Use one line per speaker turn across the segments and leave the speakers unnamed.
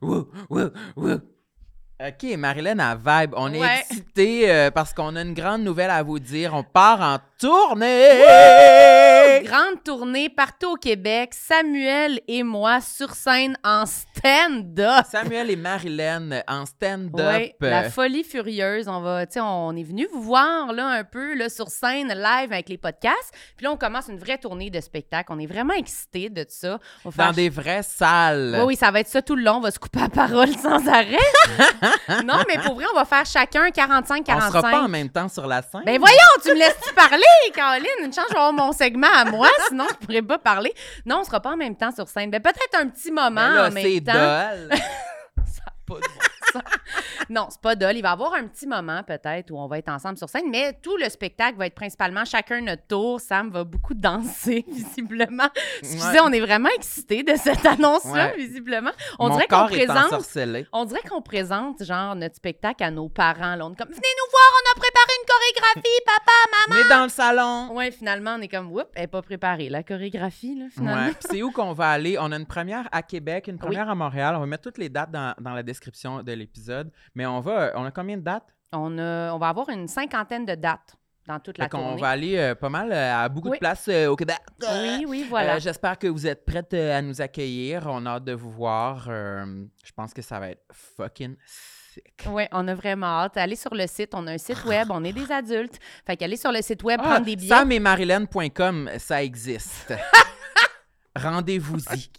wouh, wouh, wouh. OK, Marilyn à Vibe, on
Ouais.
est excités euh, parce qu'on a une grande nouvelle à vous dire. On part en tournée!
Grande tournée partout au Québec, Samuel et moi sur scène en stand-up.
Samuel et Marilyn en stand-up. euh,
Oui, la folie furieuse. On va, tu sais, on est venu vous voir là un peu là, sur scène live avec les podcasts. Puis là, on commence une vraie tournée de spectacle. On est vraiment excités de ça. On va
dans
faire-
des vraies salles.
Oui, oui, ça va être ça tout le long. On va se couper la parole sans arrêt. non, mais pour vrai, on va faire chacun 45-45.
On sera pas en même temps sur la scène.
Ben voyons, tu me laisses-tu parler, Caroline? Une chance, je vais avoir mon segment à moi, sinon je pourrais pas parler. Non, on sera pas en même temps sur scène. Ben peut-être un petit moment
Mais Ben là,
en
c'est
même temps.
dol. Ça a pas de bon
Non, c'est pas dol. Il va y avoir un petit moment peut-être où on va être ensemble sur scène, mais tout le spectacle va être principalement chacun notre tour. Sam va beaucoup danser, visiblement. Excusez,
Ouais.
on est vraiment excités de cette annonce-là,
Ouais.
visiblement. On
Mon
dirait qu'on
corps est
présente
ensorcelé.
On dirait qu'on présente, genre, notre spectacle à nos parents. Là. On est comme, venez nous voir, on a préparé une chorégraphie, papa!
On est dans le salon.
Ouais, finalement, on est comme, oups, elle n'est pas préparée. La chorégraphie, là, finalement. Ah
Ouais. Puis C'est où qu'on va aller? On a une première à Québec, une première à Montréal. On va mettre toutes les dates dans, dans la description de l'épisode. Mais on va, on a combien de dates?
On, a- on va avoir une cinquantaine de dates dans toute la
Fait qu'on
tournée.
va aller euh, pas mal euh, à beaucoup
Oui.
de places euh, au Québec.
Oui, oui, voilà.
Euh, J'espère que vous êtes prêtes euh, à nous accueillir. On a hâte de vous voir. Euh, je pense que ça va être fucking sick.
Oui, on a vraiment hâte. Allez sur le site. On a un site web. On est des adultes. Fait qu'allez sur le site web,
Ah,
prendre des billets.
Sam et Marilyn.com, ça existe. Rendez-vous-y.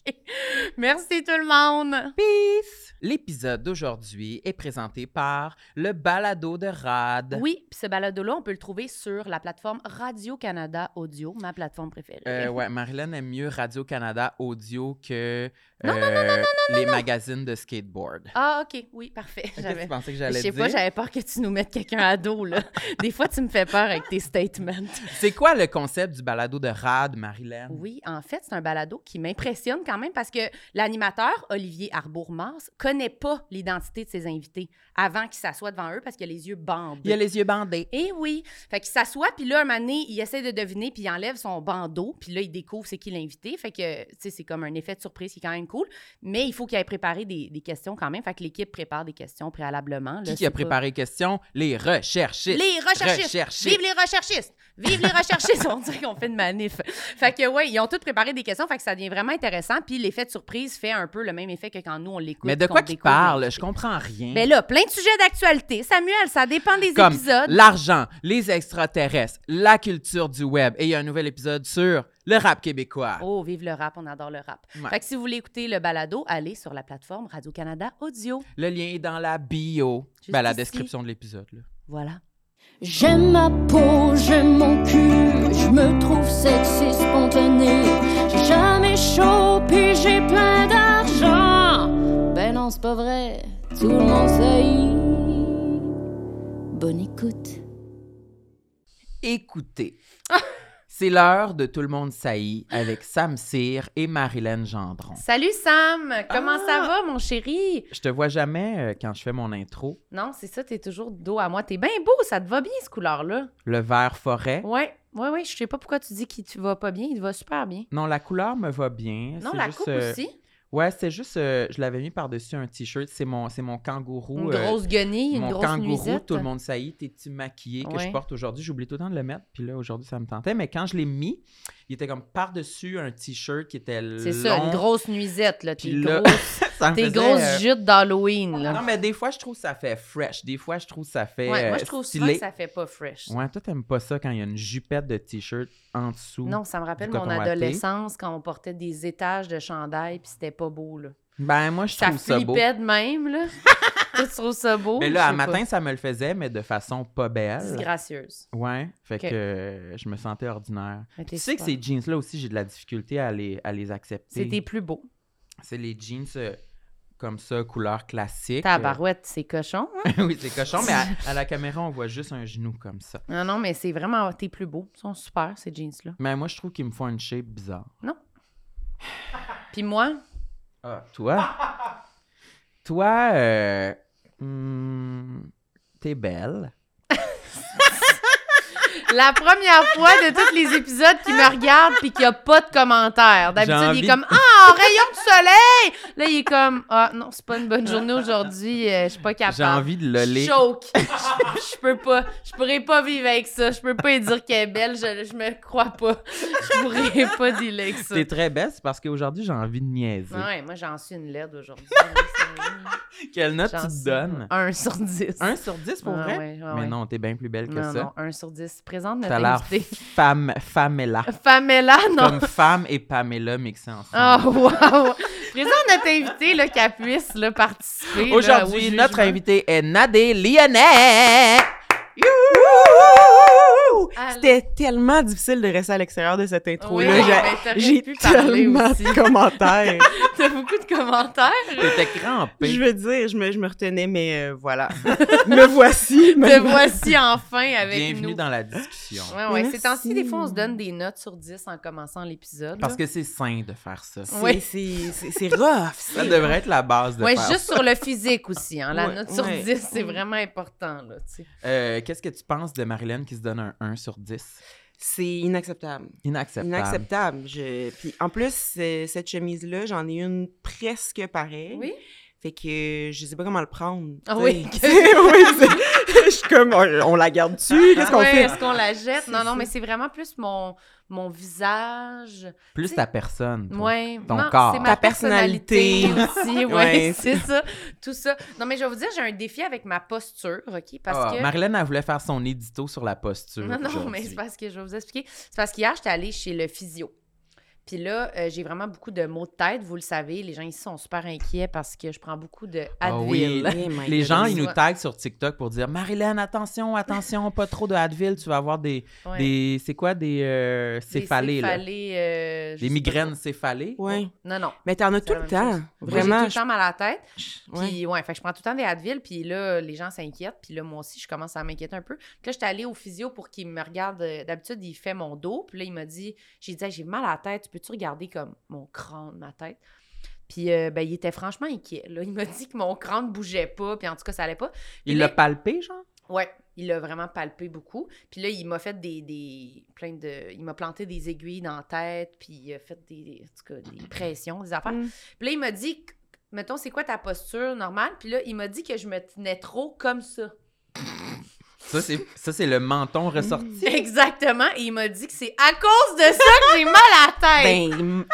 Merci tout le monde.
Peace! L'épisode d'aujourd'hui est présenté par le balado de Rad.
Oui, puis ce balado-là, on peut le trouver sur la plateforme Radio-Canada Audio, ma plateforme préférée.
Euh, ouais, Marilyn aime mieux Radio-Canada audio que euh, les magazines de skateboard.
Ah, OK. Oui, parfait.
Qu'est-ce que
J'avais-
tu pensais que
Je
j'allais
sais
dire?
pas, j'avais peur que tu nous mettes quelqu'un à dos, là. Des fois, tu me fais peur avec tes statements.
C'est quoi le concept du balado de Rad, Marilyn?
Oui, en fait, c'est un balado qui m'impressionne quand même parce que l'animateur, Olivier Arbourmas, connaît pas l'identité de ses invités avant qu'il s'assoie devant eux parce qu'il a les yeux
Il a
bandés.
les yeux bandés.
Eh oui! Fait qu'il s'assoit, puis là, un moment donné, il essaie de deviner, puis il enlève son bandeau, puis là, il découvre c'est qui l'invité. Fait que, tu sais, c'est comme un effet de surprise qui est quand même cool. Mais il faut qu'il ait préparé des, des questions quand même. Fait que l'équipe prépare des questions préalablement. là,
Qui, qui
c'est
a
pas-
préparé les questions? Les recherchistes.
Les recherchistes.
Recherchistes.
Vive les recherchistes! Vive les recherchistes! On dirait qu'on fait une manif. Fait que, ouais, ils ont tous préparé des questions, fait que ça devient vraiment intéressant. Puis l'effet de surprise fait un peu le même effet que quand nous, on l'écoute.
Mais de
puis
quoi
qu'on
qu'ils
découvre
parlent?
l'invité.
Je comprends rien.
Ben là, plein de sujets d'actualité. Samuel, ça dépend des
Comme
épisodes.
l'argent, les extraterrestres, la culture du web. Et il y a un nouvel épisode sur le rap québécois.
Oh, vive le rap, on adore le rap.
Ouais.
Fait que si vous voulez écouter le balado, allez sur la plateforme Radio-Canada Audio.
Le lien est dans la bio.
Juste
Ben, la
ici.
description de l'épisode. là.
Voilà.
J'aime ma peau, j'aime mon cul, je me trouve sexy spontané. J'ai jamais chaud, puis j'ai plein d'argent. Ben non, c'est pas vrai, tout le monde sait. Bonne écoute.
Écoutez. C'est l'heure de Tout le monde saillit avec Sam Cyr et Marilyn Gendron.
Salut Sam! Comment
Ah!
ça va, mon chéri?
Je te vois jamais euh, quand je fais mon intro.
Non, c'est ça, t'es toujours dos à moi. T'es bien beau, ça te va bien, ce couleur-là.
Le vert forêt.
Ouais, ouais, ouais. Je sais pas pourquoi tu dis qu'il te va pas bien. Il te va super bien.
Non, la couleur me va bien.
Non,
C'est
la
juste,
coupe
euh,
aussi.
Ouais, c'est juste, euh, je l'avais mis par-dessus un t-shirt. C'est mon, c'est mon kangourou.
Une
euh,
grosse guenille, une
mon
grosse
kangourou,
nuisette.
tout le monde saillit, tes petits maquillés que
Ouais.
je porte aujourd'hui. J'oublie tout le temps de le mettre. Puis là, aujourd'hui, ça me tentait. Mais quand je l'ai mis, il était comme par-dessus un t-shirt qui était long.
C'est ça, une grosse nuisette, là. Tes
Puis là,
grosses,
ça me
tes
faisait,
grosses
euh,
jutes d'Halloween, là.
Non, mais des fois, je trouve que ça fait fresh. Des fois, je trouve que ça fait.
Ouais, moi,
euh,
je trouve souvent
stylé.
que ça fait pas fresh.
Ouais, toi, t'aimes pas ça quand il y a une jupette de t-shirt en dessous.
Non, ça me rappelle
Du
mon
coton à thé.
adolescence quand on portait des étages de chandail puis c'était pas beau, là.
Ben, moi, je
Ça
trouve ça beau.
flippait de même, là. Toi, tu trouves ça beau?
Mais
Je
là, à
sais pas.
matin, ça me le faisait, mais de façon pas belle.
Disgracieuse.
Ouais, fait
Ok.
que euh, je me sentais ordinaire.
Mais t'es
Tu sais que
super.
ces jeans-là aussi, j'ai de la difficulté à les, à les
C'est tes
accepter.
plus beaux.
C'est les jeans euh, comme ça, couleur classique.
Ta barouette, c'est cochon. hein?
oui, c'est cochon, mais à, à la caméra, on voit juste un genou comme ça.
Non, non, mais c'est vraiment tes plus beaux. Ils sont super, ces jeans-là.
Mais moi, je trouve qu'ils me font une shape bizarre.
Puis moi,
Ah, toi? toi, euh, hmm, t'es belle.
La première fois de tous les épisodes qui me regarde puis qu'il n'y a pas de commentaires. D'habitude,
J'ai
il
envie
est comme Ah, rayon de soleil! Là, il est comme Ah, non, c'est pas une bonne journée aujourd'hui, euh, je suis pas capable.
Euh. J'ai envie de le
Je
lire.
choke. Je je peux pas. Je pourrais pas vivre avec ça. Je peux pas y dire qu'elle est belle. Je, je me crois pas. Je pourrais pas dire avec ça.
T'es très belle, c'est parce qu'aujourd'hui, j'ai envie de niaiser.
Ouais, moi, j'en suis une laide aujourd'hui.
Quelle note
J'en
tu te
suis
donnes?
1 sur 10.
1 sur 10 pour vrai? Mais non, t'es bien plus belle que
non,
ça.
non, 1 sur 10. Présente notre
T'as l'air
invitée.
femme, Famela.
Pamela, non.
Comme femme et Pamela mixées
Oh,
ensemble.
wow! Présente notre invitée, là, qu'elle puisse là, participer. là, au
Aujourd'hui,
jugement.
notre invitée est Nadé Lyonnais.
Wouhou!
Alors-
C'était tellement difficile de rester à l'extérieur de cette
Ah, Oui,
intro-là.
mais
J'ai-
t'aurais
J'ai
pu parler
tellement
aussi.
de commentaires.
T'as beaucoup de commentaires.
T'étais
je
crampée.
veux dire, je me, je me retenais, mais euh, voilà. me voici. me
Te
vo-
voici enfin avec
Bienvenue
nous.
dans la discussion.
Ouais, ouais. Ces
Merci.
temps-ci, des fois, on se donne des notes sur 10 en commençant l'épisode.
Parce
là.
que c'est sain de faire ça.
C'est-
Oui.
C'est c'est- c'est rough.
Ça
c'est-
devrait être la base de
Ouais,
faire.
juste sur le physique aussi. Hein. La
Ouais,
note sur
ouais.
10, c'est vraiment important. Là, tu sais.
Euh, Qu'est-ce que tu penses de Marilyn qui se donne un 1 sur 10?
C'est inacceptable.
Inacceptable.
Inacceptable. Je... Puis en plus, c'est- cette chemise-là, j'en ai une presque pareille.
Oui?
Fait que euh, je sais pas comment le prendre.
Ah
tu
oui.
sais. oui, c'est- je suis comme, on, on la garde dessus, qu'est-ce qu'on
Ah, Ouais,
fait?
Est-ce qu'on la jette?
C'est
Non, non,
ça.
mais c'est vraiment plus mon, mon visage.
Plus ta personne. toi.
Ouais.
ton
Non,
corps.
C'est ma
Ta
personnalité,
personnalité.
aussi. Ouais,
Ouais,
c'est ça. Tout ça. Non, mais je vais vous dire, j'ai un défi avec ma posture, OK? Parce
Ah,
que.
Marilyn, elle voulait faire son édito sur la posture.
Non, non,
aujourd'hui.
mais c'est parce que je vais vous expliquer. C'est parce qu'hier, j'étais allée chez le physio. Puis là, euh, j'ai vraiment beaucoup de maux de tête, vous le savez. Les gens ici sont super inquiets parce que je prends beaucoup de Advil.
Ah oui,
Eh my
Les gens,
goodness.
ils nous
Ouais.
taguent sur TikTok pour dire Marilyn, attention, attention, pas trop de Advil, tu vas avoir des.
Ouais.
des c'est quoi des euh,
Des
céphalées, là?
céphalées, euh, je sais
Des
pas
migraines céphalées.
Ouais.
trop. Non, non.
Mais t'en as
C'est
tout
la
le
même
Oui.
temps.
Moi, j'ai
Vraiment.
tout le temps mal à la tête.
je- ouais.
Puis, ouais, fait que je prends tout le temps des Advil, puis là, les gens s'inquiètent, puis là, moi aussi, je commence à m'inquiéter un peu. Puis là, j'étais allée au physio pour qu'il me regarde. euh, D'habitude, il fait mon dos, puis là, il m'a dit, j'ai dit, Hey, j'ai mal à la tête, tu peux-tu regarder comme mon crâne, ma tête? Puis, euh, ben, il était franchement inquiet. Là. Il m'a dit que mon crâne bougeait pas, puis en tout cas, ça allait pas.
Il
Mais-
l'a palpé, genre?
Ouais, il l'a vraiment palpé beaucoup. Puis là, il m'a fait des, des plein de, il m'a planté des aiguilles dans la tête, puis il a fait des, en tout cas, des pressions, des affaires.
Mm.
Puis là, il m'a dit, que- mettons, c'est quoi ta posture normale Puis là, il m'a dit que je me tenais trop comme ça.
Ça, c'est ça, c'est le menton
Mm.
ressorti.
Exactement. Et il m'a dit que c'est à cause de ça que j'ai mal à la tête.
Ben, m-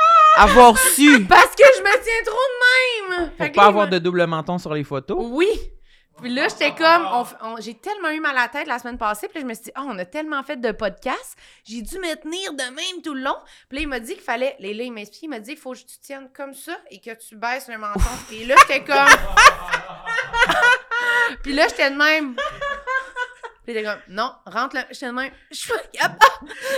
avoir su.
Parce que je me tiens trop de même. Fait
Pour
que
pas
là, il
avoir
m'a-
de double menton sur les photos.
Oui. Puis là, j'étais comme, on f- on- j'ai tellement eu mal à la tête la semaine passée. Puis là, je me suis dit, ah, on a tellement fait de podcasts, j'ai dû me tenir de même tout le long. Puis là, il m'a dit qu'il fallait, là, il m'a expliqué, il m'a dit, il faut que tu te tiennes comme ça et que tu baisses le menton. Et là, j'étais comme. Puis là, j'étais de même. Puis j'étais comme, non, rentre le. J'étais de même. Je suis pas capable.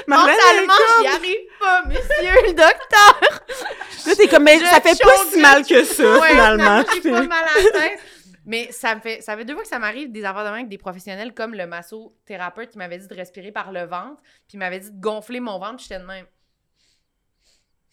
Marlène,
Mentalement,
elle est
j'y arrive pas, monsieur le docteur.
comme- Là, t'es comme, mais
Je
ça fait pas
choque.
si mal que ça,
Ouais,
finalement.
J'ai pas mal à la tête. Mais ça me fait, ça fait deux fois que ça m'arrive des affaires de même avec des professionnels comme le massothérapeute qui m'avait dit de respirer par le ventre, puis il m'avait dit de gonfler mon ventre, puis j'étais de même.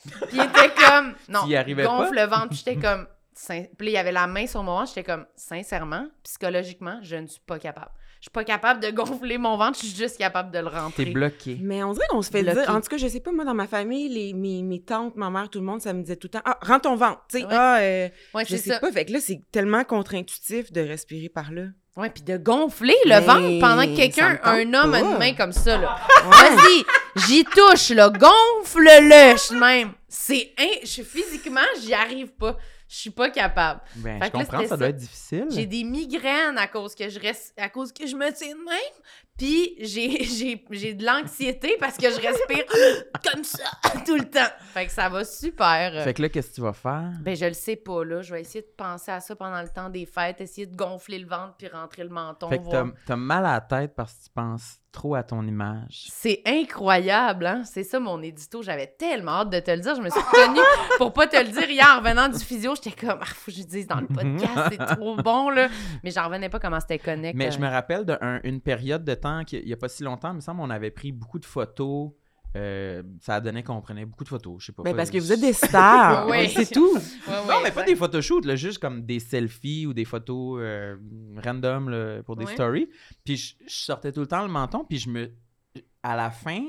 Puis il était comme, non,
Tu y arrivais
gonfle le ventre, puis j'étais comme, sin- puis là, il y avait la main sur mon ventre, j'étais comme, sincèrement, psychologiquement, je ne suis pas capable. Je suis pas capable de gonfler mon ventre, je suis juste capable de le
T'es
rentrer.
bloqué.
Mais on dirait qu'on se fait
Bloqué.
dire. En tout cas, je sais pas, moi, dans ma famille, les, mes, mes tantes, ma mère, tout le monde, ça me disait tout le temps Ah, rends ton ventre. Tu sais,
Ouais.
ah, euh,
Ouais, c'est
je sais
ça.
pas. Fait que là, c'est tellement contre-intuitif de respirer par là.
Ouais, puis de gonfler le
Mais
ventre pendant que
ça
quelqu'un,
me tente
un homme, a une
pas.
main comme ça, là.
Ouais.
Vas-y, j'y touche, là. Gonfle-le, je suis de même. C'est. in- je- Physiquement, j'y arrive pas. Je suis pas capable.
Ben,
Fait
je
que là,
comprends,
c'était
ça doit
ça.
être difficile.
J'ai des migraines à cause que je reste. à cause que je me tiens de même. Puis j'ai, j'ai, j'ai de l'anxiété parce que je respire comme ça tout le temps. Fait que ça va super.
Fait que là, qu'est-ce que tu vas faire?
Ben, je le sais pas, là. Je vais essayer de penser à ça pendant le temps des fêtes, essayer de gonfler le ventre puis rentrer le menton.
Fait que
voir.
t'as- t'as mal à la tête parce que tu penses trop à ton image.
C'est incroyable, hein? C'est ça mon édito. J'avais tellement hâte de te le dire. Je me suis retenue pour pas te le dire hier en revenant du physio. J'étais comme, ah, faut que je le dise dans le podcast, c'est trop bon, là. Mais j'en revenais pas comment c'était connect.
Mais je
euh.
me rappelle d'une période de temps, qu'il n'y a pas si longtemps, il me semble, on avait pris beaucoup de photos. Euh, ça a donné qu'on prenait beaucoup de photos, je sais pas.
Ben,
pas-
parce que vous êtes des stars.
Ouais.
Ouais, C'est tout.
Ouais,
Non,
ouais,
mais pas
exact.
des photoshoots, là, juste comme des selfies ou des photos euh, random là, pour des
Ouais.
stories. Puis je, je sortais tout le temps le menton, puis je me... à la fin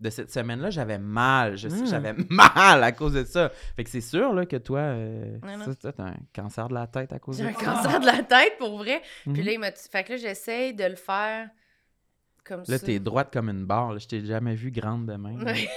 de cette semaine-là, j'avais mal. Je
Hmm.
sais, j'avais mal à cause de ça. Fait que c'est sûr là, que toi, euh,
Ouais, non.
ça, ça, t'as un cancer de la tête à cause
J'ai
de
un
ça.
cancer de la tête, pour vrai. Puis
Mhm.
là, il m'a dit- Fait que là, j'essaye de le faire comme
Là,
ça.
t'es droite comme une barre. là. Je t'ai jamais vu grande de même. là.
Ouais.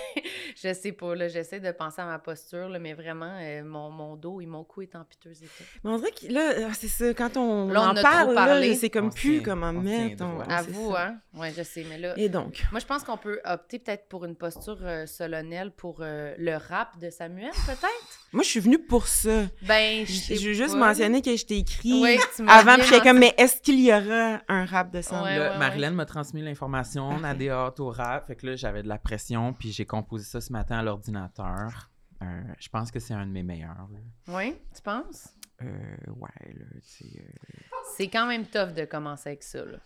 je sais pas, là, j'essaie de penser à ma posture, là, mais vraiment, euh, mon, mon dos et mon cou est en piteuse état.
Mais on dirait que là, ah, c'est ça, quand on
Là, on a
en
trop
parle, là,
parlé.
c'est comme
On
plus
tient-
comment
on
mettre.
tient droit.
on-
Ah,
c'est
Avoue,
ça.
hein? Ouais, je sais, mais là...
Et donc,
Moi, je pense qu'on peut opter peut-être pour une posture euh, solennelle pour euh, le rap de Samuel, peut-être?
moi, je suis venue pour ça.
Ben, je
Je
sais
veux juste
pas.
mentionner que je t'ai écrit
Ouais, tu m'as
avant,
bien
puis j'étais comme,
mentionné.
mais est-ce qu'il y aura un rap de sang?
Ouais,
Là,
ouais,
Marilyn m'a transmis l'information,
Parfait.
Nadé a hâte au rap. Fait que là, j'avais de la pression, puis j'ai composé ça ce matin à l'ordinateur. Euh, je pense que c'est un de mes meilleurs. là.
Oui, tu penses?
Euh, ouais, là, c'est, euh,
C'est quand même tough de commencer avec ça, là.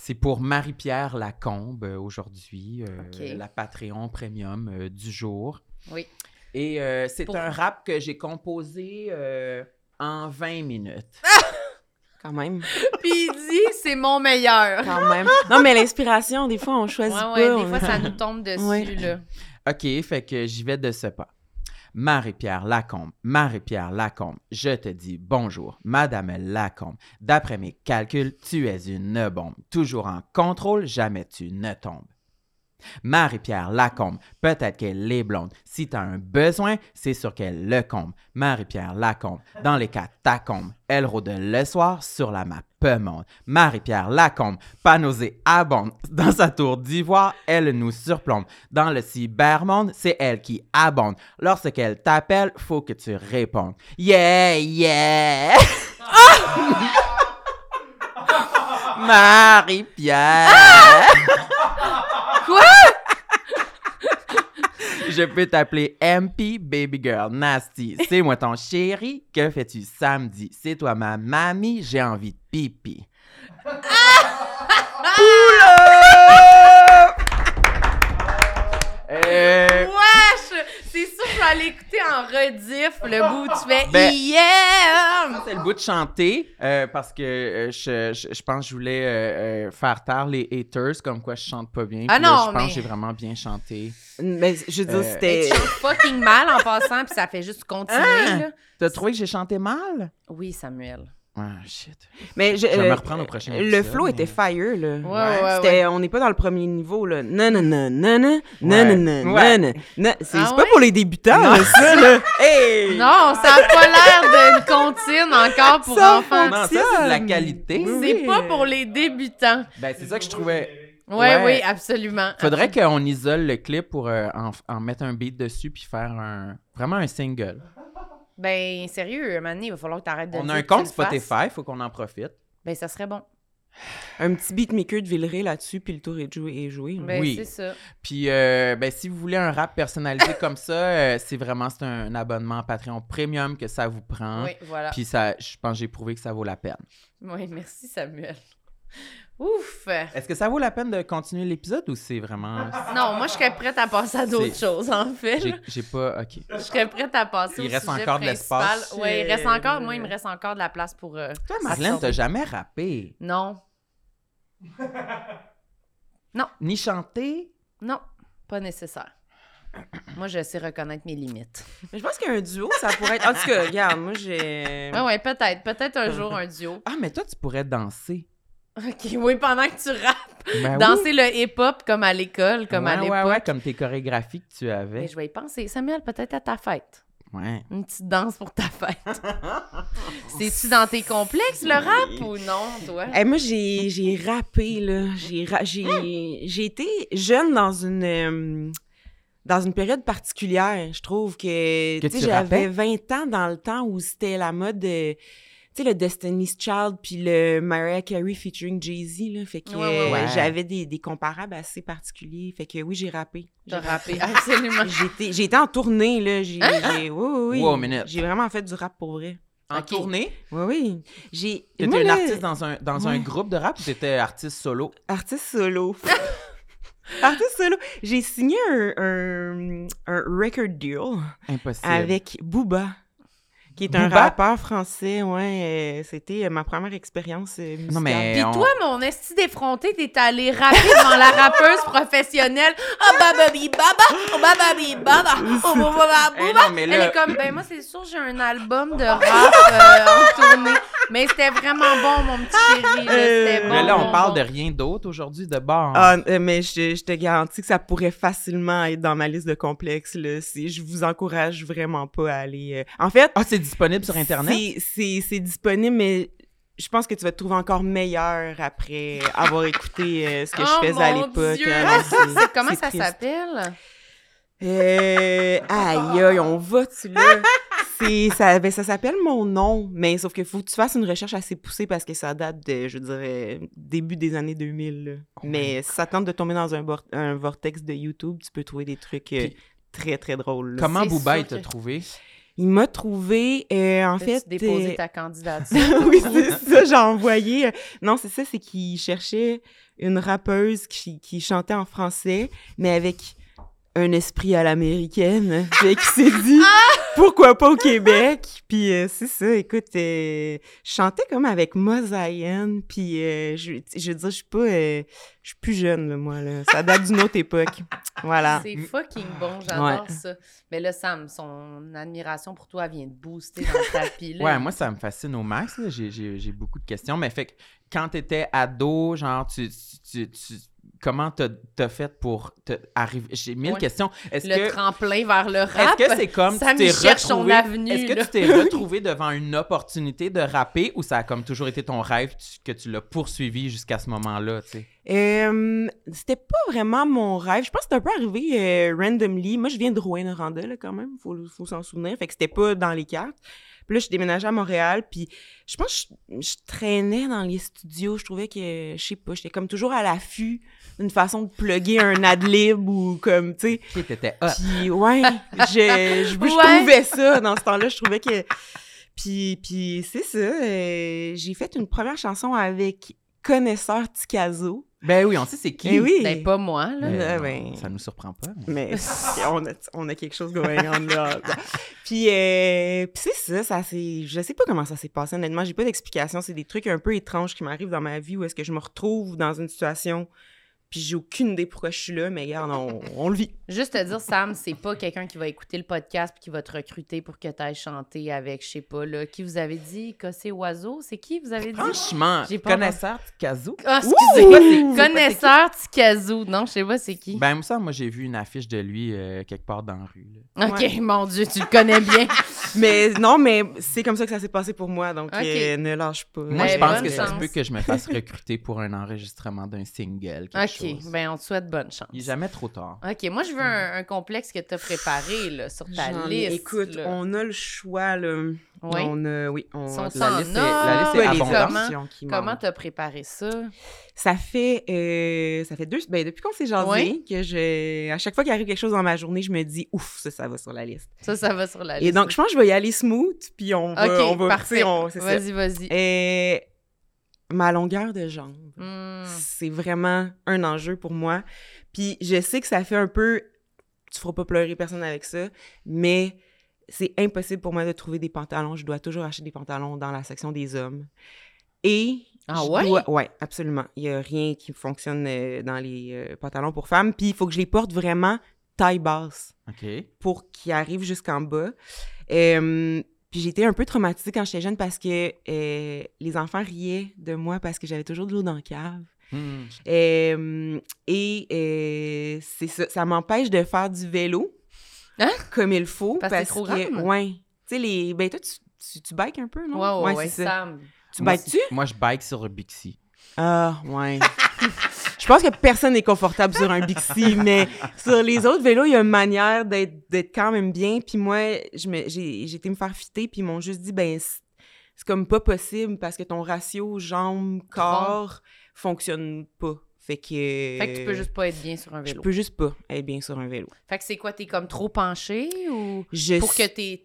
c'est pour Marie-Pierre Lacombe euh, aujourd'hui, euh,
Ok.
la Patreon Premium euh, du jour.
Oui.
Et euh, c'est
Pour-
un rap que j'ai composé euh, en 20 minutes.
Quand même,
Puis il dit, c'est mon meilleur.
quand même. non, mais l'inspiration, des fois, on
Ouais,
choisit
ouais,
pas.
des
on-
fois, ça nous tombe dessus,
Ouais.
là.
OK, fait que j'y vais de ce pas. Marie-Pierre Lacombe, Marie-Pierre Lacombe, je te dis bonjour, Madame Lacombe. D'après mes calculs, tu es une bombe. Toujours en contrôle, jamais tu ne tombes. Marie-Pierre Lacombe, peut-être qu'elle est blonde. Si t'as un besoin, c'est sûr qu'elle le comble. Marie-Pierre Lacombe, dans les catacombes, elle rôde le soir sur la map monde. Marie-Pierre Lacombe, panosée abonde. Dans sa tour d'ivoire, elle nous surplombe. Dans le cybermonde, c'est elle qui abonde. Lorsqu'elle t'appelle, faut que tu répondes. Yeah, yeah! Ah! Marie-Pierre!
Quoi?
Je peux t'appeler MP Baby Girl Nasty. C'est moi ton chéri. Que fais-tu samedi? C'est toi ma mamie. J'ai envie de pipi. Pull up! Euh,
Wesh! C'est sûr que je vais aller écouter en rediff le bout où tu fais
Ben-
Yeah!
c'est le bout de chanter euh, parce que euh, je, je- je pense que je voulais euh, euh, faire taire les haters comme quoi je chante pas bien.
Ah
Puis là,
non,
je pense
mais-
que j'ai vraiment bien chanté.
Mais je veux dire,
Euh,
Mais
c'était.
tu chantes fucking mal en passant, puis ça fait juste continuer,
Hein?
là.
T'as trouvé que j'ai chanté mal?
Oui, Samuel.
Ah, shit.
Mais je,
Je vais me
euh,
reprendre au prochain
Le
épisode,
flow
mais-
était fire, là.
Ouais,
Ouais, ouais, ouais.
C'était- On n'est pas dans le premier niveau, là. Non, non, non, non, non, non,
Ouais.
non, non,
Ouais.
non, non. C'est c'est
Ah
pas
ouais?
pour les débutants,
Non.
là, ça, là. Hey!
Non, ça a pas l'air d'une comptine encore pour
Ça
enfants.
Non, ça, c'est de la qualité.
Oui,
C'est
oui.
pas pour les débutants.
Ben, c'est ça que je trouvais.
Ouais,
Ouais.
oui, absolument.
Faudrait qu'on isole le clip pour euh, en, en mettre un beat dessus puis faire un vraiment un single.
Ben, sérieux, Mané, il va falloir que t'arrêtes de
On
dire
a un
que tu
compte
le fasses.
Spotify, faut qu'on en profite.
Ben, ça serait bon.
Un petit beatmaker de Villeray là-dessus, puis le tour est joué. Est joué là.
Ben,
Oui.
c'est ça.
Puis euh, ben si vous voulez un rap personnalisé comme ça, euh, c'est vraiment c'est un abonnement Patreon Premium que ça vous prend.
Oui, voilà.
Hein? Puis ça, je pense que j'ai prouvé que ça vaut la peine.
Oui, merci, Samuel. Ouf!
Est-ce que ça vaut la peine de continuer l'épisode ou c'est vraiment
Non, moi, je serais prête à passer à d'autres
C'est-
choses, en fait.
j'ai j'ai pas OK.
Je serais prête à passer
Il
au
reste
sujet
encore de
principal.
l'espace.
Ouais, il reste encore... Moi, il me reste encore de la place pour... euh,
Toi Marlène, t'as jamais rappé
Non,
ni chanté
non, pas nécessaire. Moi, je sais reconnaître mes limites.
Mais je pense qu'un duo, ça pourrait être. En tout cas, regarde, moi, j'ai.
Ouais, ouais, peut-être. Peut-être un jour, un duo.
Ah mais toi tu pourrais danser.
OK, oui, pendant que tu rappes.
Ben oui.
Danser le hip-hop comme à l'école, comme à
Ouais,
l'époque.
ouais, ouais, comme tes chorégraphies que tu avais.
Mais je vais y penser. Samuel, peut-être à ta fête.
Ouais.
Une petite danse pour ta fête. C'est-tu dans tes complexes, le rap, ou non, toi?
Eh, moi, j'ai j'ai rappé, là. J'ai ra- j'ai- j'ai été jeune dans une. euh, dans une période particulière, je trouve que,
Que
tu sais,
tu
j'avais
rappais?
20 ans dans le temps où c'était la mode de, tu sais, le Destiny's Child puis le Mariah Carey featuring Jay-Z, là, fait que
Ouais, ouais,
euh,
ouais.
j'avais des, des comparables assez particuliers, fait que oui, j'ai rappé.
De rapper, absolument.
J'étais j'étais en tournée, là, j'ai,
Hein?
j'ai- oui, oui, oui.
Wow, minute.
j'ai vraiment fait du rap pour vrai.
En
Ok.
tournée,
Oui, oui. J'ai.
t'étais
moi,
une
là,
artiste dans un, dans un
Ouais.
groupe de rap ou t'étais artiste solo?
Artiste solo. Artiste solo. J'ai signé un, un, un record deal
Impossible.
avec Booba. qui est un
Booba.
rappeur français, ouais. euh, C'était euh, ma première expérience euh, musicale.
Non, mais.
Puis
on-
toi, mon esti défronté, t'es allé rapper devant la rappeuse professionnelle. Ah, bababi baba, oh bababi baba, oh baba
Eh
baba.
non, mais
Elle
là-
est comme, ben moi, c'est sûr, j'ai un album de rap euh, en tournée. Mais c'était vraiment bon, mon petit chéri. là, C'était
Euh,
bon.
Mais là,
bon,
on parle
bon.
de rien d'autre aujourd'hui de bar.
Ah, euh, mais je, je te garantis que ça pourrait facilement être dans ma liste de complexes. Là, si je vous encourage vraiment pas à aller. euh, En fait,
Ah, c'est disponible sur Internet?
c'est- C'est c'est disponible, mais je pense que tu vas te trouver encore meilleur après avoir écouté euh, ce que
Oh,
je faisais à
mon
l'époque.
Dieu! Ah,
hein, c'est-
C'est- Comment
c'est
ça
triste.
s'appelle?
Euh, aïe, aïe, on va-tu là? C'est, ça, ben, ça s'appelle Mon Nom, mais sauf que faut que tu fasses une recherche assez poussée parce que ça date de, je dirais, début des années 2000. là.
Oh
mais si ça tente de tomber dans un, vor- un vortex de YouTube, tu peux trouver des trucs euh,
Puis-
très, très drôles. là.
Comment
c'est
Booba
sûr
il t'a
que-
trouvé?
Il m'a trouvé, euh, en fait...
tu déposé
euh,
ta candidature.
oui, c'est ça, j'ai envoyé. euh, Non, c'est ça, c'est qu'il cherchait une rappeuse qui, qui chantait en français, mais avec un esprit à l'américaine. Fait qu'il s'est dit, pourquoi pas au Québec? Puis euh, c'est ça, écoute, euh, je chantais comme avec Mosaïen, puis euh, je, je veux dire, je suis pas... euh, je suis plus jeune, là, moi, là. Ça date d'une autre époque. Voilà.
C'est fucking bon, j'adore ça. Mais là, Sam, son admiration pour toi vient de booster dans le tapis. Là.
Ouais, moi, ça me fascine au max. là. J'ai- J'ai j'ai beaucoup de questions. Mais fait que quand t'étais ado, genre, tu. tu, tu- tu- comment t'as t'as fait pour te arriver? J'ai mille
Ouais.
questions. Est-ce
Le
que.
tremplin vers le rap.
Est-ce que c'est comme
Sam,
tu t'es
il cherche son
retrouvé-
avenue,
Est-ce que
là.
tu t'es retrouvé devant une opportunité de rapper ou ça a comme toujours été ton rêve tu- que tu l'as poursuivi jusqu'à ce moment-là, tu sais?
Euh, c'était pas vraiment mon rêve. Je pense que c'est un peu arrivé euh, randomly. Moi, je viens de Rouen-Noranda, là, quand même. Faut, faut s'en souvenir. Fait que c'était pas dans les cartes. Puis là, je déménageais à Montréal. Puis je pense que je, je traînais dans les studios. Je trouvais que, je sais pas, j'étais comme toujours à l'affût d'une façon de plugger un ad-lib ou comme, tu sais.
Ok, t'étais Ah, hot.
Puis ouais, je, je, je
Ouais.
trouvais ça dans ce temps-là. Je trouvais que... Puis, puis c'est ça. euh, j'ai fait une première chanson avec Connaisseur Ticazo.
Ben oui, on sait c'est qui.
Eh oui.
Ben, pas moi, là.
Ben,
Ah,
non,
ben.
Ça nous surprend pas. mais-
Mais on a, on a quelque chose going on là. puis, euh, puis c'est ça, ça c'est, je sais pas comment ça s'est passé, honnêtement, j'ai pas d'explication. C'est des trucs un peu étranges qui m'arrivent dans ma vie où est-ce que je me retrouve dans une situation, puis j'ai aucune idée pourquoi je suis là, mais regarde, on, on le vit.
Juste te dire, Sam, c'est pas quelqu'un qui va écouter le podcast puis qui va te recruter pour que t'ailles chanter avec, je sais pas, là. Qui vous avez dit? Cossé Oiseau? C'est qui vous avez dit?
Franchement,
J'ai pas
connaisseur de Kazoo.
Ah,
Ouh!
excusez-moi,
C'est pas- c'est
c'est
pas-
connaisseur Ticazou. Non, je sais pas c'est qui.
Ben, ça, moi, j'ai vu une affiche de lui euh, quelque part dans la rue. là.
ok,
ouais.
mon Dieu, tu le connais bien.
Mais non, mais c'est comme ça que ça s'est passé pour moi, donc
Ok.
euh, ne lâche pas.
Moi,
Ben,
je pense
bonne
que ça se
chance.
peut que je me fasse recruter pour un enregistrement d'un single. Quelque
ok,
chose.
ben on te souhaite bonne chance.
Il est jamais trop tard.
Ok, moi je veux un, un complexe que t'as préparé là, sur ta
J'en ai-
liste.
Écoute,
là.
on a le choix, là.
Oui.
On a, oui, on
Sont
c'est
sans
liste est- la liste
notes,
est
quoi les
abondante.
Comment-
options qui manquent.
Comment t'as préparé ça?
Ça fait, euh, ça fait deux... Ben, depuis qu'on s'est jasé,
Ouais.
que je... À chaque fois qu'il arrive quelque chose dans ma journée, je me dis « Ouf, ça, ça va sur la liste.
Ça, ça va sur la » liste.
Et donc, je pense que je vais y aller smooth, puis on va...
ok,
on va, tu
parfait.
sais, on- c'est ça.
Vas-y, vas-y.
Euh, ma longueur de jambe,
Hmm.
c'est vraiment un enjeu pour moi. Puis je sais que ça fait un peu... Tu feras pas pleurer personne avec ça, mais c'est impossible pour moi de trouver des pantalons. Je dois toujours acheter des pantalons dans la section des hommes. Et
Ah
je
ouais?
dois- ouais, absolument. Il n'y a rien qui fonctionne euh, dans les euh, pantalons pour femmes. Puis il faut que je les porte vraiment taille basse
OK.
pour qu'ils arrivent jusqu'en bas. Euh, puis j'étais un peu traumatisée quand j'étais jeune parce que euh, les enfants riaient de moi parce que j'avais toujours de l'eau dans la cave.
Hmm.
Euh, et euh, c'est ça, ça m'empêche de faire du vélo
Hein?
comme il faut
Parce que t'es trop
que
grande?
ouais, tu sais les ben toi tu, tu, tu bikes un peu non
Ouais, ouais, ouais,
c'est ça.
Sam.
Tu
Moi,
bikes-tu
Moi, je bike sur Bixi.
Ah, ouais. Je pense que personne n'est confortable sur un Bixi, mais sur les autres vélos, il y a une manière d'être d'être quand même bien. Puis moi, je me- j'ai j'ai été me faire fitter, puis ils m'ont juste dit, ben, c'est c'est comme pas possible parce que ton ratio jambes-corps fonctionne pas. Fait que.
Fait que tu peux juste pas être bien sur un
Je
vélo.
peux juste pas être bien sur un vélo.
Fait que c'est quoi, t'es comme trop penché ou
Je
pour que
suis-
tes,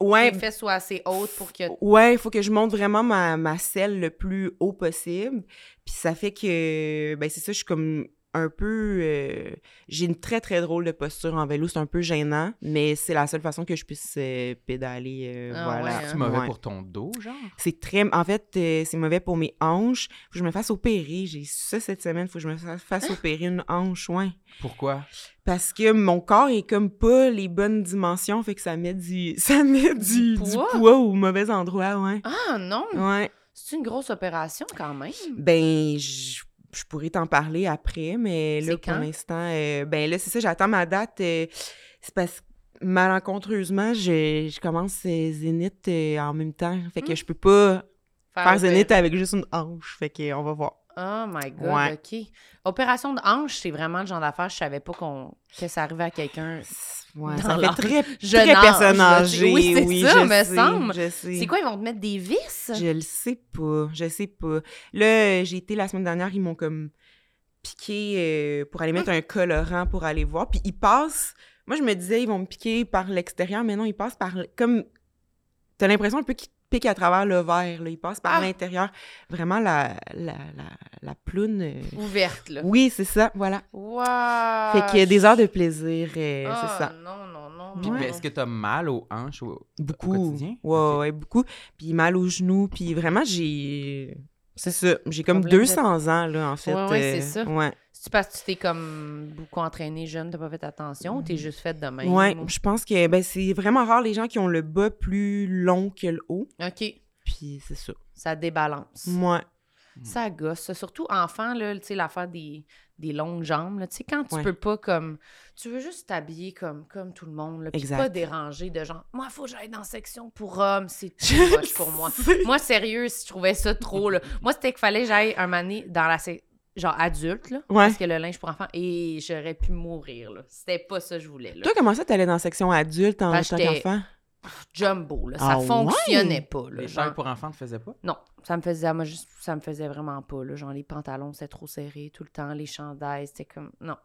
Ouais,
tes fesses soient assez hautes pour que.
Ouais, il faut que je monte vraiment ma, ma selle le plus haut possible. Puis ça fait que, ben c'est ça, je suis comme un peu. euh, j'ai une très, très drôle de posture en vélo. C'est un peu gênant, mais c'est la seule façon que je puisse euh, pédaler. euh,
Ah,
voilà.
ouais, hein.
C'est mauvais
Ouais.
pour ton dos, genre?
C'est très. En fait, euh, c'est mauvais pour mes hanches. Faut que je me fasse opérer. J'ai ça cette semaine. Faut que je me fa- fasse opérer une hanche, ouais.
Pourquoi?
Parce que mon corps est comme pas les bonnes dimensions, fait que ça met du. Ça met du, du
poids?
poids. au mauvais endroit, ouais.
Ah non!
Ouais.
C'est une grosse opération quand même.
Ben, je. je pourrais t'en parler après, mais
C'est
là, pour
quand?
l'instant, euh, ben là, c'est ça, j'attends ma date. euh, c'est parce que malencontreusement, je, je commence euh, Zénith euh, en même temps. Fait que
Hmm.
je peux pas faire
opé-
Zénith avec juste une hanche. Fait que on va voir.
Oh my God,
Ouais.
OK. Opération de hanche, c'est vraiment le genre d'affaire, je savais pas qu'on que ça arrivait à quelqu'un.
Ouais,
dans
ça
l'âge.
fait très,
Jeune
très
âge,
personne
là, tu sais.
âgée.
Oui,
Oui,
c'est ça,
je
me
sais,
semble.
Je sais.
C'est quoi, ils vont te mettre des vis?
Je le sais pas, je sais pas. Là, euh, j'ai été la semaine dernière, ils m'ont comme piqué euh, pour
Hum.
aller mettre un colorant pour aller voir. Puis ils passent. Moi, je me disais, ils vont me piquer par l'extérieur, mais non, ils passent par. l- Comme. T'as l'impression un peu qu'ils te piquent à travers le verre, là. Ils passent par
Ah!
l'intérieur. Vraiment, la, la, la, la ploune. euh,
Ouverte, là.
Oui, c'est ça, voilà.
Wow!
Fait que des heures de plaisir, euh,
Ah,
c'est ça.
non, non, non,
Puis
non.
ben, est-ce que t'as mal aux hanches? ou-
Beaucoup.
quotidien?
Ouais,
Ok.
ouais, beaucoup. Puis mal aux genoux. Puis vraiment, j'ai. C'est ça. J'ai comme
Problème de-
200 ans, là, en fait.
Ouais, ouais, c'est
euh,
ça.
Ouais.
C'est parce que tu t'es comme beaucoup entraîné jeune, t'as pas fait attention ou t'es juste faite de même?
Mm. Ouais,
ou-
Je pense que ben, c'est vraiment rare les gens qui ont le bas plus long que le haut.
OK.
Puis c'est ça.
Ça débalance.
Moi.
Ça gosse. ça. Surtout enfant, là, tu sais, l'affaire des, des longues jambes, là, tu sais, quand tu
Ouais.
peux pas comme... Tu veux juste t'habiller comme, comme tout le monde, là, puis
Exact.
pas déranger de genre « Moi, faut que j'aille dans la section pour hommes, c'est tout moche pour moi. » Moi, sérieux, si je trouvais ça trop, là. Moi, c'était qu'il fallait que j'aille un mané dans la sec- genre adulte, là,
Ouais.
parce que le linge pour enfants, et j'aurais pu mourir, là. C'était pas ça que je voulais, là.
Toi, comment ça, t'allais dans la section adulte en
Ben,
tant
j'étais-
qu'enfant?
Jumbo, là, ça
Ah ouais?
fonctionnait pas, là.
Les
genre.
chaises pour enfants, tu faisais pas?
Non, ça me faisait, moi, juste, ça me faisait vraiment pas. Là. Genre, les pantalons, c'était trop serré tout le temps, les chandails, c'était comme. Non.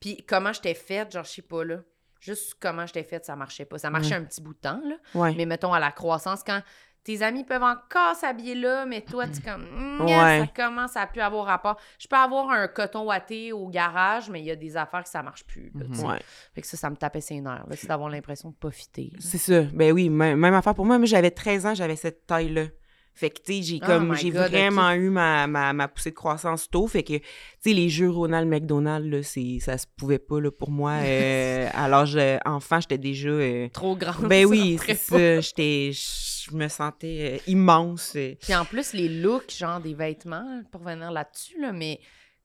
Puis comment j'étais faite, genre, je sais pas, là. Juste comment j'étais faite, ça marchait pas. Ça marchait
Ouais.
un petit bout de temps, là.
Ouais.
Mais mettons, à la croissance, quand tes amis peuvent encore s'habiller là, mais toi, tu es comme. Mm,
Ouais.
Ça commence à plus avoir rapport. Je peux avoir un coton ouaté au garage, mais il y a des affaires que ça marche plus. Là, tu sais.
Mhm.
Ouais.
Fait que ça, ça me tapait ses nerfs, là. C'est d'avoir l'impression de pas fitter. là.
C'est ça. Ben oui, même, même affaire pour moi. Moi, j'avais 13 ans, j'avais cette taille-là. Fait que, tu sais, j'ai
Oh
comme,
my
j'ai
God,
vraiment eu ma, ma, ma poussée de croissance tôt. Fait que, tu sais, les jeux Ronald McDonald, là, c'est, ça se pouvait pas, là, pour moi. Euh, à l'âge euh, enfant, j'étais déjà. euh,
Trop grande.
ben
ça
oui,
rentrait
c'est
pas.
ça. J'étais, je me sentais euh, immense. euh.
Puis en plus, les looks, genre des vêtements, pour venir là-dessus, là, mais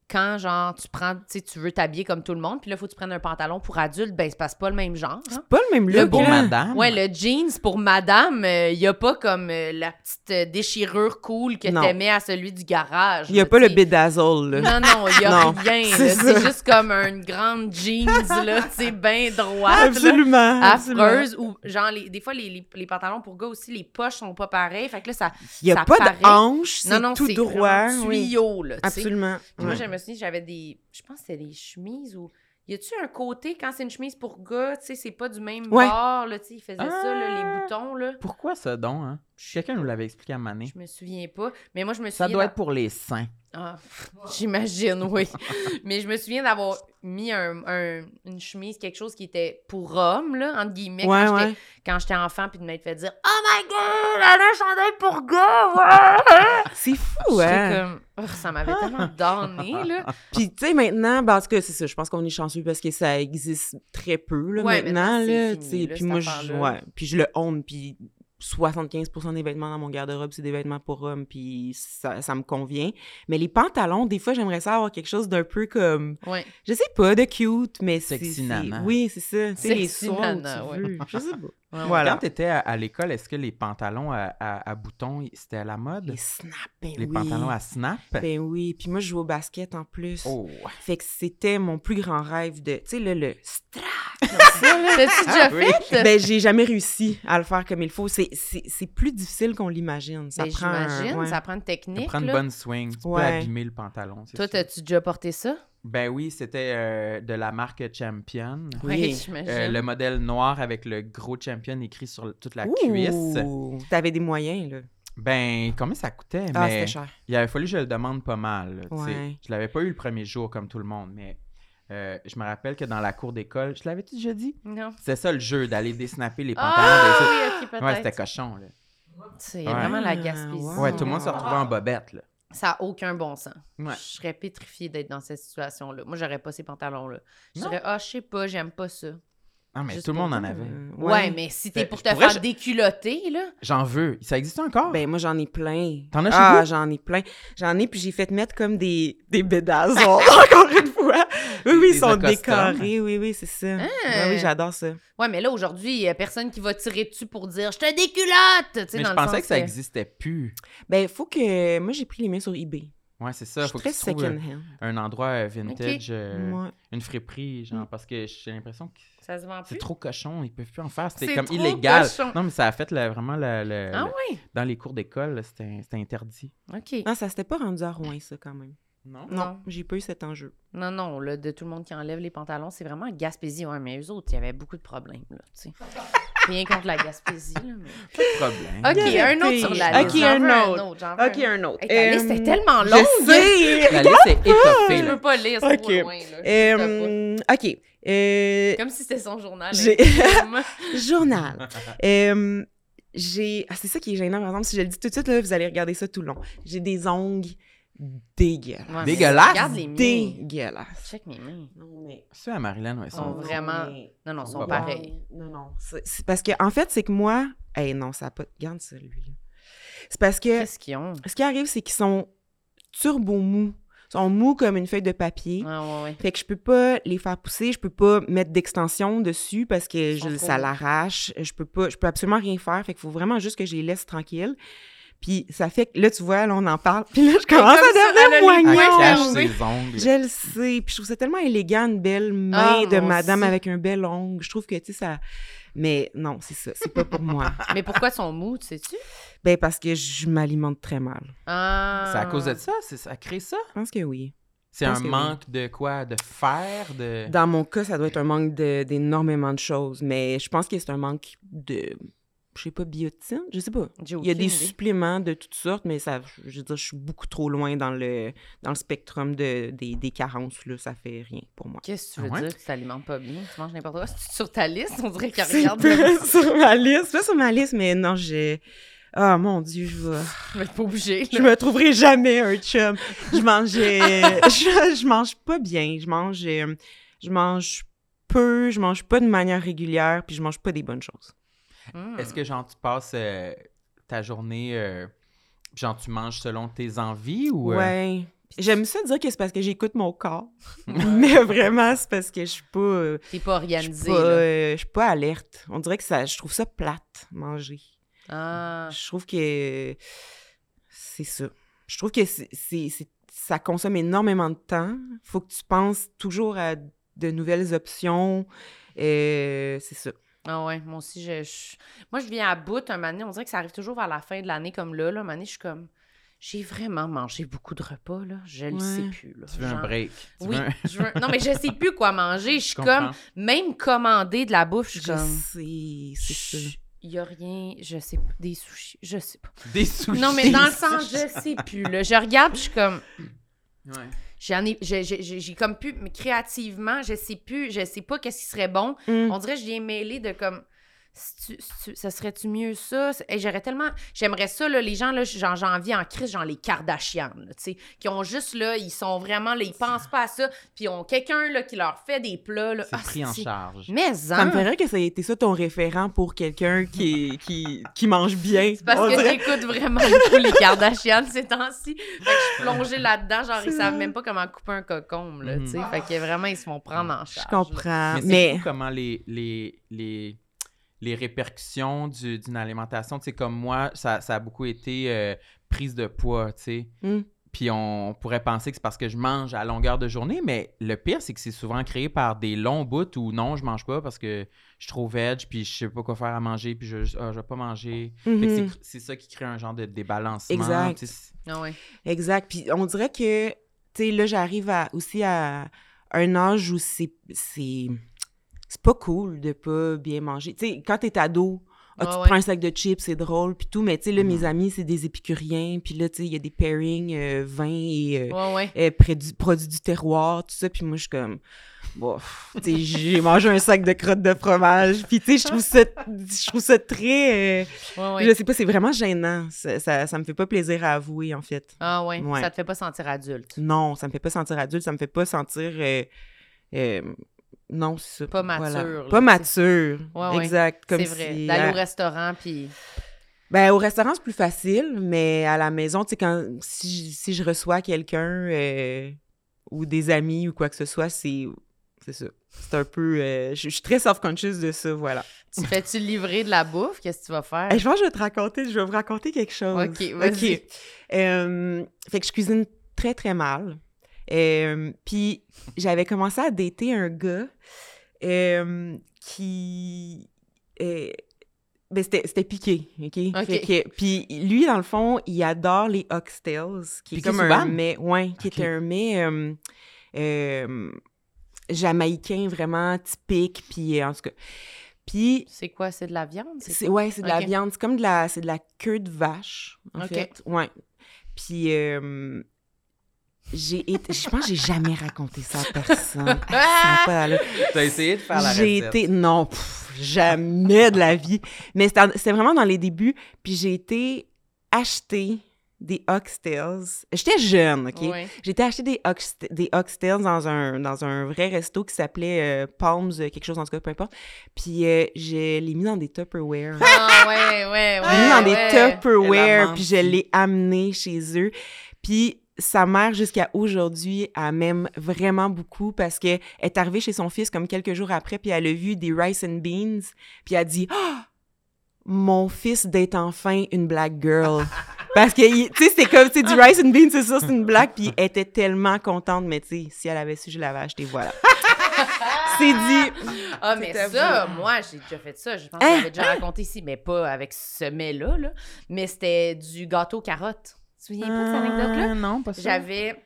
quand, genre, tu prends, tu sais, tu veux t'habiller comme tout le monde, puis là, faut que tu prennes un pantalon pour adulte, ben, c'est pas c'est pas le même genre. hein.
Pas le même
Le
look,
Pour
là.
madame?
Ouais, le jeans pour madame, il y a pas comme euh, la petite euh, déchirure cool que
Non.
t'aimais à celui du garage.
Il n'y a
là,
pas le
tu sais.
bedazzle, là.
Non, non, il y a
Non,
rien. là.
c'est
C'est
ça.
juste comme une grande jeans, là, tu sais, bien droite. là
Absolument. absolument.
affreuse ou genre les, des fois les, les- les pantalons pour gars aussi les poches sont pas pareilles fait que là ça
Il n'y a
ça
pas
paraît.
de hanche, c'est
non non
tout
c'est
droit.
vraiment
oui.
tuyau là tu sais.
Absolument.
Puis moi,
ouais.
je me suis dit, j'avais des. Je pense que c'était des chemises ou. Y a-tu un côté, quand c'est une chemise pour gars, tu sais, c'est pas du même
Ouais.
bord, là, tu sais, ils faisaient ça, là, les
Ah.
boutons, là.
Pourquoi ça, donc? Hein? Quelqu'un nous l'avait expliqué à Mané.
Je me souviens pas. Mais moi, je me souviens.
Ça doit
d'a-
être pour les seins.
Ah, J'imagine, oui. Mais je me souviens d'avoir mis un, un- une chemise, quelque chose qui était pour homme, là, entre guillemets,
Ouais,
quand j'étais-
ouais.
quand j'étais enfant, puis de m'être fait dire Oh my god, elle a un chandail pour
Ah,
gars, ouais!
C'est fou, hein?
J'étais comme, Oh, ça m'avait tellement donné, là.
Puis, tu sais, maintenant, parce que c'est ça, je pense qu'on est chanceux parce que ça existe très peu, là,
Ouais,
maintenant,
maintenant, c'est
là,
fini,
tu sais.
là,
Puis
cette
moi, je,
affaire-là.
ouais, puis je le honte, puis 75 des vêtements dans mon garde-robe, c'est des vêtements pour hommes, puis ça, ça me convient. Mais les pantalons, des fois, j'aimerais ça avoir quelque chose d'un peu comme,
Ouais.
je sais pas, de cute, mais c'est...
Sexy
c'est-
nana.
Oui, c'est ça. Tu sais, les
Sexy
soirs où
nana,
tu
ouais.
veux, je sais pas.
Ouais, ouais.
Voilà.
Quand tu étais à, à l'école, est-ce que les pantalons à, à- à boutons, c'était à la mode?
Les snaps, ben
Les
oui.
pantalons à snap?
Ben oui, puis moi, je joue au basket en plus.
Oh!
Fait que c'était mon plus grand rêve de, tu sais, là, le strap.
T'as-tu déjà
Ah oui.
fait?
Ben, j'ai jamais réussi à le faire comme il faut. C'est, c'est, c'est plus difficile qu'on l'imagine. Ça
Ben,
prend un-
J'imagine,
ouais.
ça prend une
Tu
technique.
prends une
là.
bonne swing, tu
Ouais.
peux abîmer le pantalon. c'est
Toi,
sûr.
t'as-tu déjà porté ça?
Ben oui, c'était euh, de la marque Champion.
Oui.
Ouais,
Euh,
j'imagine.
le modèle noir avec le gros champion écrit sur le- toute la
Ouh!
cuisse.
T'avais des moyens, là.
Ben, combien ça coûtait?
Ah,
mais
c'était cher.
il avait fallu que je le demande pas mal. là, tu sais.
Ouais.
Je l'avais pas eu le premier jour comme tout le monde, mais euh, je me rappelle que dans la cour d'école, je l'avais-tu déjà dit?
Non.
C'était ça le jeu, d'aller désnapper les pantalons. des autres.
Ah oui, ok,
ouais, c'était
peut-être.
cochon. Là.
C'est
Ouais.
vraiment la
Ah,
gaspille.
wow.
Ouais, tout le monde se retrouvait
Ah.
en bobette. Là.
Ça n'a aucun bon sens.
Ouais.
Je serais pétrifiée d'être dans cette situation-là. Moi, j'aurais pas ces pantalons-là. Je
Non.
serais, ah, je sais pas, j'aime pas ça.
Ah, mais
Juste
tout le
pour
monde en
Euh,
avait.
Ouais, mais si t'es
Ben,
pour
je
te
pourrais-
faire déculotter, là.
J'en veux. Ça existe encore?
Ben, moi, j'en ai plein.
T'en as chez
Ah,
vous?
j'en ai plein. J'en ai, puis j'ai fait mettre comme des, des bédazons, encore une fois. Oui, oui,
Des
ils sont
acostomes.
décorés. Oui, oui, c'est ça.
Hein?
Ben Oui, oui, j'adore ça.
Ouais, mais là, aujourd'hui, il y a personne qui va tirer dessus pour dire je te déculotte. Tu sais,
mais
dans
je
le
pensais
sens
que ça existait plus.
Ben, faut que. Moi, j'ai pris les miens sur eBay.
Ouais, c'est ça.
Je
faut
suis
que
très
tu trouves un,
second-hand.
un endroit euh, vintage, euh,
Moi. Mm.
une friperie, genre, parce que j'ai l'impression que
Ça se vend plus.
c'est trop cochon, ils peuvent plus en faire. C'était
C'est
comme
trop
illégal.
cochon.
Non, mais ça a fait le- vraiment le, le-
Ah
le-
oui?
dans les cours d'école, là, c'était c'était interdit.
OK.
Non, ça s'était pas rendu à Rouen, ça, quand même.
Non?
Non,
Non.
j'ai pas eu cet enjeu.
Non, non, là, de tout le monde qui enlève les pantalons, c'est vraiment Gaspésie. Ouais, mais eux autres, il y avait beaucoup de problèmes, là, tu sais. Rien contre la Gaspésie, là, mais...
Pas de problème.
OK,
Arrêtez.
un autre sur la liste.
Ok,
J'en
un
veux
autre.
j'en veux un autre.
un autre. Euh,
Hey, ta liste est tellement
je
longue!
sais!
La liste est étoffée.
Je
là.
peux pas lire, c'est
Ok.
trop loin, là. Je comprends
Euh, OK. Euh,
pas. Comme si c'était son journal.
j'ai-
intime.
Journal. Euh, j'ai. ah, c'est ça qui est gênant, par exemple. Si je le dis tout de suite, là, vous allez regarder ça tout le long. J'ai des ongles dégueulasses.
Ouais, mais
Dégueulasse.
Regarde les miens.
Dégueulasses.
Check mes mains.
Non, mais.
Ceux à Maryland, ouais, ils
Sont
sont...
vrais. vraiment- Non, non, ils sont
Oh,
Wow.
pareils.
Non, non. C'est c'est parce que, en fait, c'est que moi. Eh non, ça a pas. Regarde celui-là. C'est parce que.
Qu'est-ce qu'ils ont?
Ce qui arrive, c'est qu'ils sont turbo mous. Ils sont mous comme une feuille de papier.
Ah, ouais, ouais.
Fait que je peux pas les faire pousser, je peux pas mettre d'extension dessus parce que
Ils sont
je-
trop
ça
mous.
l'arrache, je peux pas, je peux absolument rien faire. Fait qu'il faut vraiment juste que je les laisse tranquilles. Puis ça fait que là, tu vois, là, on en parle. Puis là, je commence à
comme ça, elle a les
devenir
Elle
Ouais,
cache
ouais,
moignonne.
ouais.
ses ongles.
Je le sais. Puis je trouve ça tellement élégant, une belle main
Ah,
de
moi
madame
aussi.
avec un bel ongle. Je trouve que, tu sais, ça. Mais non, c'est ça. C'est pas pour moi.
Mais pourquoi ils sont mous, tu sais-tu?
Ben, parce que je m'alimente très mal.
Ah.
C'est à cause de ça? c'est- Ça crée ça?
Je pense que oui.
C'est
pense
un
que oui.
manque de quoi? De faire? De...
Dans mon cas, ça doit être un manque de- d'énormément de choses, mais je pense que c'est un manque de, je sais pas, biotine, je sais pas.
J'ai
Il y a
aucune
des
idée.
suppléments de toutes sortes, mais ça, je veux dire, je suis beaucoup trop loin dans le, dans le spectrum de, des, des carences, là, ça fait rien pour moi.
Qu'est-ce que tu veux
Ah ouais?
dire? Tu t'alimentes pas bien, tu manges n'importe quoi. C'est sur ta liste, on dirait qu'il
C'est
regarde.
pas sur ma liste, c'est pas sur ma liste, mais non, j'ai... Ah, mon Dieu, je vais...
Je vais pas obligé.
Je me trouverai jamais un chum. Je mangeais, je, je mange pas bien. Je mange, euh, je mange peu. Je mange pas de manière régulière. Puis je mange pas des bonnes choses.
Hmm.
Est-ce que, genre, tu passes euh, ta journée... euh, genre, tu manges selon tes envies ou... euh,
Ouais. J'aime ça dire que c'est parce que j'écoute mon corps. Mais vraiment, c'est parce que je suis pas, euh,
T'es pas
je suis
organisé.
pas,
là.
euh, je suis pas alerte. On dirait que ça, je trouve ça plate manger.
Ah.
Je trouve que c'est ça. Je trouve que c'est- c'est- c'est- ça consomme énormément de temps. Faut que tu penses toujours à de nouvelles options. Euh, c'est ça.
Ah ouais, moi aussi, je, je- Moi, je viens à bout un moment donné. On dirait que ça arrive toujours vers la fin de l'année comme là. là. Un moment donné, je suis comme... J'ai vraiment mangé beaucoup de repas, là. Je le sais
Ouais.
plus, là.
Tu veux un
Genre-
break? Tu
Oui,
veux un-
je veux... Non, mais je sais plus quoi manger. Je suis
Je
comme...
comprends.
Même commander de la bouffe, je
Je
suis comme...
sais, c'est ça.
Il y a rien, je sais pas, des sushis, je sais pas.
Des sushis.
Non, mais dans le sens, je sais plus. Là. Je regarde, puis je suis comme,
Ouais.
j'en ai, j'ai- j'ai j'ai comme pu, mais créativement, je sais plus, je sais pas qu'est-ce qui serait bon.
Mm.
On dirait que je viens mêler de comme, si tu- si tu- ça serait-tu mieux ça? C'est- hey, J'aurais tellement, j'aimerais ça, là, les gens, là, j'en j'en envie en crise, genre les Kardashian, là, tu sais, qui ont juste, là, ils sont vraiment, là, ils pensent pas à ça, puis ils ont quelqu'un, là, qui leur fait des plats, là.
C'est
Ah,
pris en
c'est-
charge.
Mais,
Ça
hein,
me ferait que ça ait été ça ton référent pour quelqu'un qui, est- qui, qui mange bien.
C'est parce
On
que
dirait-
j'écoute vraiment beaucoup les Kardashians ces temps-ci. Fait que je suis plongée là-dedans, genre ils
C'est
savent
vrai.
même pas comment couper un cocombe, là,
Mhm.
tu sais. Fait que vraiment, ils se font prendre en charge.
Je comprends.
Mais c'est
Mais,
fou comment les, les, les, les répercussions du- d'une alimentation, tu sais, comme moi, ça, ça a beaucoup été euh, prise de poids, tu sais.
Hmm.
Mm.
Puis on, pourrait penser que c'est parce que je mange à longueur de journée, mais le pire, c'est que c'est souvent créé par des longs bouts où non, je mange pas parce que je suis trop veg, puis je sais pas quoi faire à manger, puis je, ah, je vais pas manger. Fait que c'est
Hmm.
Mhm.
cr- c'est ça qui crée un genre de débalancement.
Exact.
tu sais, c'est-
Ah ouais.
Exact. Puis on dirait que, tu sais, là, j'arrive à- aussi à un âge où c'est, c'est, c'est pas cool de pas bien manger. Tu sais, quand t'es ado, Ah, tu
Ouais,
te
ouais.
prends un sac de chips, c'est drôle, puis tout. Mais tu sais, là,
Mhm.
mes amis, c'est des épicuriens, puis là, tu sais, il y a des pairings, euh, vin et euh,
Ouais, ouais.
euh, près du- produits du terroir, tout ça. Puis moi, je suis comme, bof, tu sais, j'ai mangé un sac de crottes de fromage. Puis tu sais, je trouve ça, je trouve ça très, euh,
ouais, ouais.
je sais pas, c'est vraiment gênant. Ça, ça, ça me fait pas plaisir à avouer, en fait.
Ah ouais.
Ouais.
ça te fait pas sentir adulte.
Non, ça me fait pas sentir adulte, ça me fait pas sentir, euh, euh, non, c'est ça.
Pas mature, là,
Pas
tu sais.
mature.
Ouais, ouais.
Exact. Comme
C'est vrai.
si- euh,
D'aller
à-
au restaurant, puis...
Ben, au restaurant, c'est plus facile, mais à la maison, tu sais, quand si, je- si je reçois quelqu'un euh, ou des amis ou quoi que ce soit, c'est. C'est ça. C'est un peu. euh, je je suis très self-conscious de ça, voilà.
Tu fais-tu livrer de la bouffe? Qu'est-ce que tu vas faire?
Hey, Eh, je pense que je vais te raconter, je vais vous raconter quelque chose.
Ok, vas-y.
Ok. Euh, fait que je cuisine très, très mal. Euh, Puis j'avais commencé à dater un gars euh, qui... euh, ben, c'était c'était piqué, OK?
Ok.
Fait que- Puis lui, dans le fond, il adore les oxtails, qui est
Piqué
comme
sous
un
bande?
mets... Ouais, qui
Ok.
est un mets... euh, euh, jamaïcain vraiment typique puis euh, en tout cas puis
C'est quoi? C'est de la viande? c'est
c'est ouais, c'est de la
Ok.
viande, c'est comme de la c'est de la queue de vache en
Ok.
fait. Ouais. Puis euh, j'ai été- je pense que j'ai jamais raconté ça à personne. Ah, ça a pas d'allure.
T'as essayé de faire la
J'ai
recette.
été non, pff, jamais de la vie. Mais c'était en- c'était vraiment dans les débuts, puis j'ai été acheter des oxtails. J'étais jeune, OK.
quoi? Ouais.
J'étais acheté des, ox- des oxtails dans un, dans un vrai resto qui s'appelait euh, Palms, euh, quelque chose en tout cas, peu importe. Puis euh, je l'ai mis dans des Tupperware.
Ah ouais, ouais, ouais.
Je l'ai mis dans des
ouais.
Elle a
Tupperware,
menti.
puis je l'ai amené chez eux. Puis sa mère, jusqu'à aujourd'hui, elle m'aime vraiment beaucoup parce qu'elle est arrivée chez son fils comme quelques jours après, puis elle a vu des rice and beans, puis elle a dit Ah! Mon fils d'être enfin une black girl. Parce que, il- tu sais, c'est comme, tu sais, du rice and beans, c'est ça, c'est une blague. Puis elle était tellement contente, mais tu sais, si elle avait su, je l'avais acheté, voilà. c'est dit.
Ah, mais
C'était
ça,
vrai.
moi, j'ai déjà fait ça. Je pense
Hein?
que j'avais déjà raconté ici, mais pas avec ce mets-là. Là. Mais c'était du gâteau carotte. Tu te souviens pas de
Ah.
cette anecdote-là?
Ah, non, pas ça.
J'avais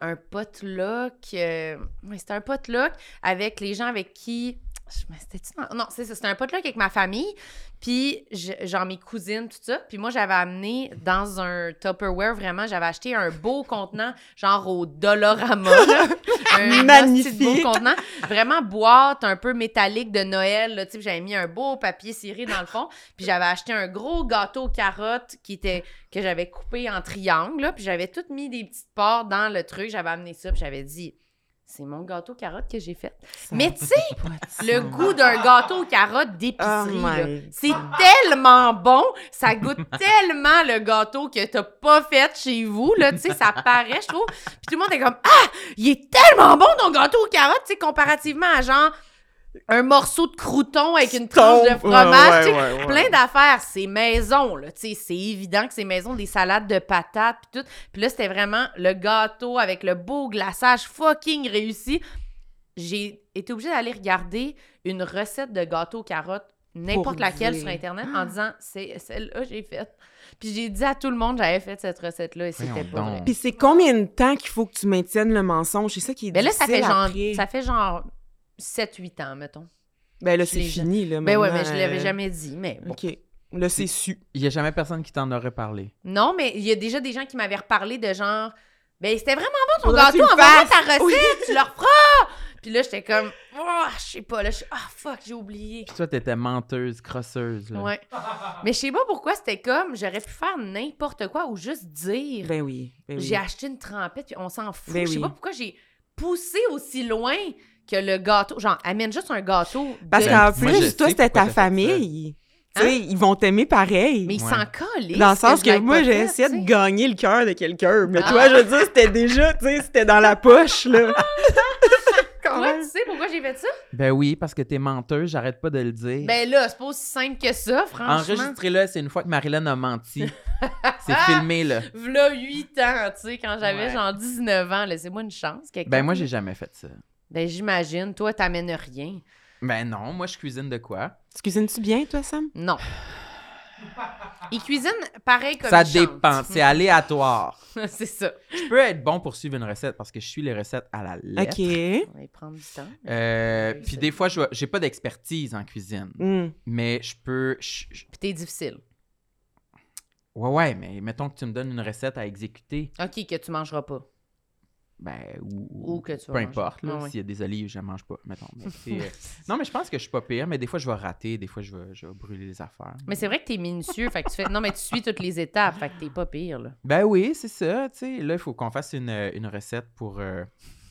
un potluck. Euh... ouais, c'était un potluck avec les gens avec qui. Je me- c'était-tu dans- Non, c'est ça. C'était un potluck avec ma famille. Puis, je- genre, mes cousines, tout ça. Puis, moi, j'avais amené dans un Tupperware, vraiment, j'avais acheté un beau contenant, genre au Dollarama. là. un
Magnifique.
hostie de beau contenant. Vraiment boîte un peu métallique de Noël. Là, tu sais, puis j'avais mis un beau papier ciré dans le fond. Puis, j'avais acheté un gros gâteau aux carottes qui était que j'avais coupé en triangle, là, puis j'avais tout mis des petites parts dans le truc, j'avais amené ça, puis j'avais dit c'est mon gâteau carotte que j'ai fait.
Ah.
Mais tu sais, le goût d'un gâteau carotte d'épicerie,
Oh
là,
my
c'est tellement bon, ça goûte tellement le gâteau que t'as pas fait chez vous, là, tu sais, ça paraît, je trouve. Puis tout le monde est comme ah, il est tellement bon ton gâteau aux carottes, tu sais, comparativement à genre un morceau de crouton avec une tranche de
Tombe. Ouais,
fromage,
ouais,
tu sais,
ouais, ouais.
plein d'affaires. C'est maison, là. Tu sais, c'est évident que c'est maison, des salades de patates, puis tout. Puis là, c'était vraiment le gâteau avec le beau glaçage fucking réussi. J'ai été obligée d'aller regarder une recette de gâteau aux carottes, n'importe
Pour
laquelle
dire.
sur Internet, en disant c'est celle-là, j'ai faite. Puis j'ai dit à tout le monde, j'avais fait cette recette-là et c'était
Voyons
pas
donc.
vrai.
Puis c'est combien de temps qu'il faut que tu maintiennes le mensonge? C'est ça qui est
Mais Ben là, ça fait
difficile
genre,
après.
ça fait genre 7-8 ans, mettons.
Ben là,
je
c'est
l'ai ja-
fini, là,
Ben ouais,
maintenant,
mais je l'avais
euh,
jamais dit, mais bon.
OK. Là, c'est su.
Il y a jamais personne qui t'en aurait parlé.
Non, mais il y a déjà des gens qui m'avaient reparlé de genre, ben c'était vraiment bon ton
Faudrait que tu
gâteau,
le
envoie-moi ta
fasses.
recette,
Oui.
tu leur feras. Puis là, j'étais comme, oh, je sais pas, là, je suis, ah fuck, j'ai oublié.
Puis toi, t'étais menteuse, crosseuse. Là.
Ouais. Mais je sais pas pourquoi c'était comme, j'aurais pu faire n'importe quoi ou juste dire,
Ben oui. ben oui.
j'ai acheté une trempette, puis on s'en fout.
Ben
je sais
oui.
pas pourquoi j'ai poussé aussi loin que le gâteau. Genre, amène juste un gâteau.
Parce
de-
Ben,
qu'en
moi, je
plus,
sais
toi, c'était
pourquoi
ta
t'as fait
famille. Tu sais, ils vont t'aimer pareil.
Hein? Mais il
Ouais.
s'en colle.
dans le sens que moi, j'ai essayé de gagner le cœur de quelqu'un. Mais
Ah.
toi, je veux dire, c'était déjà, tu sais, c'était dans la poche, là. Quand
Toi,
même.
tu sais pourquoi j'ai fait ça?
Ben oui, parce que t'es menteuse, j'arrête pas de le dire.
Ben là, c'est pas aussi simple que ça, franchement.
Enregistrez-le, c'est une fois que Marilyn a menti. c'est Ben, filmé, là.
V'là 8 ans, tu sais, quand j'avais
Ouais.
genre 19 ans, laissez-moi une chance. quelqu'un.
Ben moi, j'ai jamais fait ça.
Ben j'imagine, toi, t'amènes rien.
Ben non, moi, je cuisine de quoi?
Tu cuisines-tu bien, toi, Sam?
Non. Ils cuisinent pareil comme
Ça
ils chantent.
dépend, c'est aléatoire.
c'est ça.
Je peux être bon pour suivre une recette parce que je suis les recettes à la lettre.
OK.
On va y prendre du temps.
Euh,
Oui,
puis
c'est-
des fois, je j'ai pas d'expertise en cuisine,
Hmm.
mais je peux. je- je-
Puis t'es difficile.
ouais, ouais, mais mettons que tu me donnes une recette à exécuter,
OK, que tu mangeras pas.
ben ou,
Ou que tu
peu
vas manger.
importe. là,
Ah ouais.
S'il y a des olives, je mange pas, mettons. Mais c'est, euh, non, mais je pense que je suis pas pire, mais des fois, je vais rater, des fois, je vais, je vais brûler les affaires.
Mais c'est vrai que t'es minutieux. fait que tu fais. Non, mais tu suis toutes les étapes. Fait que t'es pas pire, là.
Ben oui, c'est ça, tu sais. Là, il faut qu'on fasse une, une recette pour... euh,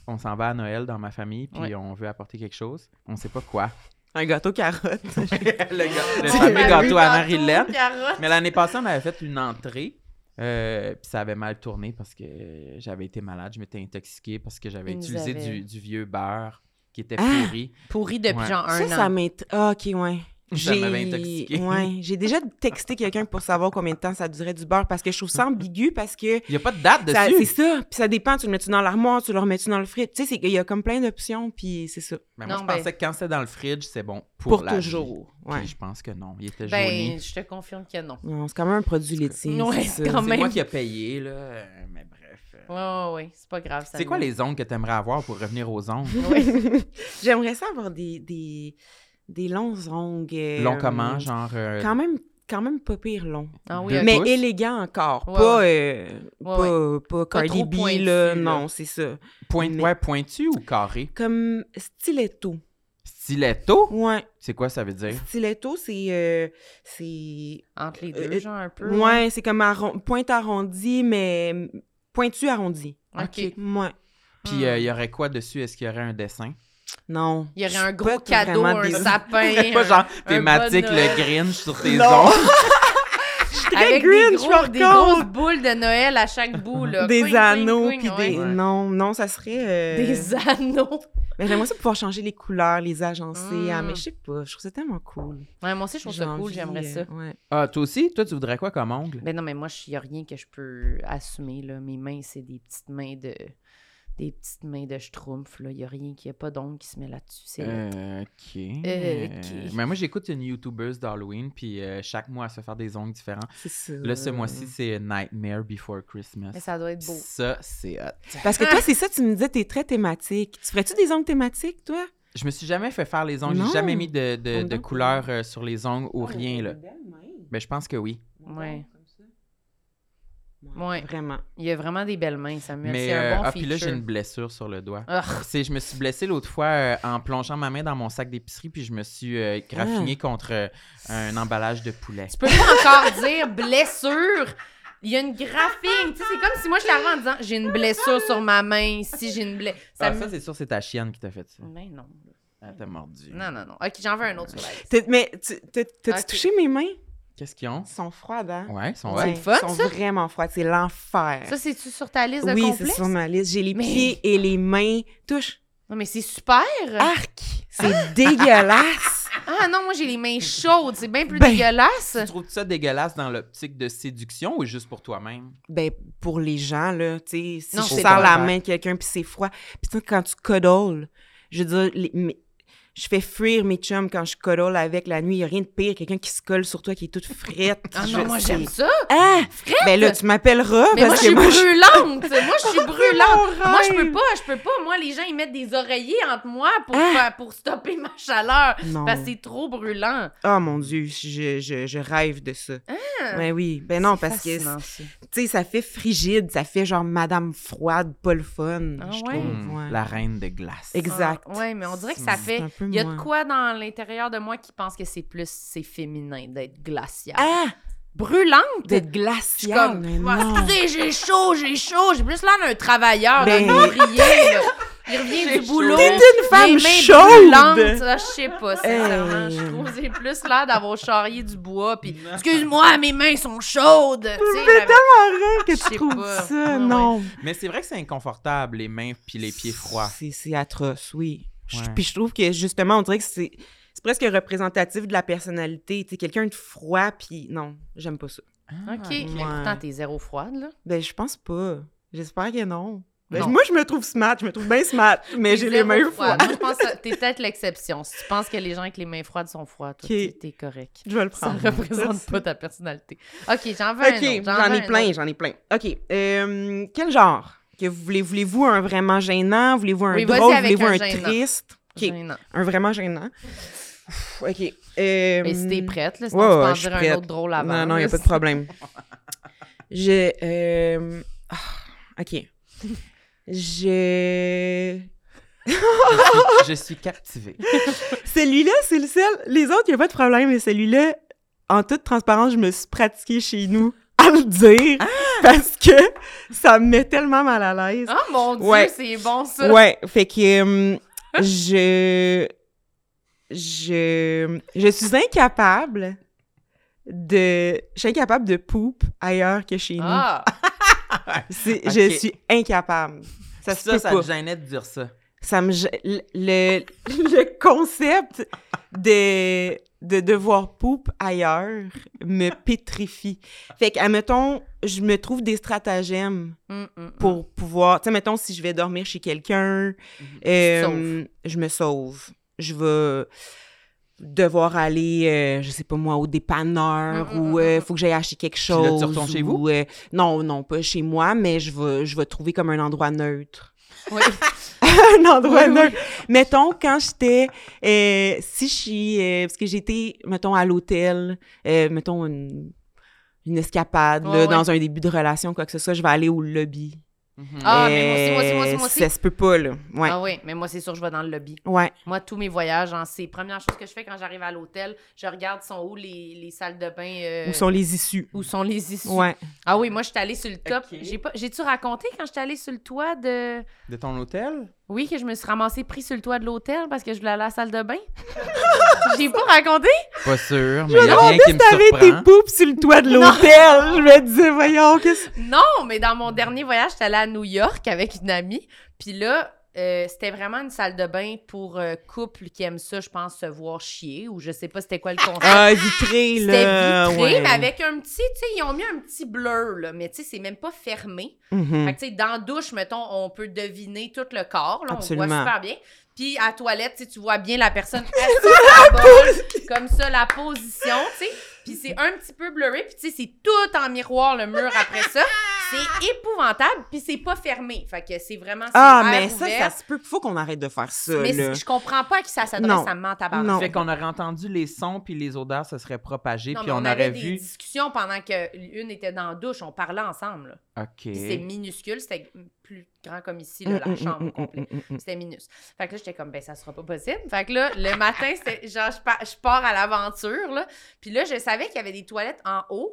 on s'en va à Noël dans ma famille, puis
Ouais.
on veut apporter quelque chose. On sait pas quoi.
Un gâteau carotte.
le ga- le
Ah,
fameux
ben oui,
gâteau à
Gâteau,
Marie-Hélène.
carotte.
Mais l'année passée, on avait fait une entrée. euh, puis ça avait mal tourné parce que euh, j'avais été malade, je m'étais intoxiquée parce que j'avais
Il nous
utilisé
avait-
du, du vieux beurre qui était
Ah!
pourri.
Pourri depuis
Ouais.
genre un
ça,
an.
ça m'intrigue. Ah, OK, ouais.
Ça
J'ai-
m'avait intoxiqué.
Ouais, j'ai déjà texté quelqu'un pour savoir combien de temps ça durait du beurre parce que je trouve ça ambigu parce que
Il n'y a pas de date
ça- c'est
dessus.
ça, puis ça dépend, tu le mets-tu dans l'armoire, tu le remets-tu dans le fridge, tu sais, c'est qu'il y a comme plein d'options, puis c'est ça,
Mais moi,
Non,
je
ben-
pensais que quand c'est dans le fridge, c'est bon pour,
pour,
la vie.
toujours. Ouais.
Puis je pense que non, il était jauni.
Ben, je te confirme que non.
Non, c'est quand même un produit laitier.
Ouais,
c'est
quand
ça.
C'est
même.
moi qui ai payé, là. euh, Mais bref. euh.
Ouais, ouais, ouais. C'est pas grave. ça
C'est quoi
nous-
les ongles que t'aimerais avoir pour revenir aux ongles?
J'aimerais ça avoir des, des, des longs ongles. euh,
Long comment, genre... euh,
Quand même, quand même pas pire long.
Ah oui,
Deux
ok.
Mais
pouces?
élégant encore.
Ouais,
pas, euh,
Ouais,
pas, pas
Pas
Cardi
trop
B,
pointu, là.
là. Non, c'est ça.
point-
mais-
ouais, pointu ou carré?
Comme stiletto.
Stiletto?
Ouais.
C'est quoi ça veut dire?
Stiletto, c'est. euh, c'est.
Entre les
Euh,
deux,
euh,
genre un peu.
Ouais, c'est comme arron- pointe arrondie, mais pointu arrondi.
OK.
Ouais.
Ah.
Puis euh, il y aurait quoi dessus? Est-ce qu'il y aurait un dessin?
Non.
Il y
Je
aurait un
suis
gros
pas
cadeau,
vraiment
un
des-
sapin.
pas
un-
genre
un
thématique
bon
le
Noël.
Grinch sur tes
Non.
ongles.
avec des,
Grinch,
gros,
par
des
contre.
grosses boules de Noël à chaque bout. Là.
Des
Quing, quing,
anneaux,
quing,
puis
ouais.
des.
Ouais.
Non, non, ça serait. euh,
Des anneaux.
Mais j'aimerais ça pouvoir changer les couleurs, les agencer. Ah,
Mm.
mais je sais pas, je trouve ça tellement cool.
Ouais, moi aussi, je trouve ça
J'ai
cool,
envie,
j'aimerais ça.
euh, ouais.
Ah, toi aussi? Toi, tu voudrais quoi comme ongle?
Ben non, mais moi, il n'y a rien que je peux assumer. Là. Mes mains, c'est des petites mains de. Des petites mains de schtroumpf. Il n'y a rien, il n'y a pas d'ongle qui se met là-dessus. c'est-
Euh, ok.
Euh, ok.
Mais moi, j'écoute une YouTubeuse d'Halloween, puis euh, chaque mois, elle se fait faire des ongles différents.
C'est ça.
Là, ce mois-ci, c'est Nightmare Before Christmas.
Euh. Mais ça doit être
Puis
beau.
Ça, c'est hot.
Parce que toi, c'est ça, tu me disais, t'es très thématique. Tu ferais-tu des ongles thématiques, toi?
Je me suis jamais fait faire les ongles. J'ai
Non.
jamais mis de, de,
Oh,
de
non.
couleur euh, sur les ongles ou rien, là. Mais je pense que oui.
Ouais. Ouais.
Vraiment.
Il y a vraiment des belles mains, Samuel.
Mais
C'est un
euh,
bon
ah, puis
feature.
là, j'ai une blessure sur le doigt.
Ah,
C'est, je me suis blessée l'autre fois euh, en plongeant ma main dans mon sac d'épicerie, puis je me suis euh, graffinée
Ah.
contre euh, un emballage de poulet.
tu peux pas encore dire blessure. Il y a une graphine. Tu sais, c'est comme si moi, je t'arrive en disant j'ai une blessure sur ma main. Si j'ai une blessure.
Ah, ça, c'est sûr, c'est ta chienne qui t'a fait ça.
Mais Ben non. là.
Elle t'a mordu.
Non, non, non. Ok, j'en veux un autre sur la liste.
T'as- Mais tu- t'as- t'as-tu
Ok.
touché mes mains?
Qu'est-ce qu'ils ont?
Elles sont froides, hein?
Ouais, ils sont
C'est
ouais.
le fun,
Elles sont
ça?
vraiment froides. C'est l'enfer.
Ça, c'est-tu sur ta liste de
Oui, c'est
complexe?
sur ma liste. J'ai les
Mais-
pieds et les mains. Touche.
Non, mais c'est super! Ah,
Arc. C'est dégueulasse.
non, moi j'ai les mains chaudes, c'est bien plus
Ben,
dégueulasse!
Tu trouves ça dégueulasse dans l'optique de séduction ou juste pour toi-même?
Ben, pour les gens, là, tu sais, si
Non,
je
c'est
serre la
pas-
main de quelqu'un puis c'est froid. Puis tu sais, quand tu cuddles, je veux dire, les- mes- je fais fuir mes chums quand je cuddle avec la nuit. Il n'y a rien de pire. Quelqu'un qui se colle sur toi qui est toute frette.
Ah
Je
non, moi
sais.
j'aime ça!
Ah! Ben là, tu m'appelleras
Mais moi je
parce
suis
que moi, Oh,
brûlante! Moi je suis brûlante!
Mon
Moi je peux
rêve.
pas, je peux pas! Moi les gens ils mettent des oreillers entre moi pour,
Ah.
faire- pour stopper ma chaleur!
Non.
Parce que c'est trop brûlant!
Oh mon Dieu, je, je, je rêve de ça.
Ah.
Ben oui. Ben non,
C'est
parce que,
fascinant, ça.
tu sais, ça fait frigide. Ça fait genre madame froide, pas le fun.
Ah
je
ouais?
trouve. ouais.
Hmm. La reine de glace.
Exact.
Ah, ouais, mais on dirait que ça
C'est
C'est
fait.
un peu
Il Eh, y a de
moins.
quoi dans l'intérieur de moi qui pense que c'est plus c'est féminin d'être glacial.
Ah!
Brûlante!
D'être
Je suis
glacial.
comme,
mais
Ah,
non.
excusez, j'ai chaud, j'ai chaud. J'ai plus l'air d'un travailleur, d'un
Ben-
ouvrier. là. Il revient du boulot.
T'es une femme
les mains brûlantes,
chaude!
là, Je sais pas, sincèrement.
Hey.
Je trouve que j'ai plus l'air d'avoir charrié du bois. Puis, excuse-moi, mes mains sont chaudes. Tu sais, j'avais-
Arrête que
Je sais
tu trouves
pas. Ah
ça,
Ouais,
non.
Mais c'est vrai que c'est inconfortable, les mains puis les pieds froids.
C'est c'est atroce, oui. Je-
Ouais.
Puis je trouve que justement, on dirait que c'est c'est presque représentatif de la personnalité. Tu sais, quelqu'un de froid, puis non, j'aime pas ça.
Ah,
OK. Mais
Ouais.
pourtant, t'es zéro froide, là.
Ben, je pense pas. J'espère que non. Ben,
Non.
moi, je me trouve smart, je me trouve bien smart, mais j'ai les mains
mêmes
froides.
Moi, je pense que t'es peut-être l'exception. Si tu penses que les gens avec les mains froides sont froids, toi,
Ok.
t'es- t'es correct.
Je vais le
Ça
prendre.
représente
Merci.
pas ta personnalité. OK, j'en veux un
OK,
autre,
j'en
veux
ai
un
plein,
autre.
j'en ai plein. OK, euh, quel genre? Que vous voulez, voulez-vous un vraiment gênant? Voulez-vous un
Oui, vas-y
drôle?
avec
Voulez-vous
un
un,
gênant.
triste? OK,
Gênant.
un vraiment gênant. Ouf, OK. euh,
Mais si t'es prête, là, sinon
ouais,
tu peux
ouais,
en
je suis
dire un
prête.
autre drôle avant.
Non, non, il n'y
là,
a pas de
si-
problème. J'ai... euh, ah, OK. J'ai...
Ah.
Je suis captivée.
Celui-là, c'est le seul. Les autres, il n'y a pas de problème, mais celui-là, en toute transparence, je me suis pratiquée chez nous à le dire
Ah!
parce que ça me met tellement mal à l'aise.
Ah, mon Dieu,
Ouais.
c'est bon, ça.
Ouais, fait que hum, je, je je suis incapable de je suis incapable de poupe ailleurs que chez nous.
Ah,
C'est-
ok.
Je suis incapable. Ça se
ça,
peut
ça
pas.
te gênait de dire ça.
ça me gê- le, le- le concept de, de devoir poupe ailleurs me pétrifie. Fait que, admettons, je me trouve des stratagèmes
Mm, mm, mm.
pour pouvoir... Tu sais, mettons, si je vais dormir chez quelqu'un, euh,
sauves.
je me sauve. Je vais devoir aller, euh, je sais pas moi, au dépanneur
Mm, mm,
ou
mm,
euh,
mm.
faut que j'aille acheter quelque
là, tu
chose.
retournes chez
ou,
vous?
euh, non, non, pas chez moi, mais je vais, je vais trouver comme un endroit neutre
Oui.
un endroit
Oui, oui.
neutre. Mettons, quand j'étais, euh, si je suis, euh, parce que j'étais, mettons, à l'hôtel, euh, mettons, une, une escapade, là,
Ouais, ouais.
dans un début de relation, quoi que ce soit, je vais aller au lobby.
Mhm.
Ah, mais moi aussi, moi aussi, moi aussi,
Euh,
moi aussi.
Ça se peut pas, là. Ouais.
Ah oui, mais moi, c'est sûr, je vais dans le lobby.
Ouais.
Moi, tous mes voyages, hein, c'est première chose que je fais quand j'arrive à l'hôtel, je regarde sont où les, les salles de bain. euh,
Où sont les issues?
où sont les issues.
Ouais.
Ah oui, moi, je suis allée sur le top.
Ok.
J'ai pas... J'ai-tu raconté quand j'étais allée sur le toit de...
De ton hôtel?
Oui, que je me suis ramassée pris sur le toit de l'hôtel parce que je voulais aller à la salle de bain. J'ai pas raconté?
Pas sûr, mais il n'y a
demandais
rien qui me
T'avais tes
surprend.
poupes sur le toit de l'hôtel! je me disais, voyons, qu'est-ce
Non, mais dans mon dernier voyage, j'étais allée à New York avec une amie. Puis là, euh, c'était vraiment une salle de bain pour euh, couples qui aiment ça, je pense, se voir chier ou je sais pas c'était quoi le concept.
Ah, vitré,
C'était
là.
vitré,
ouais.
mais avec un petit, tu sais, ils ont mis un petit blur, là, mais tu sais, c'est même pas fermé.
Mhm.
Fait que, tu sais, dans la douche, mettons, on peut deviner tout le corps, là,
Absolument.
on voit super bien. Puis à la toilette, tu sais, tu vois bien la personne assise à bol, comme ça, la position, tu sais. Puis c'est un petit peu blurry, puis tu sais, c'est tout en miroir, le mur après ça. C'est épouvantable, puis c'est pas fermé. Fait que c'est vraiment... c'est
Ah,
air
mais ça,
ouvert.
ça se peut. Faut qu'on arrête de faire ça,
Mais
là.
je comprends pas à qui ça s'adresse,
Non.
ça me ment tabarnak.
Non.
Fait qu'on aurait entendu les sons puis les odeurs se seraient propagées
Non,
puis
mais
on,
avait
aurait
des
vu.
discussions pendant que l'une était dans la douche, on parlait ensemble. là.
Ok.
Puis c'est minuscule, c'était plus grand comme ici, là, la
Mm, mm,
chambre
mm,
au complet.
mm, mm, mm.
C'était minus. Fait que là, j'étais comme, ben, ça sera pas possible. Fait que là, le matin, c'était genre, je pars, je pars à l'aventure, là. Puis là, je savais qu'il y avait des toilettes en haut.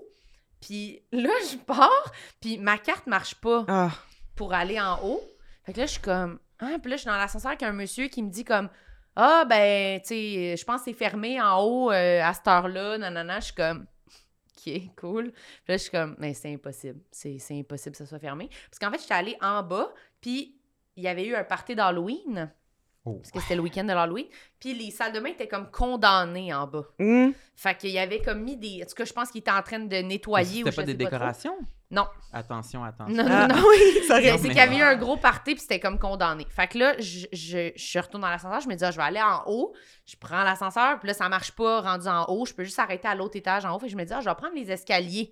Puis là, je pars, puis ma carte marche pas
Ah.
pour aller en haut. Fait que là, je suis comme, hein? Puis là, je suis dans l'ascenseur avec un monsieur qui me dit comme, ah, ben, tu sais, je pense que c'est fermé en haut euh, à cette heure-là, nanana. Je suis comme, OK, cool. Puis là, je suis comme, mais c'est impossible. C'est c'est impossible que ça soit fermé. Parce qu'en fait, j'étais allée en bas, puis il y avait eu un party d'Halloween.
Oh.
Parce que c'était le week-end de l'Halloween. Puis les salles de bain étaient comme condamnées en bas.
Mm.
Fait qu'il y avait comme mis des. En tout cas, je pense qu'il était en train de
Mais
nettoyer. ou
C'était
je
pas
sais
des
trop.
décorations?
Non.
Attention, attention.
Non, non,
Ah,
non.
oui, ça
Mais
aurait-
Non,
c'est
mais-
qu'il y avait eu un gros party, puis c'était comme condamné. Fait que là, je, je, je retourne dans l'ascenseur, je me dis, ah, je vais aller en haut, je prends l'ascenseur, puis là, ça marche pas rendu en haut, je peux juste arrêter à l'autre étage en haut, fait que je me dis, ah, je vais prendre les escaliers.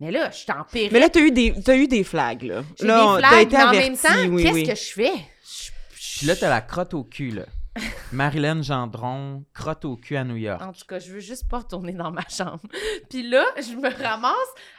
Mais là, je suis en péril.
Mais là, t'as eu des, t'as eu des flags, là.
J'ai
Là, on-
des
t'as
flags,
été
mais en même
avertie,
temps,
oui,
qu'est-ce
oui.
que je fais? Je- je-
Puis là, t'as la crotte au cul, là. Marilyn Gendron, crotte au cul à New York.
En tout cas, je veux juste pas retourner dans ma chambre. Puis là, je me ramasse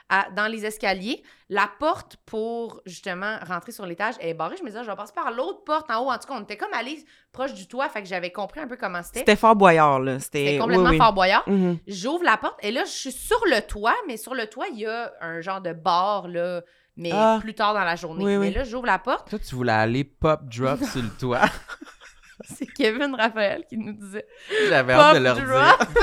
à- dans les escaliers. La porte pour justement rentrer sur l'étage est barrée. Je me disais, je vais passer par l'autre porte en haut. En tout cas, on était comme allés proche du toit, fait que j'avais compris un peu comment c'était.
C'était fort boyard, là.
C'était
C'était
complètement
oui, oui.
fort boyard.
Mhm.
J'ouvre la porte et là, je suis sur le toit, mais sur le toit, il y a un genre de bar, là, mais
Ah.
plus tard dans la journée.
Oui,
mais
oui.
là, j'ouvre la porte.
Toi, tu voulais aller pop drop sur le toit.
C'est Kevin Raphaël qui nous disait
J'avais hâte
Pop
de leur dire.
drop! Ah,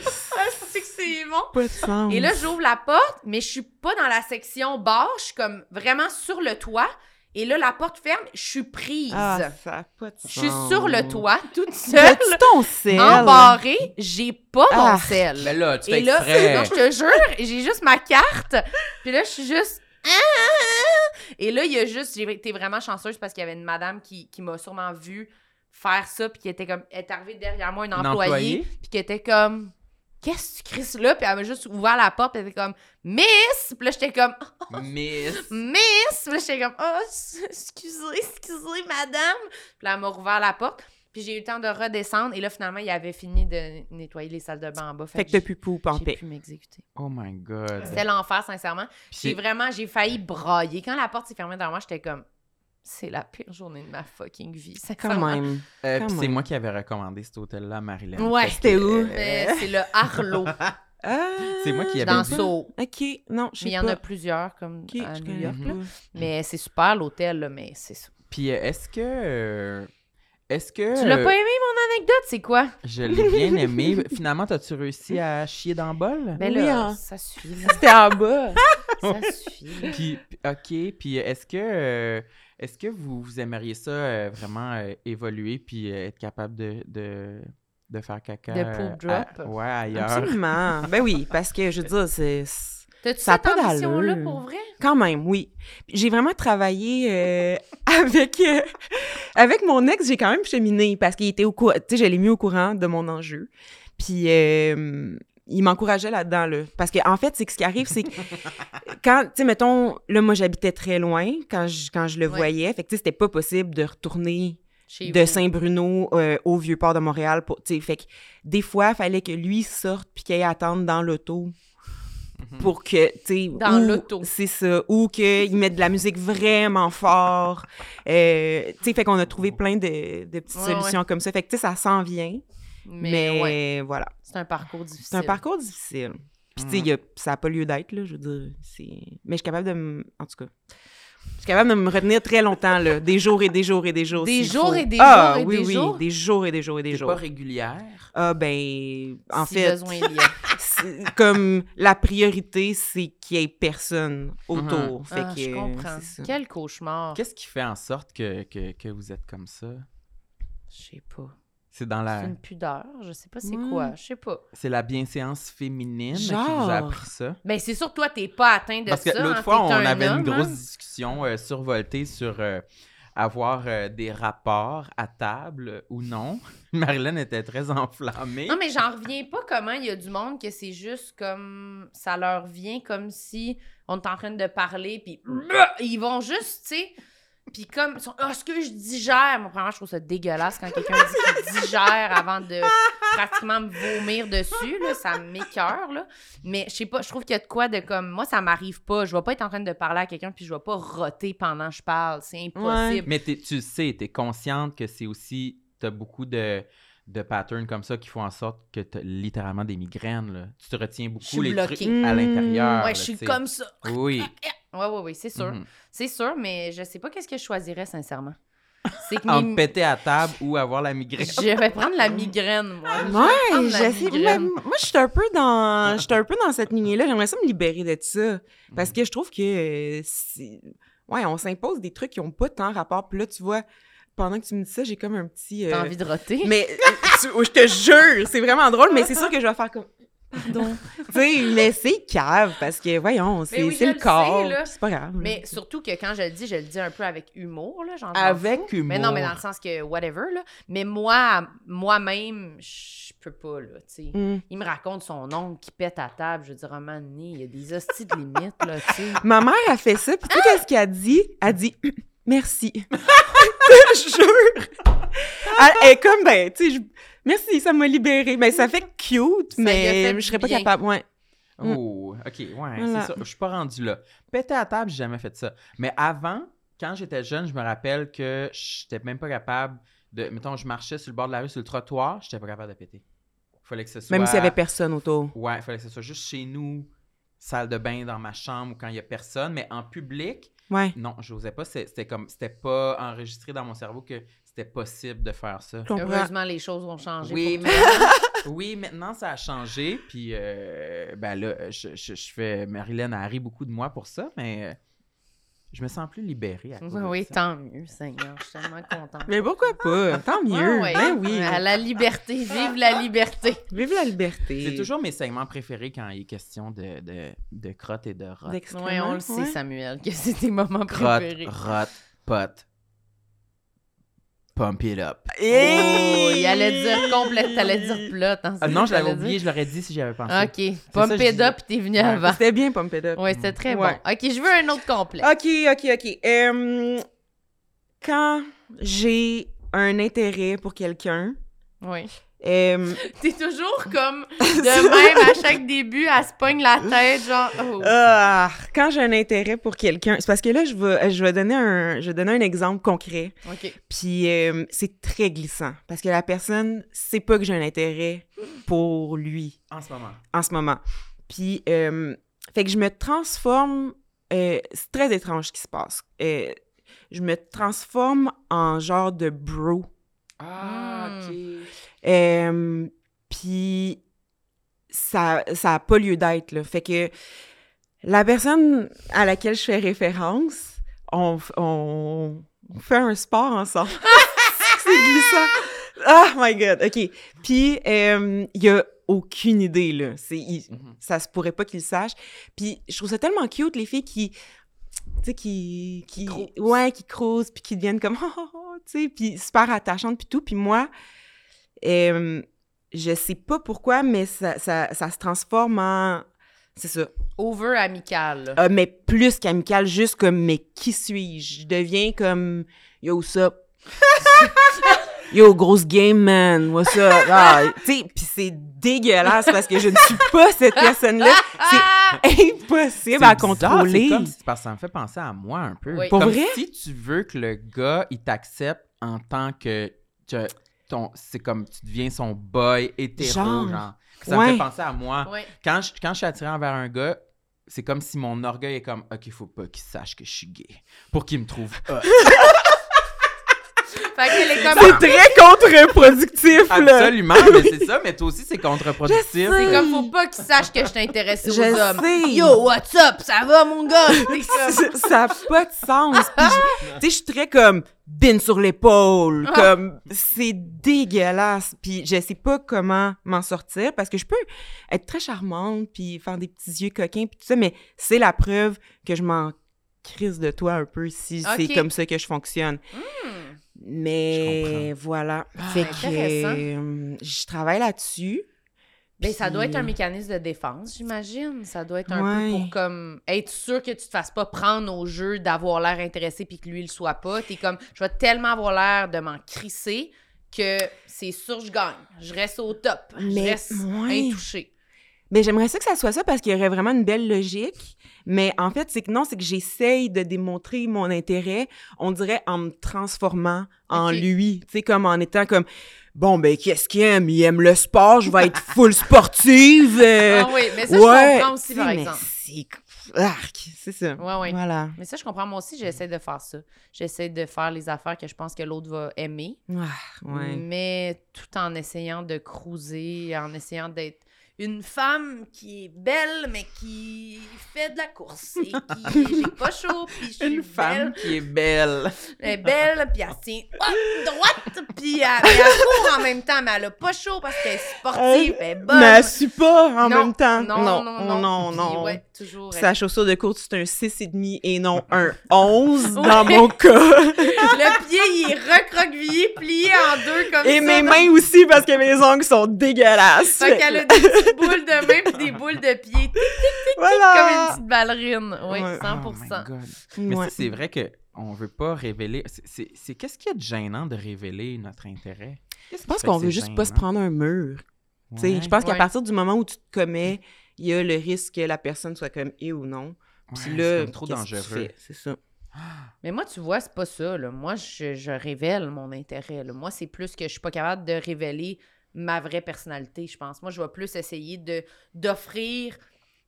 c'est que c'est bon!
Pas de sens.
Et là, j'ouvre la porte, mais je suis pas dans la section bar, je suis comme vraiment sur le toit. Et là, la porte ferme, je suis prise.
Ah, ça a pas de sens.
je suis sur le toit, toute seule,
T'as-tu ton sel?
embarrée, j'ai pas mon
Ah.
sel.
Mais là, tu fais
Et là,
exprès.
non, je te jure, j'ai juste ma carte. Puis là, je suis juste. hein? Et là, il y a juste, j'ai été vraiment chanceuse parce qu'il y avait une madame qui, qui m'a sûrement vue faire ça, puis qui était comme, elle est arrivée derrière moi, une
Un
employée,
employé.
puis qui était comme, qu'est-ce que tu crises là? Puis elle m'a juste ouvert la porte, puis elle était comme, Miss! Puis là, j'étais comme,
Miss.
Miss! Puis là, j'étais comme, oh, s- excusez, excusez, madame! Puis là, elle m'a rouvert la porte. Puis j'ai eu le temps de redescendre. Et là, finalement, il avait fini de nettoyer les salles de bain en bas.
Fait que
j'ai-
depuis pou en
j'ai
paix.
pu m'exécuter.
Oh my God.
C'était l'enfer, sincèrement.
Puis
J'ai
c'est-
vraiment, j'ai failli brailler. Quand la porte s'est fermée derrière moi, j'étais comme, c'est la pire journée de ma fucking vie. C'est
Quand même.
euh,
Ah,
puis
Quand
c'est
même.
moi qui avais recommandé cet hôtel-là à Marilyn.
Ouais.
Fait que,
C'était où?
Mais c'est le Harlow
Ah,
C'est moi qui avais
dans
dit.
Sceaux.
OK, non, je
Mais il y
sais
en
pas.
a plusieurs, comme
OK,
à
je
New
connais
York.
pas.
là. Mais c'est super, l'hôtel, là, mais c'est ça.
Puis euh, est-ce que. euh, Est-ce que.
Tu l'as
euh,
pas aimé, mon anecdote? C'est quoi?
Je l'ai bien aimé. Finalement, as-tu réussi à chier dans le bol?
Ben
Oui,
là,
hein.
ça suffit. là.
C'était en bas.
Ça suffit. là.
Puis, puis- OK. Puis, est-ce que, euh, est-ce que vous, vous aimeriez ça euh, vraiment euh, évoluer puis euh, être capable de, de, de faire caca?
De
euh,
poop drop.
à- ouais, ailleurs.
Absolument. Ben oui, parce que je veux dire, c'est. c'est-
T'as-tu
Ça a
cette
pas d'allure.
ambition-là pour vrai?
Quand même, oui. Puis J'ai vraiment travaillé euh, avec, euh, avec mon ex, j'ai quand même cheminé parce qu'il était au courant. Tu sais, je l'ai mis au courant de mon enjeu. Puis euh, il m'encourageait là-dedans, là. Parce qu'en en fait, c'est que ce qui arrive, c'est que quand, tu sais, mettons, là, moi, j'habitais très loin quand je, quand je le
Ouais.
voyais. Fait que, tu sais, c'était pas possible de retourner
Chez
de
vous.
Saint-Bruno euh, au Vieux-Port de Montréal. Pour, tu sais, fait que des fois, il fallait que lui sorte puis qu'il aille attendre dans l'auto pour que, tu sais...
Dans
ou-
l'auto.
C'est ça. Ou qu'il mette de la musique vraiment fort. Euh, tu sais, fait qu'on a trouvé plein de, de petites
Ouais,
solutions comme ça. Fait que, tu sais, ça s'en vient.
Mais,
Mais,
ouais,
voilà.
c'est un parcours difficile. Mm.
C'est un parcours difficile. Puis, tu sais, il y a- ça n'a pas lieu d'être, là, je veux dire. c'est- Mais je suis capable de me... En tout cas... Je suis capable de me retenir très longtemps, là. Des jours et des jours et des jours.
Des
s'il
jours
faut.
et des
Ah,
jours et
oui,
des
oui,
jours.
Des jours et des jours et des
T'es
jours.
pas régulière.
Ah ben, en
si
fait,
besoin il y a.
c'est- comme la priorité, c'est qu'il y ait personne autour. Fait
Ah,
que,
je
euh,
comprends.
c'est ça.
Quel cauchemar.
Qu'est-ce qui fait en sorte que, que, que vous êtes comme ça?
Je sais pas.
C'est dans
C'est
la,
une pudeur. Je sais pas c'est
Ouais.
quoi. Je sais pas.
c'est la bienséance féminine qui vous
Genre.
a appris ça.
Mais Ben, c'est sûr, toi, t'es pas atteint de
Parce que
ça.
l'autre
hein,
fois,
t'es
on
un
avait une
homme,
grosse
hein.
discussion euh, survoltée sur euh, avoir euh, des rapports à table ou non. Marilyn était très enflammée.
Non, mais j'en reviens pas comment il y a du monde que c'est juste comme. Ça leur vient comme si on est en train de parler, puis ils vont juste, tu sais. Puis comme. ils sont, Ah, ce que je digère. Moi, premièrement, je trouve ça dégueulasse quand quelqu'un dit qu'il digère avant de pratiquement me vomir dessus, là. Ça m'écœure, là. Mais je sais pas, je trouve qu'il y a de quoi de comme. Moi, ça m'arrive pas. Je vais pas être en train de parler à quelqu'un, puis je vais pas roter pendant que je parle. C'est impossible.
Mais t'es- tu sais, tu es consciente que c'est aussi. Tu as beaucoup de, de patterns comme ça qui font en sorte que tu littéralement des migraines. là. Tu te retiens beaucoup
suis
les
bloquée. Mmh,
trucs à
Mm.
l'intérieur.
Ouais,
là, Ah,
je
tu
suis
sais.
comme ça.
Oui.
Ouais, ouais, ouais, c'est sûr.
Mhm.
C'est sûr, mais je sais pas qu'est-ce que je choisirais, sincèrement. C'est que mes-
Entre péter à table ou avoir la migraine.
je vais prendre la migraine, moi. Je vais
Ouais,
prendre la
j'essaie. mais
migraine.
Moi, je suis un peu dans, je suis un peu dans cette lignée-là. J'aimerais ça me libérer de ça
Mm.
parce que je trouve que, euh, c'est- ouais, on s'impose des trucs qui ont pas tant rapport. Puis là, tu vois, pendant que tu me dis ça, j'ai comme un petit. euh,
T'as envie de roter?
Mais tu- oh, je te jure, c'est vraiment drôle, mais c'est sûr que je vais faire comme. Pardon. tu sais, mais c'est cave parce que, voyons, c'est
oui,
c'est
je
le
le sais,
corps.
là.
C'est pas grave.
Mais surtout que quand je le dis, je le dis un peu avec humour, là, j'en
Avec humour.
Mais non, mais dans le sens que whatever, là. Mais moi, moi-même, je peux pas, là, tu sais.
Mm.
Il me raconte son oncle qui pète à table. Je veux dire, à un moment donné, il y a des hosties de limites, là, tu sais.
Ma mère a fait ça, puis tu sais
Ah!
qu'est-ce qu'elle a dit? Elle dit merci. je te jure.
Ah
Elle elle est comme, ben, tu sais, je- merci, ça m'a libérée. Ben, ça fait cute,
lui a fait
mais
du
je serais pas
bien.
capable. Ouais.
Oh, OK, ouais,
Mm. Voilà.
c'est ça. Je suis pas rendu là. Péter à table, j'ai jamais fait ça. Mais avant, quand j'étais jeune, je me rappelle que j'étais même pas capable de. Mettons, je marchais sur le bord de la rue, sur le trottoir, j'étais pas capable de péter. Fallait que ce soit.
Même s'il y avait personne autour.
Ouais, fallait que ce soit juste chez nous, salle de bain, dans ma chambre ou quand il y a personne. Mais en public,
Ouais.
non, j'osais pas. C'est- C'était comme. C'était pas enregistré dans mon cerveau que c'était possible de faire ça.
Je comprends.
Heureusement, les choses ont changé.
Oui,
pour toi.
maintenant, oui, maintenant, ça a changé. Puis, euh, ben là, je, je- je fais. Marilyn a ri beaucoup de moi pour ça, mais. Je me sens plus libérée. À cause de
Oui,
ça.
tant mieux, Seigneur. Je suis tellement contente.
Mais pourquoi pas? Tant mieux.
Ah ouais.
Ben oui.
À la liberté, vive la liberté.
Vive la liberté.
C'est toujours mes segments préférés quand il est question de, de, de crotte et de rotte.
d'excréments,
Oui, on le sait,
ouais.
Samuel, que c'est tes moments
Crotte,
préférés.
rotte, pote. Pump it
Ah,
up.
Oh,
Hey!
il allait dire complète, t'allais dire plot. hein,
Ah
c'est
non,
ce
je l'avais
que
oublié, je l'aurais dit si j'avais pensé.
t'allais dire. Ok, pump
ça, je
it
disais.
up, t'es venu
Ouais.
avant.
C'était bien Pump It Up.
Ouais, Ah! c'était très
Ouais.
bon. Ok, je veux un autre complet.
OK, OK, OK. Euh, quand j'ai un intérêt pour quelqu'un,
Oui.
euh,
T'es toujours comme de même à chaque début, elle se pogne la tête, genre. Oh.
ah, quand j'ai un intérêt pour quelqu'un, c'est parce que là, je vais, je vais donner un, je vais donner un exemple concret.
Ah!
Ok.
Puis euh, c'est très glissant parce que la personne sait pas que j'ai un intérêt pour lui
En ce moment.
en ce moment. Puis euh, fait que je me transforme. euh, c'est très étrange ce qui se passe. Euh, je me transforme en genre de bro.
Ah,
Euh, puis ça ça a pas lieu d'être là. Fait que la personne à laquelle je fais référence, on, f- on- on fait un sport ensemble. C'est glissant. Oh my god. OK. Puis euh, il y a aucune idée là, c'est il-
Mhm.
ça se pourrait pas qu'il le sache. Puis je trouve ça tellement cute les filles qui tu sais, qui, qui,
crousent.
ouais, qui crousent, puis qui deviennent comme, oh, oh, oh, tu sais, puis super attachantes, puis tout. Puis moi, euh, je sais pas pourquoi, mais ça, ça, ça se transforme en, c'est ça,
Over amical. là.
Ah, mais plus qu'amical, juste comme, mais qui suis-je? Je deviens comme, yo, sup? Yo, grosse game, man. What's up? Ah, tu sais, puis c'est dégueulasse parce que je ne suis pas cette personne-là.
Ah!
C'est É impossible à contrôler.
C'est comme si- parce que ça me fait penser à moi un peu.
Oui.
Pour
Comme
vrai?
Si tu veux que le gars, il t'accepte en tant que. que ton, c'est comme tu deviens son boy hétéro,
Genre.
genre. Ça me
Ouais.
fait penser à moi.
Ouais.
Quand, je, quand je suis attirée envers un gars, c'est comme si mon orgueil est comme OK, faut pas qu'il sache que je suis gay pour qu'il me trouve hot.
Fait qu'elle est comme.
C'est très contre-productif, là.
Absolument, mais c'est ça, mais toi aussi c'est contre-productif.
Je sais.
C'est comme faut pas qu'ils sachent que je t'intéresse aux
Je
hommes.
sais.
Yo, what's up? Ça va, mon gars? T'es comme-
Ça- Ça n'a pas de sens. Puis je- Tu sais, je suis très comme bine sur l'épaule,
Ah.
comme c'est dégueulasse. Puis je sais pas comment m'en sortir parce que je peux être très charmante puis faire des petits yeux coquins puis tout ça, mais c'est la preuve que je m'en crise de toi un peu si
Ok.
c'est comme ça que je fonctionne.
Hmm. Ah,
Mais voilà. fait que
intéressant.
euh, je travaille là-dessus.
Ben, ça doit être un
Puis- euh,
mécanisme de défense, j'imagine. Ça doit être un
Ouais.
peu pour comme être sûr que tu te fasses pas prendre au jeu d'avoir l'air intéressé puis que lui le soit pas. T'es comme je vais tellement avoir l'air de m'en crisser que c'est sûr je gagne. Je reste au top. je
Mais-
reste
ouais.
intouché.
Mais j'aimerais ça que ça soit ça parce qu'il y aurait vraiment une belle logique. Mais en fait, c'est que non, c'est que j'essaye de démontrer mon intérêt, on dirait en me transformant en
Ok.
lui. Tu sais, comme en étant comme, bon, ben, qu'est-ce qu'il aime? Il aime le sport, je vais être full sportive. euh,
ah oui, mais ça je comprends aussi
tu sais,
par
mais
exemple.
C'est arc, c'est ça.
Ouais, ouais.
Voilà.
Mais ça, je comprends. Moi aussi, j'essaie de faire ça. J'essaie de faire les affaires que je pense que l'autre va aimer.
Ah, ouais.
Mm. mais tout en essayant de cruiser, en essayant d'être une femme qui est belle, mais qui fait de la course et qui j'ai pas chaud, puis je suis
Une femme qui est belle.
belle, elle est belle, puis elle tient hop, droite, puis elle, mais elle court en même temps, mais elle a pas chaud parce qu'elle est sportive, elle est bonne.
Euh, Mais elle suit pas en
Non,
même temps.
Non, non, non.
non,
Puis
non.
ouais, toujours.
Sa chaussure de course, c'est un 6,5 et non un 11 dans
Ouais.
mon cas.
Le pied, il est recroquevillé, plié en deux comme ça.
Et mes
dans-
mains aussi, parce que mes ongles sont dégueulasses.
Fait qu'elle a des petites boules de main puis des boules de pied. comme une
Voilà.
petite ballerine. Oui,
Ah! Ouais.
Oh my
100%.
God. Mais ça, c'est vrai que on veut pas révéler. c'est- c'est- C'est qu'est-ce qu'il y a de gênant de révéler notre intérêt?
Je pense qu'on veut juste pas
hein.
se prendre un mur. Tu sais, Je pense qu'à
Ouais.
partir du moment où tu te commets, il y a le risque que la personne soit comme et ou non. Puis là,
trop
qu'est-ce que tu
dangereux.
fais? C'est ça.
Mais moi, tu vois, c'est pas ça. Là. Moi, je, je révèle mon intérêt. là. Moi, c'est plus que je suis pas capable de révéler ma vraie personnalité, je pense. Moi, je vais plus essayer de d'offrir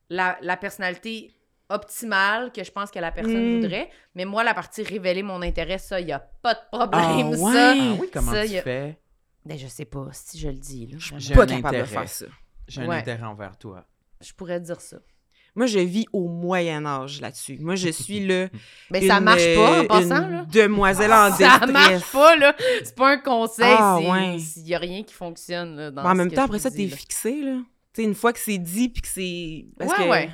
la, la personnalité optimale que je pense que la personne
Mm.
voudrait. Mais moi, la partie révéler mon intérêt, ça, il n'y a pas de
Ah
problème, ça.
ouais?
Ah oui, comment
Ça,
tu
y a-
fais?
Ben, je sais pas si je le dis. Là,
Je
vraiment.
suis
J'ai
pas
un
capable de
intérêt.
faire ça.
J'ai un
Ouais.
intérêt envers toi.
je pourrais dire ça.
Moi, je vis au Moyen Âge là-dessus. Moi, je suis le
Mais Ben, ça
une,
marche pas en
euh,
passant,
une
là.
Demoiselle en
Ça
détresse.
marche pas, là. C'est pas un conseil
Ah,
s'il
ouais.
n'y a rien qui fonctionne. Là, dans
Mais en
ce
même
que
temps,
je
après
vous
ça,
dis,
t'es
là.
fixé, là. Tu sais, une fois que c'est dit, puis que c'est... parce
ouais,
que-
ouais.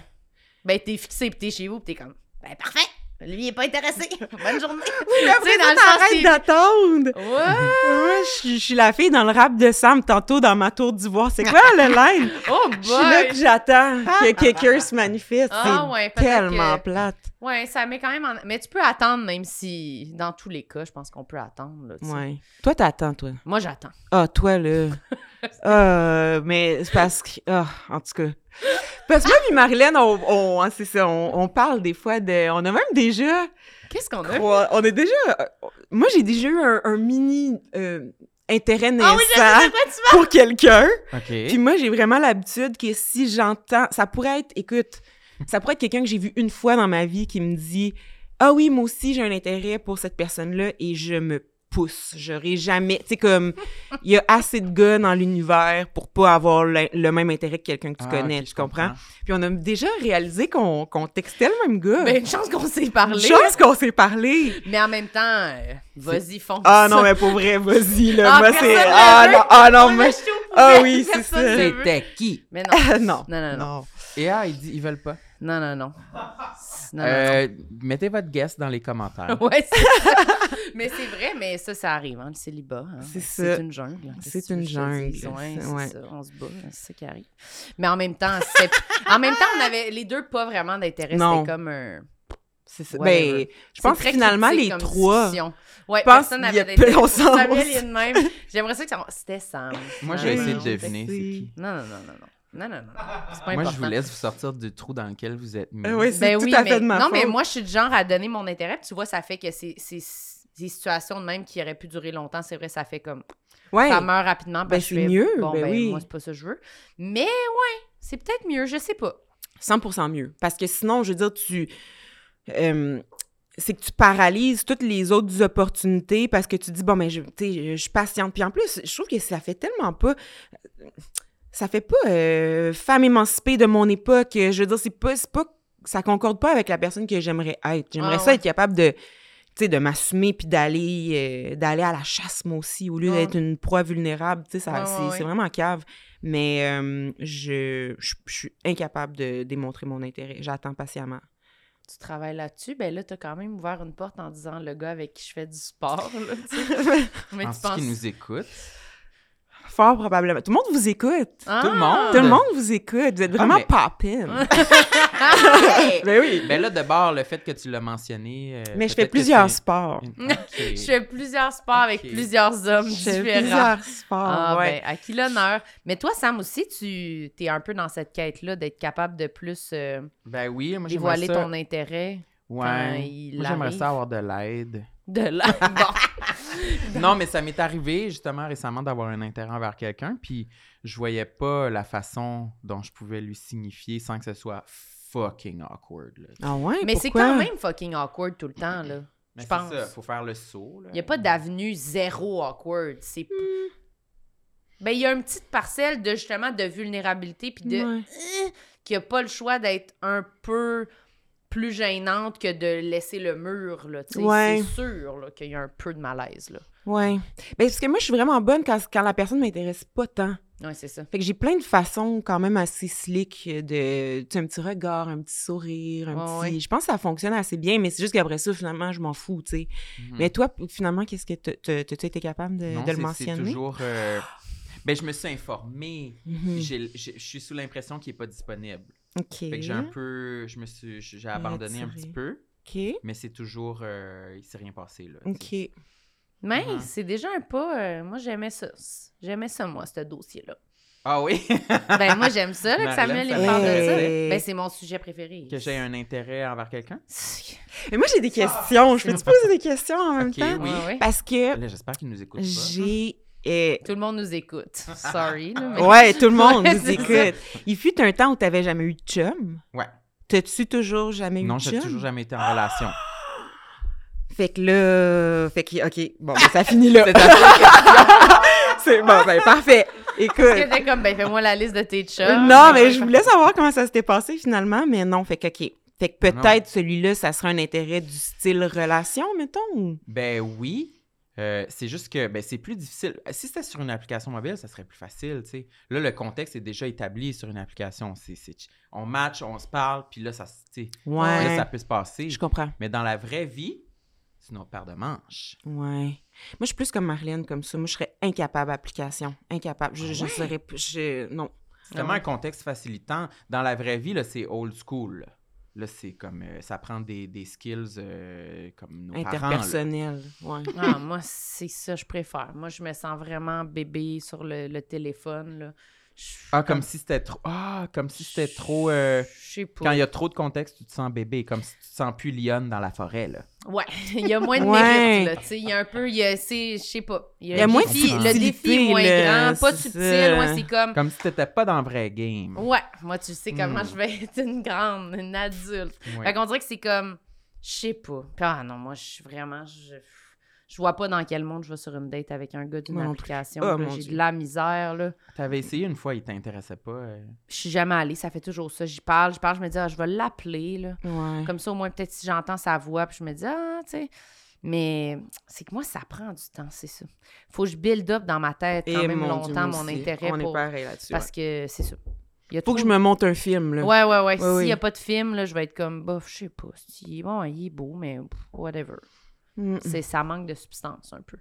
Ben, t'es fixé, puis t'es chez vous, puis t'es comme, ben, parfait. Lui, il est pas intéressé. Bonne journée.
Mais
Tu
après
sais,
ça,
dans le sens,
t'arrêtes
c'est-
d'attendre.
Ouais.
Moi, je suis- je suis la fille dans le rap de Sam tantôt dans ma tour d'ivoire. C'est quoi le line?
Oh,
Je suis là que
boy.
j'attends que quelqu'un se manifeste.
Ah,
c'est
ouais, peut-être
tellement
que-
plate.
Ouais, ça met quand même en- Mais tu peux attendre, même si, dans tous les cas, je pense qu'on peut attendre. Là, tu sais.
Ouais. Toi, t'attends, toi.
Moi, j'attends.
Ah, toi, là. Euh, mais c'est parce que. Ah, en tout cas. Parce que moi, puis Marilyn, on, on, hein, c'est ça, on, on parle des fois de. On a même déjà.
Qu'est-ce qu'on a?
crois- On est déjà. euh, Moi, j'ai déjà eu un, un mini euh, intérêt naissant
Ah oui, je sais de quoi tu
pour quelqu'un.
OK.
Puis moi, j'ai vraiment l'habitude que si j'entends, ça pourrait être, écoute, ça pourrait être quelqu'un que j'ai vu une fois dans ma vie qui me dit, ah oui, moi aussi, j'ai un intérêt pour cette personne-là et je me pousse. J'aurais jamais, tu sais, comme, il y a assez de gars dans l'univers pour pas avoir le, le même intérêt que quelqu'un que tu
Ah,
connais,
ok,
tu comprends? Puis on a déjà réalisé qu'on qu'on textait le même gars.
parles? Ben, une chance qu'on s'est parlé.
Chose qu'on s'est parlé.
Mais en même temps, euh, vas-y, fonce.
Ah non, mais pour vrai, vas-y, là.
Ah,
moi,
personne
c'est.
ne
Ah
veut.
non, ah non,
On l'a
mais.
jeté aux
Ah
poubelles,
oui, c'est
personne
ça. Ah,
ne veut.
C'était qui?
Mais non.
non.
Non, non, non.
Et ah, il dit, ils veulent pas.
Non, non, non. Non, non,
Euh, mettez votre guess dans les commentaires.
non. Ouais, c'est ça. mais c'est vrai, mais ça, ça arrive, hein, le célibat. hein.
C'est ça.
C'est une jungle. hein.
C'est
Qu'est-ce que
une
je te dise?
jungle,
Ouais,
c'est-
c'est
ouais.
ça. On se bat, hein, c'est ça qui arrive. Mais en même temps, c'est... en même temps, on avait les deux pas vraiment d'intérêt.
Non.
C'était comme un.
C'est ça. Ben,
Whatever.
je pense que finalement, les trois.
Ouais,
je pense
personne
qu'il y a
n'avait
peu-
d'intérêt.
on s'en-
Samuel, il est de même. J'aimerais ça que ça. hein. C'était Sam.
Moi,
Non,
je vais
non,
essayer de
non,
deviner c'est
Ben
qui.
Non, non, non, non, non. Non, non, non. non. C'est
Moi,
pas important.
je vous laisse vous sortir du trou dans lequel vous êtes mis.
Ah ouais, c'est
Ben
tout
oui,
à
mais...
fait de ma
Non, mais
faute.
moi, je suis du genre à donner mon intérêt. Puis tu vois, ça fait que c'est c'est- des situations de même qui auraient pu durer longtemps. C'est vrai, ça fait comme.
Ouais.
Ça meurt rapidement.
Ben,
parce que je
c'est
fais,
mieux,
Bon,
ben oui.
moi, c'est pas ça que je veux. Mais ouais, c'est peut-être mieux. Je sais pas.
100% mieux. Parce que sinon, je veux dire, tu. euh, c'est que tu paralyses toutes les autres opportunités parce que tu dis, bon, mais je, tu sais, je suis patiente. Puis en plus, je trouve que ça fait tellement pas. Ça fait pas euh, femme émancipée de mon époque. Je veux dire, c'est pas, c'est pas. Ça concorde pas avec la personne que j'aimerais être. J'aimerais
Ah,
ça
ouais.
être capable de. Tu sais, de m'assumer puis d'aller euh, d'aller à la chasse, moi aussi, au lieu
Ouais.
d'être une proie vulnérable. Tu sais, ça-
Ouais, ouais,
c'est
ouais.
c'est vraiment cave. Mais euh, je, je, je suis incapable de démontrer mon intérêt. J'attends patiemment.
Tu travailles là-dessus. Ben là, t'as quand même ouvert une porte en disant le gars avec qui je fais du sport. là, tu sais. mais
En
tu
ce
penses.
qui nous écoute,
Fort probablement. Tout le monde vous écoute.
tout le
Ah!
monde.
Tout le monde vous écoute. Vous êtes vraiment
mais-
papine. ben oui.
Ben là, de bord, le fait que tu l'as mentionné. euh,
Mais je fais
peut-être que
plusieurs
c'est-
sports.
Ok.
Je fais plusieurs sports avec
Ok.
plusieurs hommes
Je fais
différents.
plusieurs sports.
Ah, ben,
ouais.
à qui l'honneur. Mais toi, Sam aussi, tu es un peu dans cette quête-là d'être capable de plus euh,
Ben oui, moi j'aimerais
dévoiler
ça.
ton intérêt quand
Ouais.
il
Moi j'aimerais
arrive.
ça avoir de l'aide.
de là. Bon.
Non, mais ça m'est arrivé justement récemment d'avoir un intérêt envers quelqu'un, puis je voyais pas la façon dont je pouvais lui signifier sans que ce soit fucking awkward. là.
Ah ouais,
Mais c'est
pourquoi?
quand même fucking awkward tout le temps, là.
Mais
Je
c'est
pense.
ça, faut faire le saut. là.
Il n'y a pas d'avenue zéro awkward. C'est... p-
Hmm.
Ben, il y a une petite parcelle de justement de vulnérabilité puis de
Ouais.
Euh, qui a pas le choix d'être un peu plus gênante que de laisser le mur là, tu sais,
Ouais.
c'est sûr là, qu'il y a un peu de malaise là.
Ouais. Ben, parce que moi, je suis vraiment bonne quand, quand la personne m'intéresse pas tant.
Ouais, c'est ça.
Fait que j'ai plein de façons quand même assez slick euh, de, tu sais, un petit regard, un petit sourire, un
Ouais,
petit... Je pense que ça fonctionne assez bien, mais c'est juste qu'après ça, finalement, je m'en fous, tu sais.
Mhm.
Mais toi, p- finalement, qu'est-ce que t'as- t'as t'as-tu été capable de,
Non,
de le
c'est-
mentionner?
C'est toujours. euh, Ben je me suis informée.
Hmm.
Mhm.
J'ai- j'ai- Je suis sous l'impression qu'il est pas disponible.
OK.
Fait que j'ai un peu, je me suis, j'ai abandonné un
Retiré.
petit peu,
OK.
mais c'est toujours, euh, il s'est rien passé là. tu sais.
OK.
Mais
Ouais.
c'est déjà un pas euh, moi j'aimais ça. C- J'aimais ça moi ce dossier là.
Ah oui,
Ben moi j'aime ça là, que Samuel
Marilyn, ça
il me parle de ça.
m'intéresse.
Ben c'est mon sujet préféré.
que j'ai un intérêt envers quelqu'un.
Mais moi, j'ai des questions. Je peux-tu poser des questions en même
Ok,
temps?
oui.
Ouais, ouais.
Parce que
Là, j'espère qu'il nous écoute pas.
j'ai... euh,
Tout le monde nous écoute. Sorry là, mais-
Ouais, tout le monde
Ouais,
nous
c'est
écoute. Il fut un temps où t'avais jamais eu de chum.
Ouais.
T'as-tu toujours jamais eu
Non,
de chum?
j'ai toujours jamais été en relation.
Fait que là... Fait que, OK, bon, ben, ça finit là.
C'est ta-
C'est bon, ben parfait.
Parce que
Écoute.
t'es comme, ben fais-moi la liste de tes chums.
Euh, Non, mais je voulais savoir comment ça s'était passé finalement, mais non, fait que, OK. Fait
Ah
que peut-être celui-là, ça serait un intérêt du style relation, mettons. ou-
Ben oui. Euh, c'est juste que ben, c'est plus difficile. Si c'était sur une application mobile, ça serait plus facile, tu sais. Là, le contexte est déjà établi sur une application. C'est- c'est- on match, on se parle, puis là, ça, se- tu sais,
Ouais.
là, ça peut se passer.
Je comprends.
Mais dans la vraie vie, c'est une autre paire de manches.
Ouais. Moi, je suis plus comme Marlène, comme ça. Moi, je serais incapable d'application. Incapable.
Ah
Je, je serais. p- je- non.
C'est vraiment un contexte facilitant. Dans la vraie vie, là, c'est old school. là. Là, c'est comme... euh, ça prend des, des skills euh, comme nos parents. là.
Interpersonnel. Ouais.
Ah, moi, c'est ça, je préfère. Moi, je me sens vraiment bébé sur le, le téléphone. Là. Je-
Ah, comme si c'était trop... Ah, comme si c'était trop... euh,
Je sais pas.
Quand il y a trop de contexte, tu te sens bébé, comme si tu te sens plus lionne dans la forêt, là.
Ouais, il y a moins de
Ouais.
mérite, là. Tu sais, il y a un peu, il y a, c'est, je sais pas.
Il y a moins de
défi- Le
subtilité,
défi est moins
là,
grand, pas
c'est
subtil,
ça.
ouais, c'est comme...
Comme si t'étais pas dans le vrai game.
Ouais, moi, tu sais comment
Mm.
je vais être une grande, une adulte.
Ouais.
Fait qu'on dirait que c'est comme, je sais pas. Puis, ah non, moi, je suis vraiment, je, je vois pas dans quel monde je vais sur une date avec un gars d'une
Moi non plus.
application.
Ah,
là.
mon
J'ai
Dieu.
de la misère, là.
T'avais essayé une fois, il t'intéressait pas. euh.
Je suis jamais allée, ça fait toujours ça. J'y parle, je parle, je me dis, ah, je vais l'appeler, là.
Ouais.
Comme ça, au moins, peut-être si j'entends sa voix, puis je me dis, ah, tu sais. Mais c'est que moi, ça prend du temps, c'est ça. Faut que je build up dans ma tête quand
Et
même
Eh, mon Dieu,
longtemps
moi
mon
aussi.
intérêt
On
pour.
est pareil là-dessus.
Parce que
ouais.
c'est ça. Il y a
Faut que je
trop-
me monte un film, là.
Ouais, ouais, ouais. S'il n'y
oui.
a pas de film, là, je vais être comme, bah, je sais pas. Si, bon, il est beau, mais pff, whatever.
Mm.
C'est, ça manque de substance un peu.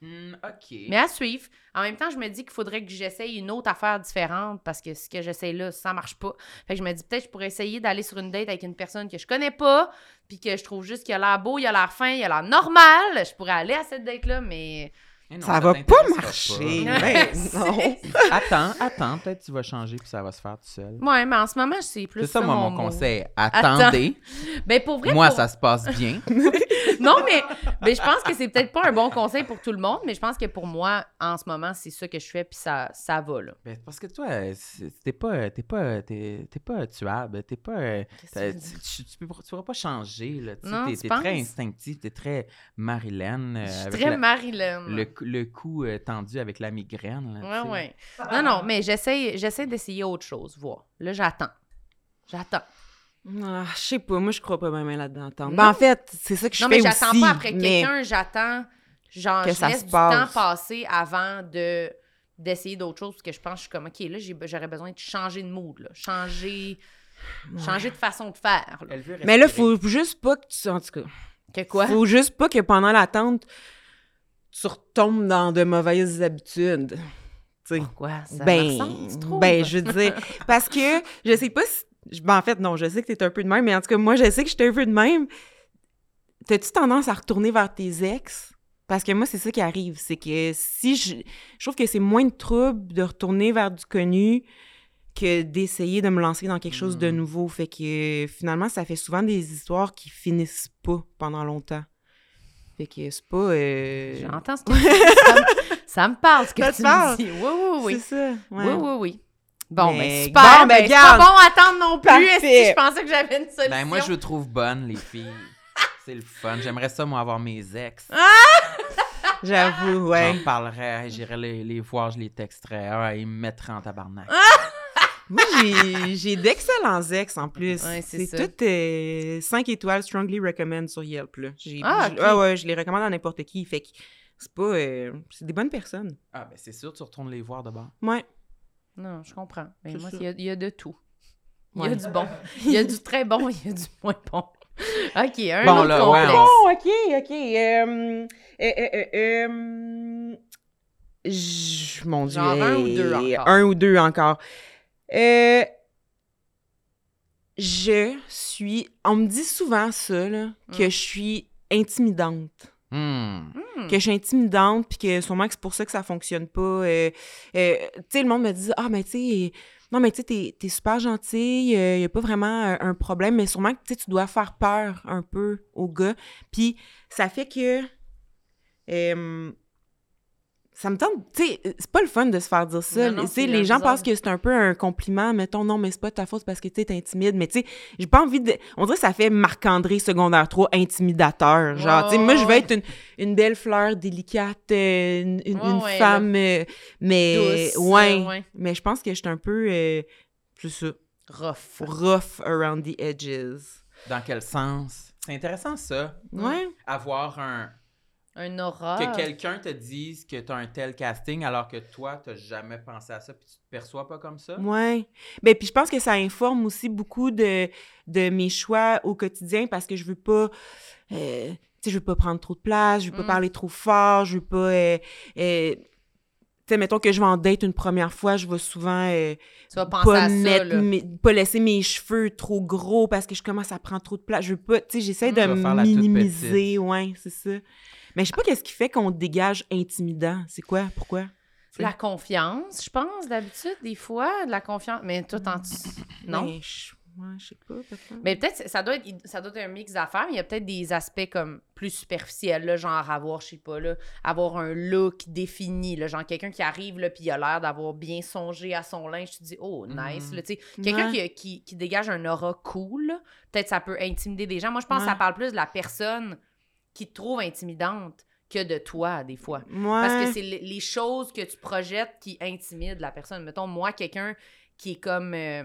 Mm,
ok.
Mais à suivre. En même temps, je me dis qu'il faudrait que j'essaye une autre affaire différente parce que ce que j'essaye là, ça marche pas. Fait que je me dis peut-être que je pourrais essayer d'aller sur une date avec une personne que je connais pas, puis que je trouve juste qu'il a l'air beau, il a l'air fin, il a l'air normal. Je pourrais aller à cette date-là, mais
Ça va pas marcher. Ben, non.
attends, attends, peut-être tu vas changer puis ça va se faire tout seul.
ouais, mais en ce moment, c'est plus
C'est ça, moi, mon
mot.
conseil.
Attends.
Attendez.
Ben pour vrai,
Moi,
pour-
ça se passe bien.
non, mais, mais je pense que c'est peut-être pas un bon conseil pour tout le monde, mais je pense que pour moi, en ce moment, c'est ça que je fais, puis ça, ça va, là.
Ben, parce que toi, euh, c'est- t'es pas, euh, t'es pas, euh, t'es, t'es pas euh, tuable, t'es pas, euh,
Qu'est-ce que
t'as-
tu veux
tu, tu, tu peux- tu pourras pas changer là. tu sais,
Non,
t'es,
tu
t'es très
penses?
instinctif, t'es très Marilyn. euh,
Je suis
avec
très
la-
Marilyn.
le, cou- le cou euh, tendu avec la migraine. Là,
Ouais,
tu sais.
ouais. Non,
Ah.
non, mais j'essaie j'essaie d'essayer autre chose, voir. Là, j'attends. J'attends.
Ah, je sais pas, moi je crois pas même là-dedans. Tom.
Non.
Ben, en fait, c'est ça que je
Non,
fais
mais j'attends
aussi,
pas après
mais-
quelqu'un, j'attends. Genre,
Que
je
ça
laisse
se
du
passe.
temps passer avant de d'essayer d'autres choses, parce que je pense que je suis comme, OK, là, j'ai- j'aurais besoin de changer de mood, là. Changer, changer de façon de faire, là.
Mais là, faut juste pas que tu. En tout cas,
Que quoi?
faut juste pas que pendant l'attente, tu retombes dans de mauvaises habitudes. Tu sais.
Pourquoi? Ça me ressemble, tu
Ben,
trouves?
ben, je veux dire, parce que je sais pas si. je- Ben, en fait, non, je sais que t'es un peu de même, mais en tout cas, moi, je sais que j'étais un peu de même. T'as-tu tendance à retourner vers tes ex? Parce que moi, c'est ça qui arrive. C'est que si je. Je trouve que c'est moins de trouble de retourner vers du connu que d'essayer de me lancer dans quelque chose de
Hmm.
Mhm.
nouveau. Fait que finalement, ça fait souvent des histoires qui finissent pas pendant longtemps. Fait que c'est pas. euh,
J'entends ce que tu dis. ça, me- ça me parle ce que
Ça te
tu me
parle?
dis. Oui, oui, oui.
C'est ça. ouais.
Oui, oui, oui. Bon, mais
Mais-
super.
bon, ben,
ben, c'est pas
garde.
bon à attendre non plus.
Parfait.
Est-ce que je pensais que j'avais une solution?
Ben, moi, je vous trouve bonne, les filles. C'est le fun. J'aimerais ça, moi, avoir mes ex.
J'avoue, ouais.
J'en parlerais, j'irais les, les voir, je les texterais. Ah, ils me mettraient en tabarnak.
Ah!
Moi, j'ai- j'ai d'excellents ex en plus.
Ouais, c'est
c'est
ça.
tout 5 étoiles strongly recommend sur Yelp. Là. J'ai-
Ah,
je-
ok.
ouais, ouais, je les recommande à n'importe qui. Fait que c'est pas. euh, c'est des bonnes personnes.
Ah, ben, c'est sûr, tu retournes les voir de bord.
Ouais.
Non, je comprends. Mais
C'est
moi,
ça.
il y, a- il y a de tout. Il y a
Ouais.
du bon. Il y a du très bon, il y a du moins bon. OK, un
Bon,
autre
là, ouais,
complexe.
on-
Oh, ok, ok. euh, euh, euh, euh, euh, j- mon Dieu.
Genre un ou deux
euh,
encore.
Un ou deux encore. Euh, je suis. On me dit souvent ça, là, que
Mm.
je suis intimidante.
Hmm.
Hmm.
que je suis intimidante, puis que sûrement que c'est pour ça que ça fonctionne pas. Euh, euh, tu sais, le monde me dit Ah, mais tu sais, non, mais tu sais, t'es- t'es super gentille, il n'y a pas vraiment euh, un problème, mais sûrement que tu sais, tu dois faire peur un peu au gars. Puis ça fait que. euh, Ça me tente, tu sais, c'est pas le fun de se faire dire ça.
Non, non,
Tu sais,
c'est
les gens
bizarre.
pensent que c'est un peu un compliment, mettons, non, mais c'est pas de ta faute parce que tu sais, t'es intimide, mais tu sais, j'ai pas envie de. On dirait que ça fait Marc-André secondaire 3 intimidateur. Genre,
Ouais,
tu sais, moi,
ouais,
je veux être une, une belle fleur délicate, euh, une, une-
Ouais,
une
ouais,
femme, euh, mais.
Douce,
ouais,
euh, ouais.
Mais je pense que je suis un peu. euh, c'est ça,
Rough.
rough around the edges.
Dans quel sens? C'est intéressant, ça.
Ouais.
Avoir un...
Un aura.
Que quelqu'un te dise que t'as un tel casting alors que toi, t'as jamais pensé à ça puis tu te perçois pas comme ça.
Ouais. Ben puis je pense que ça informe aussi beaucoup de, de mes choix au quotidien parce que je veux pas euh, tu sais je veux pas prendre trop de place, je veux pas
Mm.
parler trop fort, je veux pas euh, euh, tu sais mettons que je vais en date une première fois, je vais souvent euh,
Tu vas penser
pas
à ça,
mettre
là.
mes- pas laisser mes cheveux trop gros parce que je commence à prendre trop de place. Je veux pas, tu sais, j'essaie
Mm.
de
Tu vas faire la toute
minimiser,
petite.
ouais, c'est ça. Mais je sais pas qu'est-ce qui fait qu'on te dégage intimidant, c'est quoi Pourquoi
La confiance, je pense, d'habitude, des fois, de la confiance. Mais toi, t'en... Non?
Ben, je ouais, je sais pas peut-être.
Mais peut-être, ça doit, être, ça doit être un mix d'affaires, mais il y a peut-être des aspects comme plus superficiels, là, genre avoir, je sais pas, là, avoir un look défini, là, genre quelqu'un qui arrive, là, puis il a l'air d'avoir bien songé à son linge, tu te dis, oh, nice,
Mhm.
là, tu sais. Quelqu'un
Ouais.
qui, qui- qui dégage un aura cool, là, peut-être ça peut intimider des gens. Moi, je pense que ça
Ouais.
parle plus de la personne qui te trouve intimidante que de toi, des fois.
Ouais.
Parce que c'est les les choses que tu projettes qui intimident la personne. Mettons, moi, quelqu'un qui est comme. euh,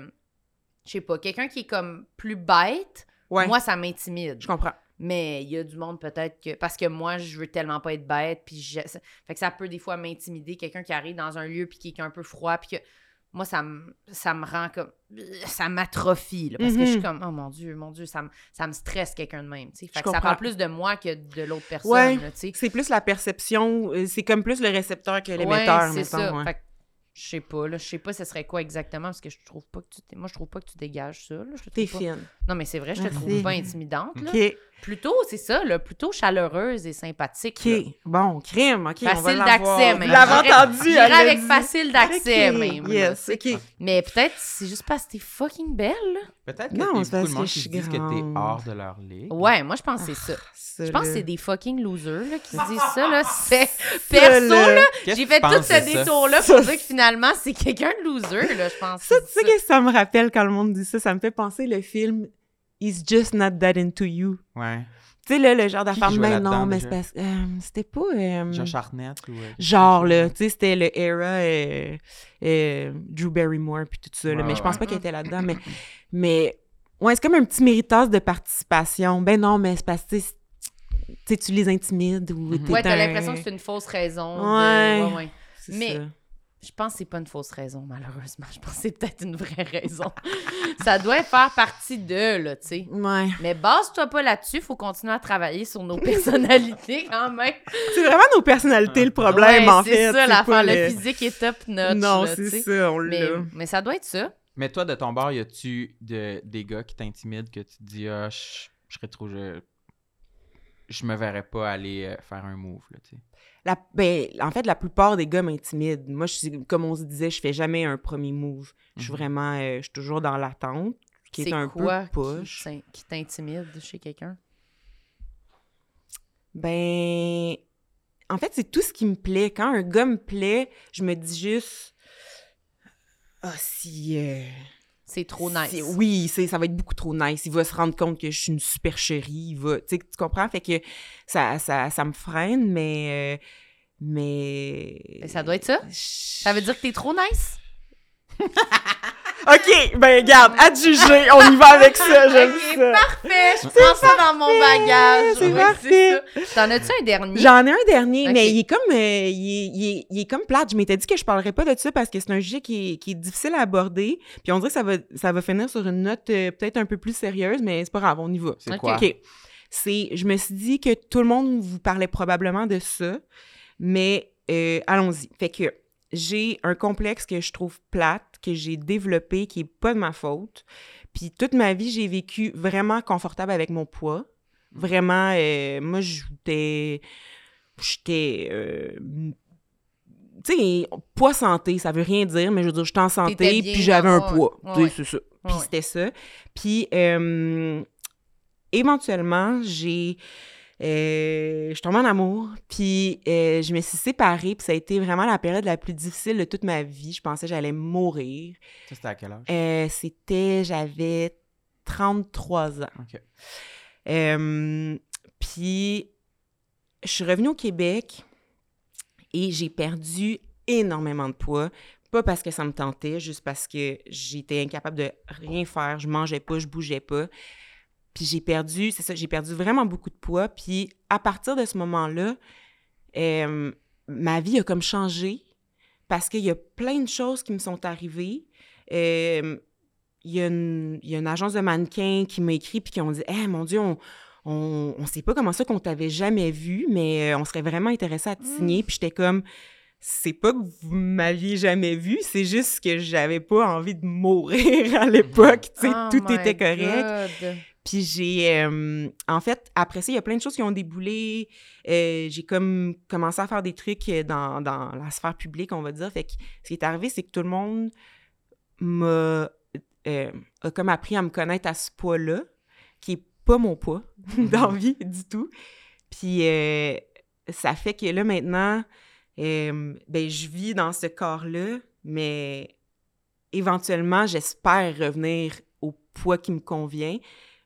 je sais pas, quelqu'un qui est comme plus bête,
Ouais,
moi, ça m'intimide.
je comprends.
Mais il y a du monde peut-être que. Parce que moi, je veux tellement pas être bête, puis je- ça- Fait que ça peut des fois m'intimider, quelqu'un qui arrive dans un lieu, puis qui est un peu froid, puis que. Moi, ça me, ça me rend comme. Ça m'atrophie, là, Parce que je suis
Mhm.
comme, oh mon Dieu, mon Dieu, ça me, ça me stresse quelqu'un de même, tu sais. Fait
Je
que ça
comprends.
parle plus de moi que de l'autre personne,
Ouais.
là, tu sais.
C'est plus la perception, euh, c'est comme plus le récepteur que
Ouais,
l'émetteur,
c'est
mettons.
ça.
ouais.
Fait que je sais pas, là. Je sais pas ce serait quoi exactement, parce que je trouve pas que tu... t'es- Moi, je trouve pas que tu dégages ça, là. Je te
T'es
trouve pas-
fine.
Non, mais c'est vrai, je te
Merci.
trouve pas intimidante, là.
OK.
Plutôt, c'est ça, là. Plutôt chaleureuse et sympathique,
OK.
là.
Bon, crime. OK. on va
Facile
l'avoir.
d'accès,
Vous
même.
l'avez
J'irais-
entendu.
J'irais
elle l'a
avec
dit.
facile d'accès,
OK,
même. là.
Yes, OK.
Mais peut-être, c'est juste parce que t'es fucking belle, là.
Peut-être que
Non,
non, beaucoup
c'est parce
de
que
monde
je
qui
suis
disent que t'es
grande.
hors de leur ligue.
Ouais, moi, je pense que c'est ça.
Ça,
Je pense
Ah, là.
que c'est des fucking losers, là, qui se disent ça, là. C'est perso,
Ça,
là.
Qu'est-ce
J'ai
que
fait
tu
tout
penses de
ce
ça?
détour-là pour
Ça,
dire que finalement, c'est quelqu'un de loser, là, je
Ah,
pense.
Ça,
que
tu
c'est
sais
ça.
que ça me rappelle quand le monde dit ça. Ça me fait penser le film He's Just Not That Into You.
Ouais.
Tu sais, là, le genre d'affaire,
jouait
mais
là-dedans,
non, mais
déjà?
c'est parce- euh, c'était pas. euh,
Josh Arnett ou... euh,
Genre, là, tu sais, c'était le era euh, euh, Drew Barrymore puis tout ça, là,
Ouais,
mais je pense
ouais.
pas qu'elle était là-dedans, mais, mais ouais, c'est comme un petit méritage de participation. Ben non, mais c'est parce que tu sais, tu sais, tu les intimides ou
Mhm.
t'es
Ouais, t'as
un-
l'impression que c'est une fausse raison. de-
Ouais.
ouais, ouais.
c'est
mais-
ça.
Je pense que c'est pas une fausse raison, malheureusement. Je pense que c'est peut-être une vraie raison. ça doit faire partie de, là, tu sais.
Ouais.
Mais base-toi pas là-dessus, faut continuer à travailler sur nos personnalités quand même.
C'est vraiment nos personnalités le problème,
Ouais,
en
C'est
fait.
ça,
la
l'affaire, le physique est top notch.
Non,
là, tu
c'est
sais.
ça, on
Mais,
l'a.
mais ça doit être ça.
Mais toi, de ton bord, y a-tu de- des gars qui t'intimident que tu te dis, ah, je je serais trop. Je, je me verrais pas aller euh, faire un move, là, tu sais.
La- ben, en fait, la plupart des gars m'intimident. Moi, je suis- comme on se disait, je fais jamais un premier move. Je suis
Mhm.
vraiment, euh, je suis toujours dans l'attente, qui est,
C'est
un
quoi
peu push.
qui t'in- qui t'intimide chez quelqu'un?
Ben, en fait, c'est tout ce qui me plaît. Quand un gars me plaît, je me dis juste, ah, si. euh,
C'est trop
si-
nice.
oui, c'est, ça va être beaucoup trop nice. Il va se rendre compte que je suis une supercherie. Il va, tu sais, tu comprends? Fait que ça, ça, ça me freine, mais. euh, mais.
Et ça doit être ça? Ça veut dire que t'es trop nice?
OK, ben, regarde, à te juger, on y va avec ça, j'aime
Ok,
ça.
Parfait, je prends ça dans mon bagage.
c'est
Ouais, c'est ça. T'en as-tu un dernier?
J'en ai un dernier,
Ok.
mais il est comme euh, il, est, il est- il est comme plate. Je m'étais dit que je parlerais pas de ça parce que c'est un sujet qui est, qui est difficile à aborder. Puis on dirait que ça va, ça va finir sur une note euh, peut-être un peu plus sérieuse, mais c'est pas grave, on y va.
C'est
Ok.
quoi?
OK. C'est, je me suis dit que tout le monde vous parlait probablement de ça, mais euh, allons-y. Fait que j'ai un complexe que je trouve plate, que j'ai développé, qui est pas de ma faute. Puis toute ma vie, j'ai vécu vraiment confortable avec mon poids. Vraiment, euh, moi, j'étais... J'étais... euh, tu sais, poids santé, ça veut rien dire, mais je veux dire, j'étais en
T'étais
santé,
bien,
puis j'avais un
ouais,
poids.
ouais, ouais.
Tu sais, c'est ça.
Ouais,
Puis
ouais.
c'était ça. Puis euh, éventuellement, j'ai euh, je tombe en amour, puis euh, je me suis séparée, puis ça a été vraiment la période la plus difficile de toute ma vie. Je pensais que j'allais mourir.
Ça, c'était à quel âge?
Euh, C'était, j'avais 33 ans.
OK.
Euh, puis, je suis revenue au Québec et j'ai perdu énormément de poids. Pas parce que ça me tentait, juste parce que j'étais incapable de rien faire. Je mangeais pas, je bougeais pas. Puis j'ai perdu, c'est ça, j'ai perdu vraiment beaucoup de poids. Puis à partir de ce moment-là, euh, ma vie a comme changé parce qu'il y a plein de choses qui me sont arrivées. Euh, il y, a une, il y a une agence de mannequins qui m'a écrit puis qui ont dit Eh mon Dieu, on, on, on sait pas comment ça qu'on t'avait jamais vu, mais euh, on serait vraiment intéressé à te
Mm.
signer. Puis j'étais comme C'est pas que vous m'aviez jamais vu, c'est juste que j'avais pas envie de mourir à l'époque. Tu sais,
Oh
tout
my
était correct.
God.
Puis j'ai, euh, en fait, après ça, il y a plein de choses qui ont déboulé. Euh, j'ai comme commencé à faire des trucs euh, dans, dans la sphère publique, on va dire. Fait que ce qui est arrivé, c'est que tout le monde m'a euh, a comme appris à me connaître à ce poids-là, qui est pas mon poids
Mhm.
d'envie du tout. Puis euh, ça fait que là, maintenant, euh, ben, je vis dans ce corps-là, mais éventuellement, j'espère revenir au poids qui me convient.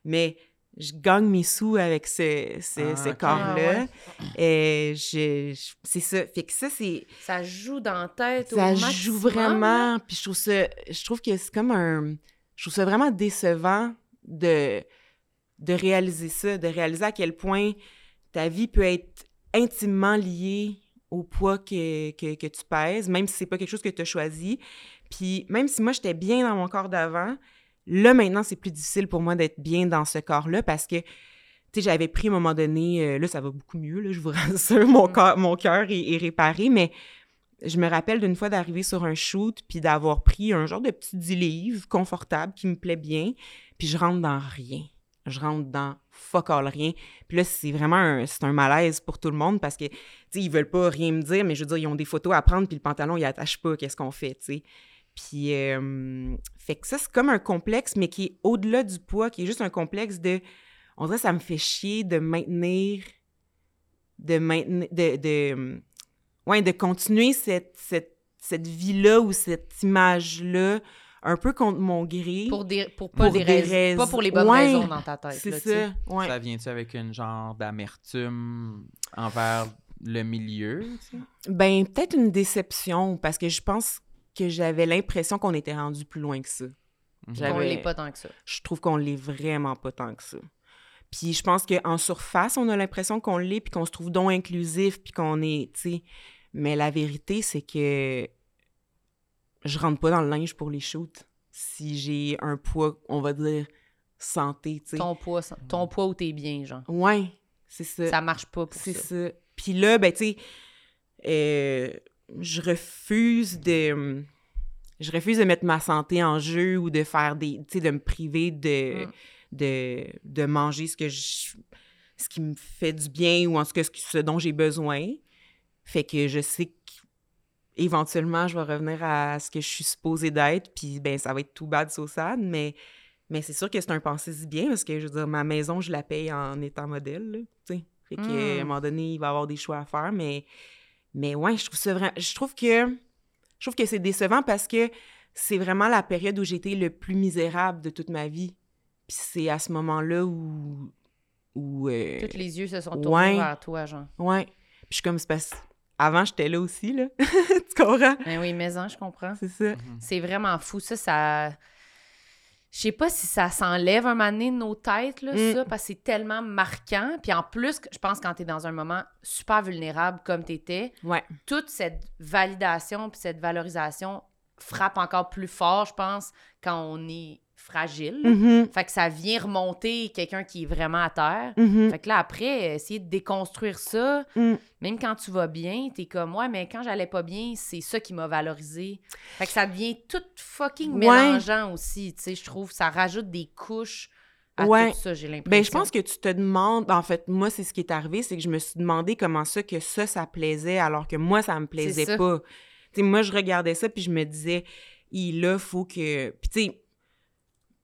Mais je gagne mes sous avec ce, ce,
Ah,
ce
ok.
corps-là. Et je, je- c'est ça. Fait que ça, c'est
Ça joue dans la tête au
ça
maximum.
joue vraiment puis je trouve ça je trouve que c'est comme un je trouve ça vraiment décevant de de réaliser ça de réaliser à quel point ta vie peut être intimement liée au poids que, que, que tu pèses même si c'est pas quelque chose que tu as choisi puis même si moi j'étais bien dans mon corps d'avant là maintenant c'est plus difficile pour moi d'être bien dans ce corps là parce que tu sais, j'avais pris à un moment donné, euh, là, ça va beaucoup mieux, là, je vous rassure, mon,
Mm.
corps, mon cœur est, est réparé, mais je me rappelle d'une fois d'arriver sur un shoot puis d'avoir pris un genre de petit 10 livres confortable qui me plaît bien, puis je rentre dans rien. Je rentre dans fuck all rien. Puis là, c'est vraiment un, c'est un malaise pour tout le monde parce que, tu sais, ils veulent pas rien me dire, mais je veux dire, ils ont des photos à prendre, puis le pantalon, il attache pas, qu'est-ce qu'on fait, tu sais. Puis, euh, fait que ça, c'est comme un complexe, mais qui est au-delà du poids, qui est juste un complexe de, on dirait, que ça me fait chier de maintenir, de maintenir, de, de, ouais, de continuer cette, cette, cette vie-là ou cette image-là, un peu contre mon gré.
Pour, des, pour pas
Pour
des
des
raisons.
raisons.
Pas pour les bonnes
Ouais,
raisons dans ta tête.
c'est
là, tu
ça,
sais.
ouais.
Ça vient-tu avec une genre d'amertume envers le milieu? tu sais?
Ben, peut-être une déception, parce que je pense que j'avais l'impression qu'on était rendu plus loin que ça.
Mhm.
J'avais-
On l'est pas tant que ça.
Je trouve qu'on l'est vraiment pas tant que ça. Puis je pense qu'en surface, on a l'impression qu'on l'est, puis qu'on se trouve donc inclusif, puis qu'on est, tu sais. Mais la vérité, c'est que je rentre pas dans le linge pour les shoots. Si j'ai un poids, on va dire, santé, tu sais.
Ton poids, ça- ton poids où t'es bien, genre.
Ouais, c'est ça.
Ça marche pas pour ça.
C'est ça. Puis là, ben, tu sais, euh, je refuse de. Je refuse de mettre ma santé en jeu ou de faire des. Tu sais, de me priver de,
Mm.
de, de manger ce que je. ce qui me fait du bien ou en tout cas ce, que- ce dont j'ai besoin. Fait que je sais qu'éventuellement, je vais revenir à ce que je suis supposée d'être, puis ben ça va être tout bad so sad, mais, mais c'est sûr que c'est un pensée si bien, parce que je veux dire, ma maison, je la paye en étant modèle, là, tu sais. Fait qu'à
Mm.
un moment donné, il va y avoir des choix à faire, mais, mais ouais, je trouve ça vraiment... Je trouve que... Je trouve que c'est décevant parce que c'est vraiment la période où j'étais le plus misérable de toute ma vie. Puis c'est à ce moment-là où... où euh,
Tous les yeux se sont tournés
Ouais.
vers toi, genre.
Ouais. Puis je suis comme, c'est parce avant j'étais là aussi, là. tu comprends?
Ben oui, mais hein, je comprends.
C'est ça.
Mhm.
C'est vraiment fou, ça, ça... Je sais pas si ça s'enlève un moment donné de nos têtes, là,
Mm.
ça, parce que c'est tellement marquant. Puis en plus, je pense quand t'es dans un moment super vulnérable comme t'étais,
Ouais.
toute cette validation puis cette valorisation frappe encore plus fort, je pense, quand on est fragile.
Mhm,
Fait que ça vient remonter quelqu'un qui est vraiment à terre.
mhm,
Fait que là, après, essayer de déconstruire ça,
mm.
même quand tu vas bien, t'es comme, ouais, mais quand j'allais pas bien, c'est ça qui m'a valorisé. Fait que ça devient tout fucking
Ouais.
mélangeant aussi, tu sais, je trouve. Ça rajoute des couches à
Ouais.
tout ça, j'ai l'impression.
Ben, je pense que tu te demandes, en fait, moi, c'est ce qui est arrivé, c'est que je me suis demandé comment ça, que ça, ça plaisait, alors que moi, ça me
ça.
plaisait pas. Tu sais, moi, je regardais ça, puis je me disais, il là, faut que. Puis, tu sais,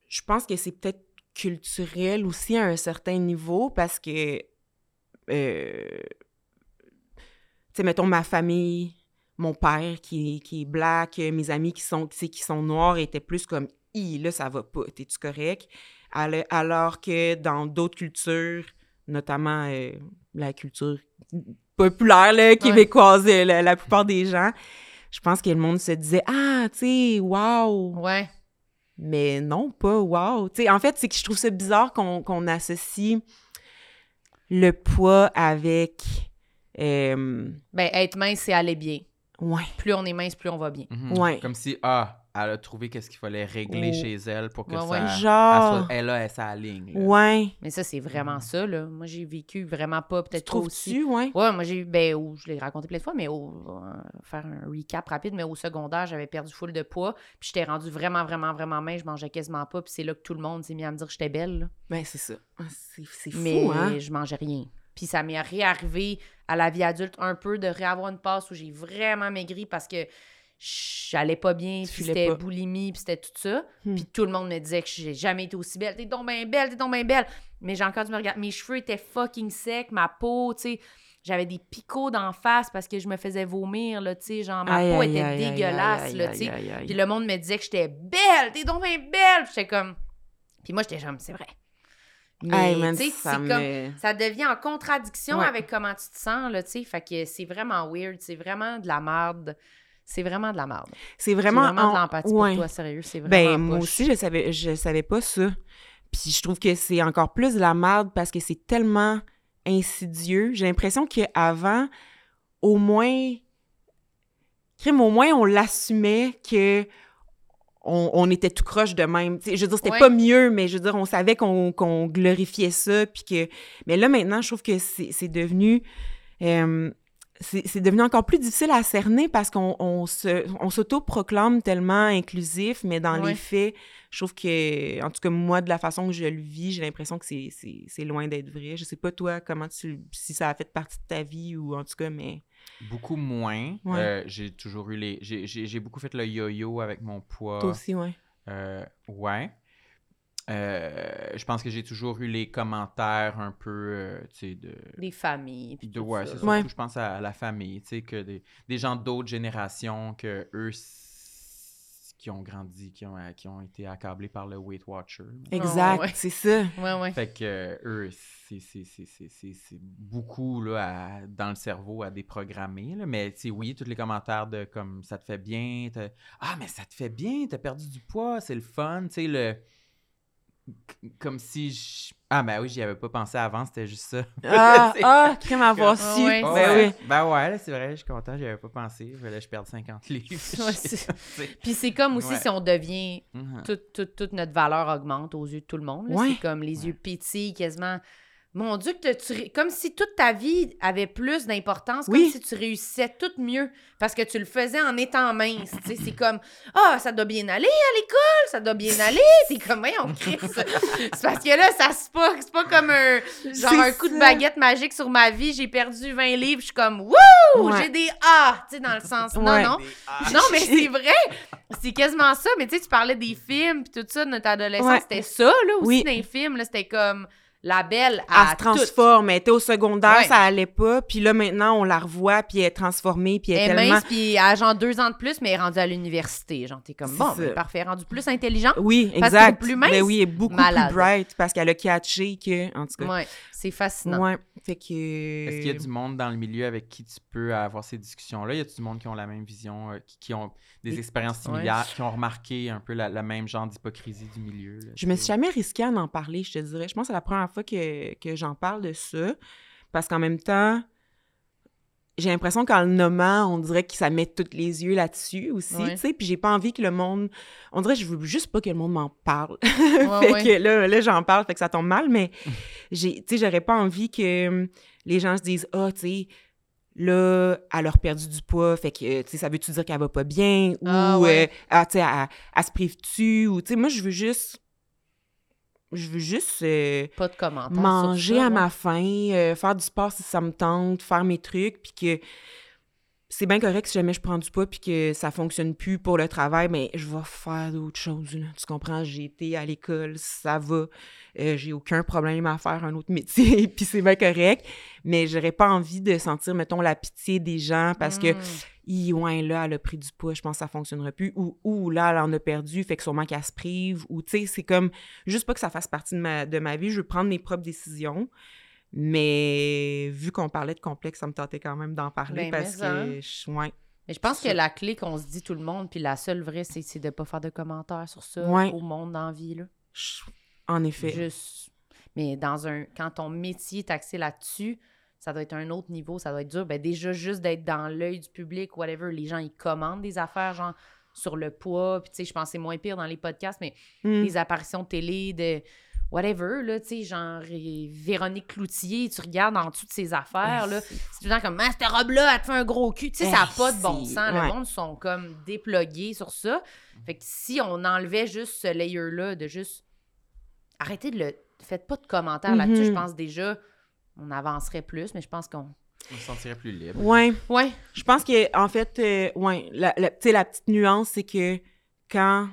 je pense que c'est peut-être culturel aussi à un certain niveau, parce que. euh, sais, mettons ma famille, mon père qui est, qui est black, euh, mes amis qui sont, tu sais, qui sont noirs étaient plus comme Hi, là, ça va pas, t'es-tu correct? Al- Alors que dans d'autres cultures, notamment euh, la culture populaire là, québécoise, euh, la, la plupart des gens, je pense que le monde se disait Ah, tu sais, waouh!
Ouais.
Mais non, pas wow. Tu sais, en fait, c'est que je trouve ça bizarre qu'on qu'on associe le poids avec. euh,
Ben, être mince, c'est aller bien.
ouais.
Plus on est mince, plus on va bien.
Mhm.
Ouais.
Comme si, ah, elle a trouvé qu'est-ce qu'il fallait régler
Ou-
chez elle pour que
Ouais, ouais.
ça... elle
Genre.
soit- Elle a sa ligne. là.
Ouais.
Mais ça, c'est vraiment ça, là. Moi, j'ai vécu vraiment pas,
Mm. Tu
peut-être trop aussi.
trouves-tu, ouais?
Ouais, moi, j'ai eu, ben, au- je l'ai raconté plein de fois, mais au, euh, faire un recap rapide, mais au secondaire, j'avais perdu full de poids, puis j'étais rendue vraiment, vraiment, vraiment mince, je mangeais quasiment pas, puis c'est là que tout le monde s'est mis à me dire que j'étais belle, là.
Ben, c'est ça. Ah, C'est c'est fou,
mais
hein?
je mangeais rien. Puis ça m'est réarrivé à la vie adulte un peu de réavoir une passe où j'ai vraiment maigri parce que j'allais pas bien,
Tu
puis
filais
c'était
pas.
boulimie, puis c'était tout ça.
Hmm.
Puis tout le monde me disait que j'ai jamais été aussi belle. T'es donc bien belle, t'es donc bien belle. Mais j'ai encore du me regarder. Mes cheveux étaient fucking secs, ma peau, tu sais. J'avais des picots d'en face parce que je me faisais vomir, là, tu sais. Genre, ma
Aïe,
peau
aïe,
était
aïe, aïe,
dégueulasse,
aïe,
là,
aïe,
tu sais.
aïe, aïe.
Puis le monde me disait que j'étais belle, t'es donc bien belle. Puis j'étais comme. Puis moi, j'étais genre, c'est vrai.
Hey,
Mais,
man,
tu sais, c'est
ça
comme.
me-
Ça devient en contradiction
Ouais.
avec comment tu te sens, là, tu sais. Fait que c'est vraiment weird, c'est vraiment de la merde. C'est vraiment de la merde.
C'est
J'ai
vraiment...
vraiment de
en-
l'empathie
ouais.
pour toi, sérieux. C'est vraiment.
Ben, moi
poche.
aussi, je savais, je savais pas ça. Puis je trouve que c'est encore plus de la merde parce que c'est tellement insidieux. J'ai l'impression qu'avant, au moins... Crime, au moins, on l'assumait que... On, on était tout croche de même. Tu sais, je veux dire, c'était
Ouais.
pas mieux, mais je veux dire, on savait qu'on qu'on glorifiait ça. Puis que... Mais là, maintenant, je trouve que c'est c'est devenu... euh, c'est c'est devenu encore plus difficile à cerner parce qu'on on se- on s'auto-proclame tellement inclusif, mais dans
Ouais.
les faits, je trouve que, en tout cas, moi, de la façon que je le vis, j'ai l'impression que c'est- c'est c'est loin d'être vrai. Je sais pas, toi, comment tu. si ça a fait partie de ta vie ou en tout cas, mais.
Beaucoup moins.
Ouais.
Euh, j'ai toujours eu les... J'ai, j'ai- j'ai beaucoup fait le yo-yo avec mon poids.
Toi aussi, ouais.
Euh, ouais. Euh, je pense que j'ai toujours eu les commentaires un peu, euh, tu sais, de...
Des familles. puis
de
tout
ouais,
ça.
c'est
Ouais.
surtout, je pense à, à la famille, tu sais, que des, des gens d'autres générations que eux s- qui ont grandi, qui ont, euh, qui ont été accablés par le Weight Watcher.
Exact,
Ah, ouais.
c'est ça.
Ouais, ouais.
Fait que euh, eux, c'est- c'est c'est- c'est- c'est- c'est beaucoup là, à- dans le cerveau à déprogrammer. là. Mais tu sais, oui, tous les commentaires de comme ça te fait bien, t'as- ah, mais ça te fait bien, t'as perdu du poids, c'est le fun, tu sais, le. c- Comme si je- Ah, ben oui, j'y avais pas pensé avant, c'était juste ça.
Ah,
C'est-
ah, crème à avoir
Ah
su.
ouais,
Ah
Ben
ouais.
oui.
Ben ouais, là, c'est vrai, je suis content, j'y avais pas pensé. Je voulais je perds 50 livres.
Ouais, c'est-
Tu sais.
Puis c'est comme aussi
Ouais.
si on devient.
Mhm.
Toute, toute, toute notre valeur augmente aux yeux de tout le monde. là.
Ouais.
C'est comme les yeux pétillent quasiment. Mon Dieu, que tu ré- comme si toute ta vie avait plus d'importance, comme
Oui.
si tu réussissais tout mieux parce que tu le faisais en étant mince. tu sais, c'est comme Ah, ça doit bien aller à l'école, ça doit bien aller. C'est comme Voyons, Chris. c'est parce que là, ça se passe. C'est pas comme un, genre
C'est
un coup de
ça.
baguette magique sur ma vie. J'ai perdu 20 livres, je suis comme Wouh,
Ouais.
j'ai des A. Tu sais, dans le sens. Non,
Ouais.
non.
Ah,
Non, mais c'est vrai. C'est quasiment ça. Mais tu sais, tu parlais des films puis tout ça de notre adolescence.
Ouais.
C'était ça, là, aussi,
Oui.
dans les films. là, C'était comme la belle
Elle
à
se transforme. Elle était au secondaire,
Ouais.
ça allait pas. Puis là, maintenant, on la revoit, puis elle est transformée, puis
Elle
elle est
est
tellement.
mince, puis à genre deux ans de plus, mais elle est rendue à l'université. Genre, t'es comme,
C'est
bon,
ça.
ben, parfait, rendue plus intelligente.
Oui,
Parce qu'elle est
exact.
plus mince,
Ben oui, elle est beaucoup
malade.
plus bright parce qu'elle a catché que, en tout cas.
Ouais, c'est fascinant.
Ouais, fait que.
Est-ce qu'il y a du monde dans le milieu avec qui tu peux avoir ces discussions-là? Y a-t-il du monde qui ont la même vision, euh, qui, qui ont des
Des-
expériences similaires, qui ont remarqué un peu la, la même genre d'hypocrisie du milieu? là,
Je me
tu
suis
sais?
jamais risquée à en parler, je te dirais. Je pense que c'est la première fois que, que j'en parle de ça. Parce qu'en même temps, j'ai l'impression qu'en le nommant, on dirait que ça met tous les yeux là-dessus aussi,
Ouais.
tu sais. Puis j'ai pas envie que le monde... On dirait que je veux juste pas que le monde m'en parle.
Ouais,
fait
ouais.
que là, là j'en parle, fait que ça tombe mal, mais j'ai, tu sais, j'aurais pas envie que hum, les gens se disent ah, tu sais, là, elle a perdu du poids, fait que, euh, tu sais, ça veut-tu dire qu'elle va pas bien ou
Ah, ouais.
euh, ah, tu sais, elle, elle se prive-tu ou tu sais, moi je veux juste, je veux juste euh,
Pas de commentaires.
manger
sur ça,
à
là.
ma faim, euh, faire du sport si ça me tente, faire mes trucs, puis que c'est bien correct si jamais je prends du poids puis que ça fonctionne plus pour le travail, mais je vais faire d'autres choses. là. Tu comprends? J'ai été à l'école, ça va. Euh, j'ai aucun problème à faire un autre métier, puis c'est bien correct. Mais j'aurais pas envie de sentir, mettons, la pitié des gens parce que
Mm.
Hi, ouais, là, elle a pris du poids, je pense que ça fonctionnera plus. Ou, ou là, elle en a perdu, fait que sûrement qu'elle se prive. Ou, tu sais, c'est comme, juste pas que ça fasse partie de ma, de ma vie. Je veux prendre mes propres décisions. Mais vu qu'on parlait de complexe, ça me tentait quand même d'en
Ben,
parler parce
mais ça.
que, je- ouais.
Mais je pense que
C'est-
la clé qu'on se dit tout le monde, puis la seule vraie, c'est c'est de pas faire de commentaires sur ça
Ouais.
au monde en vie. Là.
je- en effet.
Juste. Mais dans un. Quand ton métier est axé là-dessus, ça doit être un autre niveau, ça doit être dur. Ben déjà, juste d'être dans l'œil du public, whatever, les gens, ils commandent des affaires, genre sur le poids. Puis, tu sais, je pense que c'est moins pire dans les podcasts, mais
Hmm.
des apparitions de télé, de whatever, là, tu sais, genre et Véronique Cloutier, tu regardes en dessous de ses affaires, là, c'est tout le temps comme, ah, cette robe-là, elle te fait un gros cul, tu sais, ça n'a
Eh,
pas de bon
si,
sens, le
ouais.
monde sont comme déplogués sur ça. Fait que si on enlevait juste ce layer-là, de juste arrêtez de le, faites pas de commentaires là-dessus,
Mhm.
je pense déjà, on avancerait plus, mais je pense qu'on.
On se sentirait plus libre.
Ouais.
Ouais,
Je pense que, en fait, euh, ouais, la, la- tu sais, la petite nuance, c'est que quand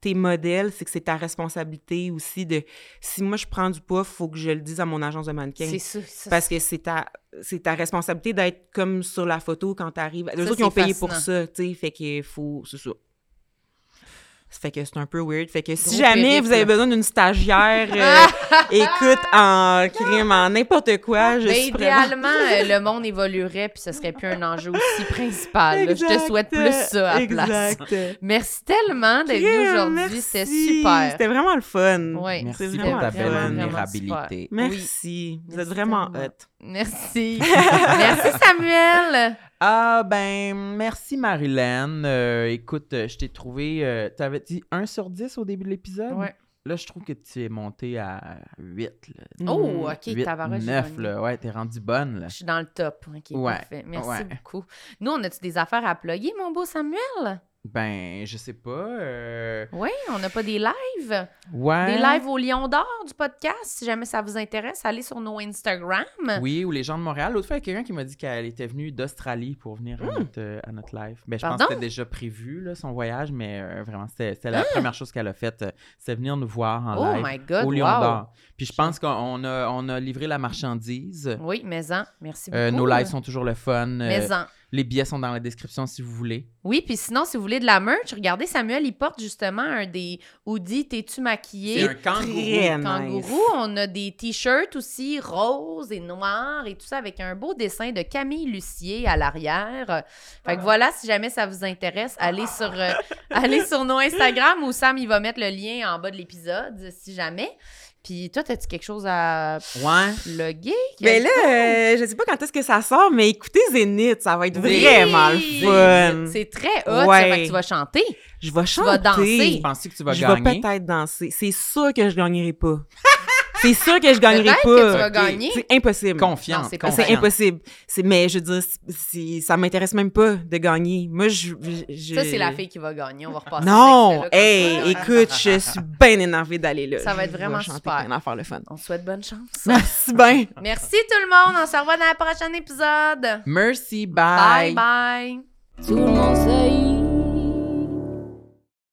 t'es modèle, c'est que c'est ta responsabilité aussi de. Si moi je prends du poids, faut que je le dise à mon agence de mannequin.
c'est ça. ça,
Parce que c'est ta, c'est ta responsabilité d'être comme sur la photo quand t'arrives. Les
Ça,
autres, ils ont
c'est
payé pour
fascinant.
ça, tu sais. Fait que faut. C'est ça. Ça Fait que c'est un peu weird. Fait que si
Gros
jamais
périple.
vous avez besoin d'une stagiaire,
Ah!
euh, écoute, en crime, en n'importe quoi, je
Ben,
suis vraiment-
idéalement, euh, le monde évoluerait puis ce serait plus un enjeu aussi principal. là. Je te
Exact,
souhaite plus ça à la place.
exact.
Merci tellement d'être venu
Crime,
aujourd'hui. C'était
merci.
super.
C'était vraiment le fun.
Ouais,
Merci
C'est
pour
vraiment
ta belle
vraiment, vraiment
vulnérabilité.
Merci. Vous êtes
Merci
vraiment
tellement.
hot.
Merci. merci Samuel.
Ah ben merci Marilyn. Euh, écoute, euh, je t'ai trouvé euh, t'avais dit 1 sur 10 au début de l'épisode.
Ouais.
Là, je trouve que tu es montée à 8 là.
Mm,
Oh, ok,
8,
Tavares. j'ai
9
gagné.
là, ouais, t'es rendue bonne là.
Je suis dans le top. Ok,
Ouais,
parfait. Merci
ouais.
beaucoup. Nous, on a-tu des affaires à plugger, mon beau Samuel?
Ben, je sais pas. euh,
Oui, on n'a pas des lives.
Ouais.
Des lives au Lion d'Or du podcast. Si jamais ça vous intéresse, allez sur nos Instagram.
Oui, ou les gens de Montréal. L'autre fois, il y a quelqu'un qui m'a dit qu'elle était venue d'Australie pour venir à, notre, euh, à notre live. Ben, je pense
Hmm. Pardon?
que c'était déjà prévu, là, son voyage, mais euh, vraiment, c'était c'était la première chose qu'elle a faite. euh, C'est venir nous voir en
Hmm. Oh
live
my God.
au Lion
wow.
d'Or. Puis je pense qu'on on a, on a livré la marchandise.
Oui, Maison, merci beaucoup.
Euh, nos lives sont toujours le fun. Euh,
Maison.
les billets sont dans la description si vous voulez.
Oui, puis sinon, si vous voulez de la merch, regardez, Samuel, il porte justement un des hoodies T'es-tu maquillé?
kangourou. un
Kangourou,
nice.
on a des t-shirts aussi roses et noirs et tout ça avec un beau dessin de Camille Lucier à l'arrière. Fait
Ah.
que voilà, si jamais ça vous intéresse, allez sur, euh, allez sur nos Instagram où Sam il va mettre le lien en bas de l'épisode si jamais. Puis toi, as-tu quelque chose à
Ouais.
plugger?
Ben là, euh, je sais pas quand est-ce que ça sort, mais écoutez Zénith, ça va être
Oui.
vraiment le
Oui!
fun.
C'est très hot, ça,
Ouais.
fait que tu vas chanter.
Je vais chanter.
vas danser.
Je pensais que tu vas
je vais
gagner.
peut-être danser. C'est sûr que je gagnerai pas. c'est sûr que je gagnerai
Peut-être que
pas.
tu vas gagner.
C'est impossible.
Confiante.
Non, c'est pas-
confiante.
C'est impossible. C'est- mais je veux dire, c'est- c'est- ça m'intéresse même pas de gagner. Moi, je. je-
Ça, c'est la fille qui va gagner. On va repasser.
Non!
cet extrait-là quand
Hey,
tu vas gagner.
écoute, je suis bien énervée d'aller là.
Ça va être
Je vais
vraiment
chanter
super.
plein d'affaires le fun.
On te souhaite bonne chance.
Merci bien.
Merci tout le monde. On se revoit dans le prochain épisode.
Merci,
Bye bye.
Tout le monde sait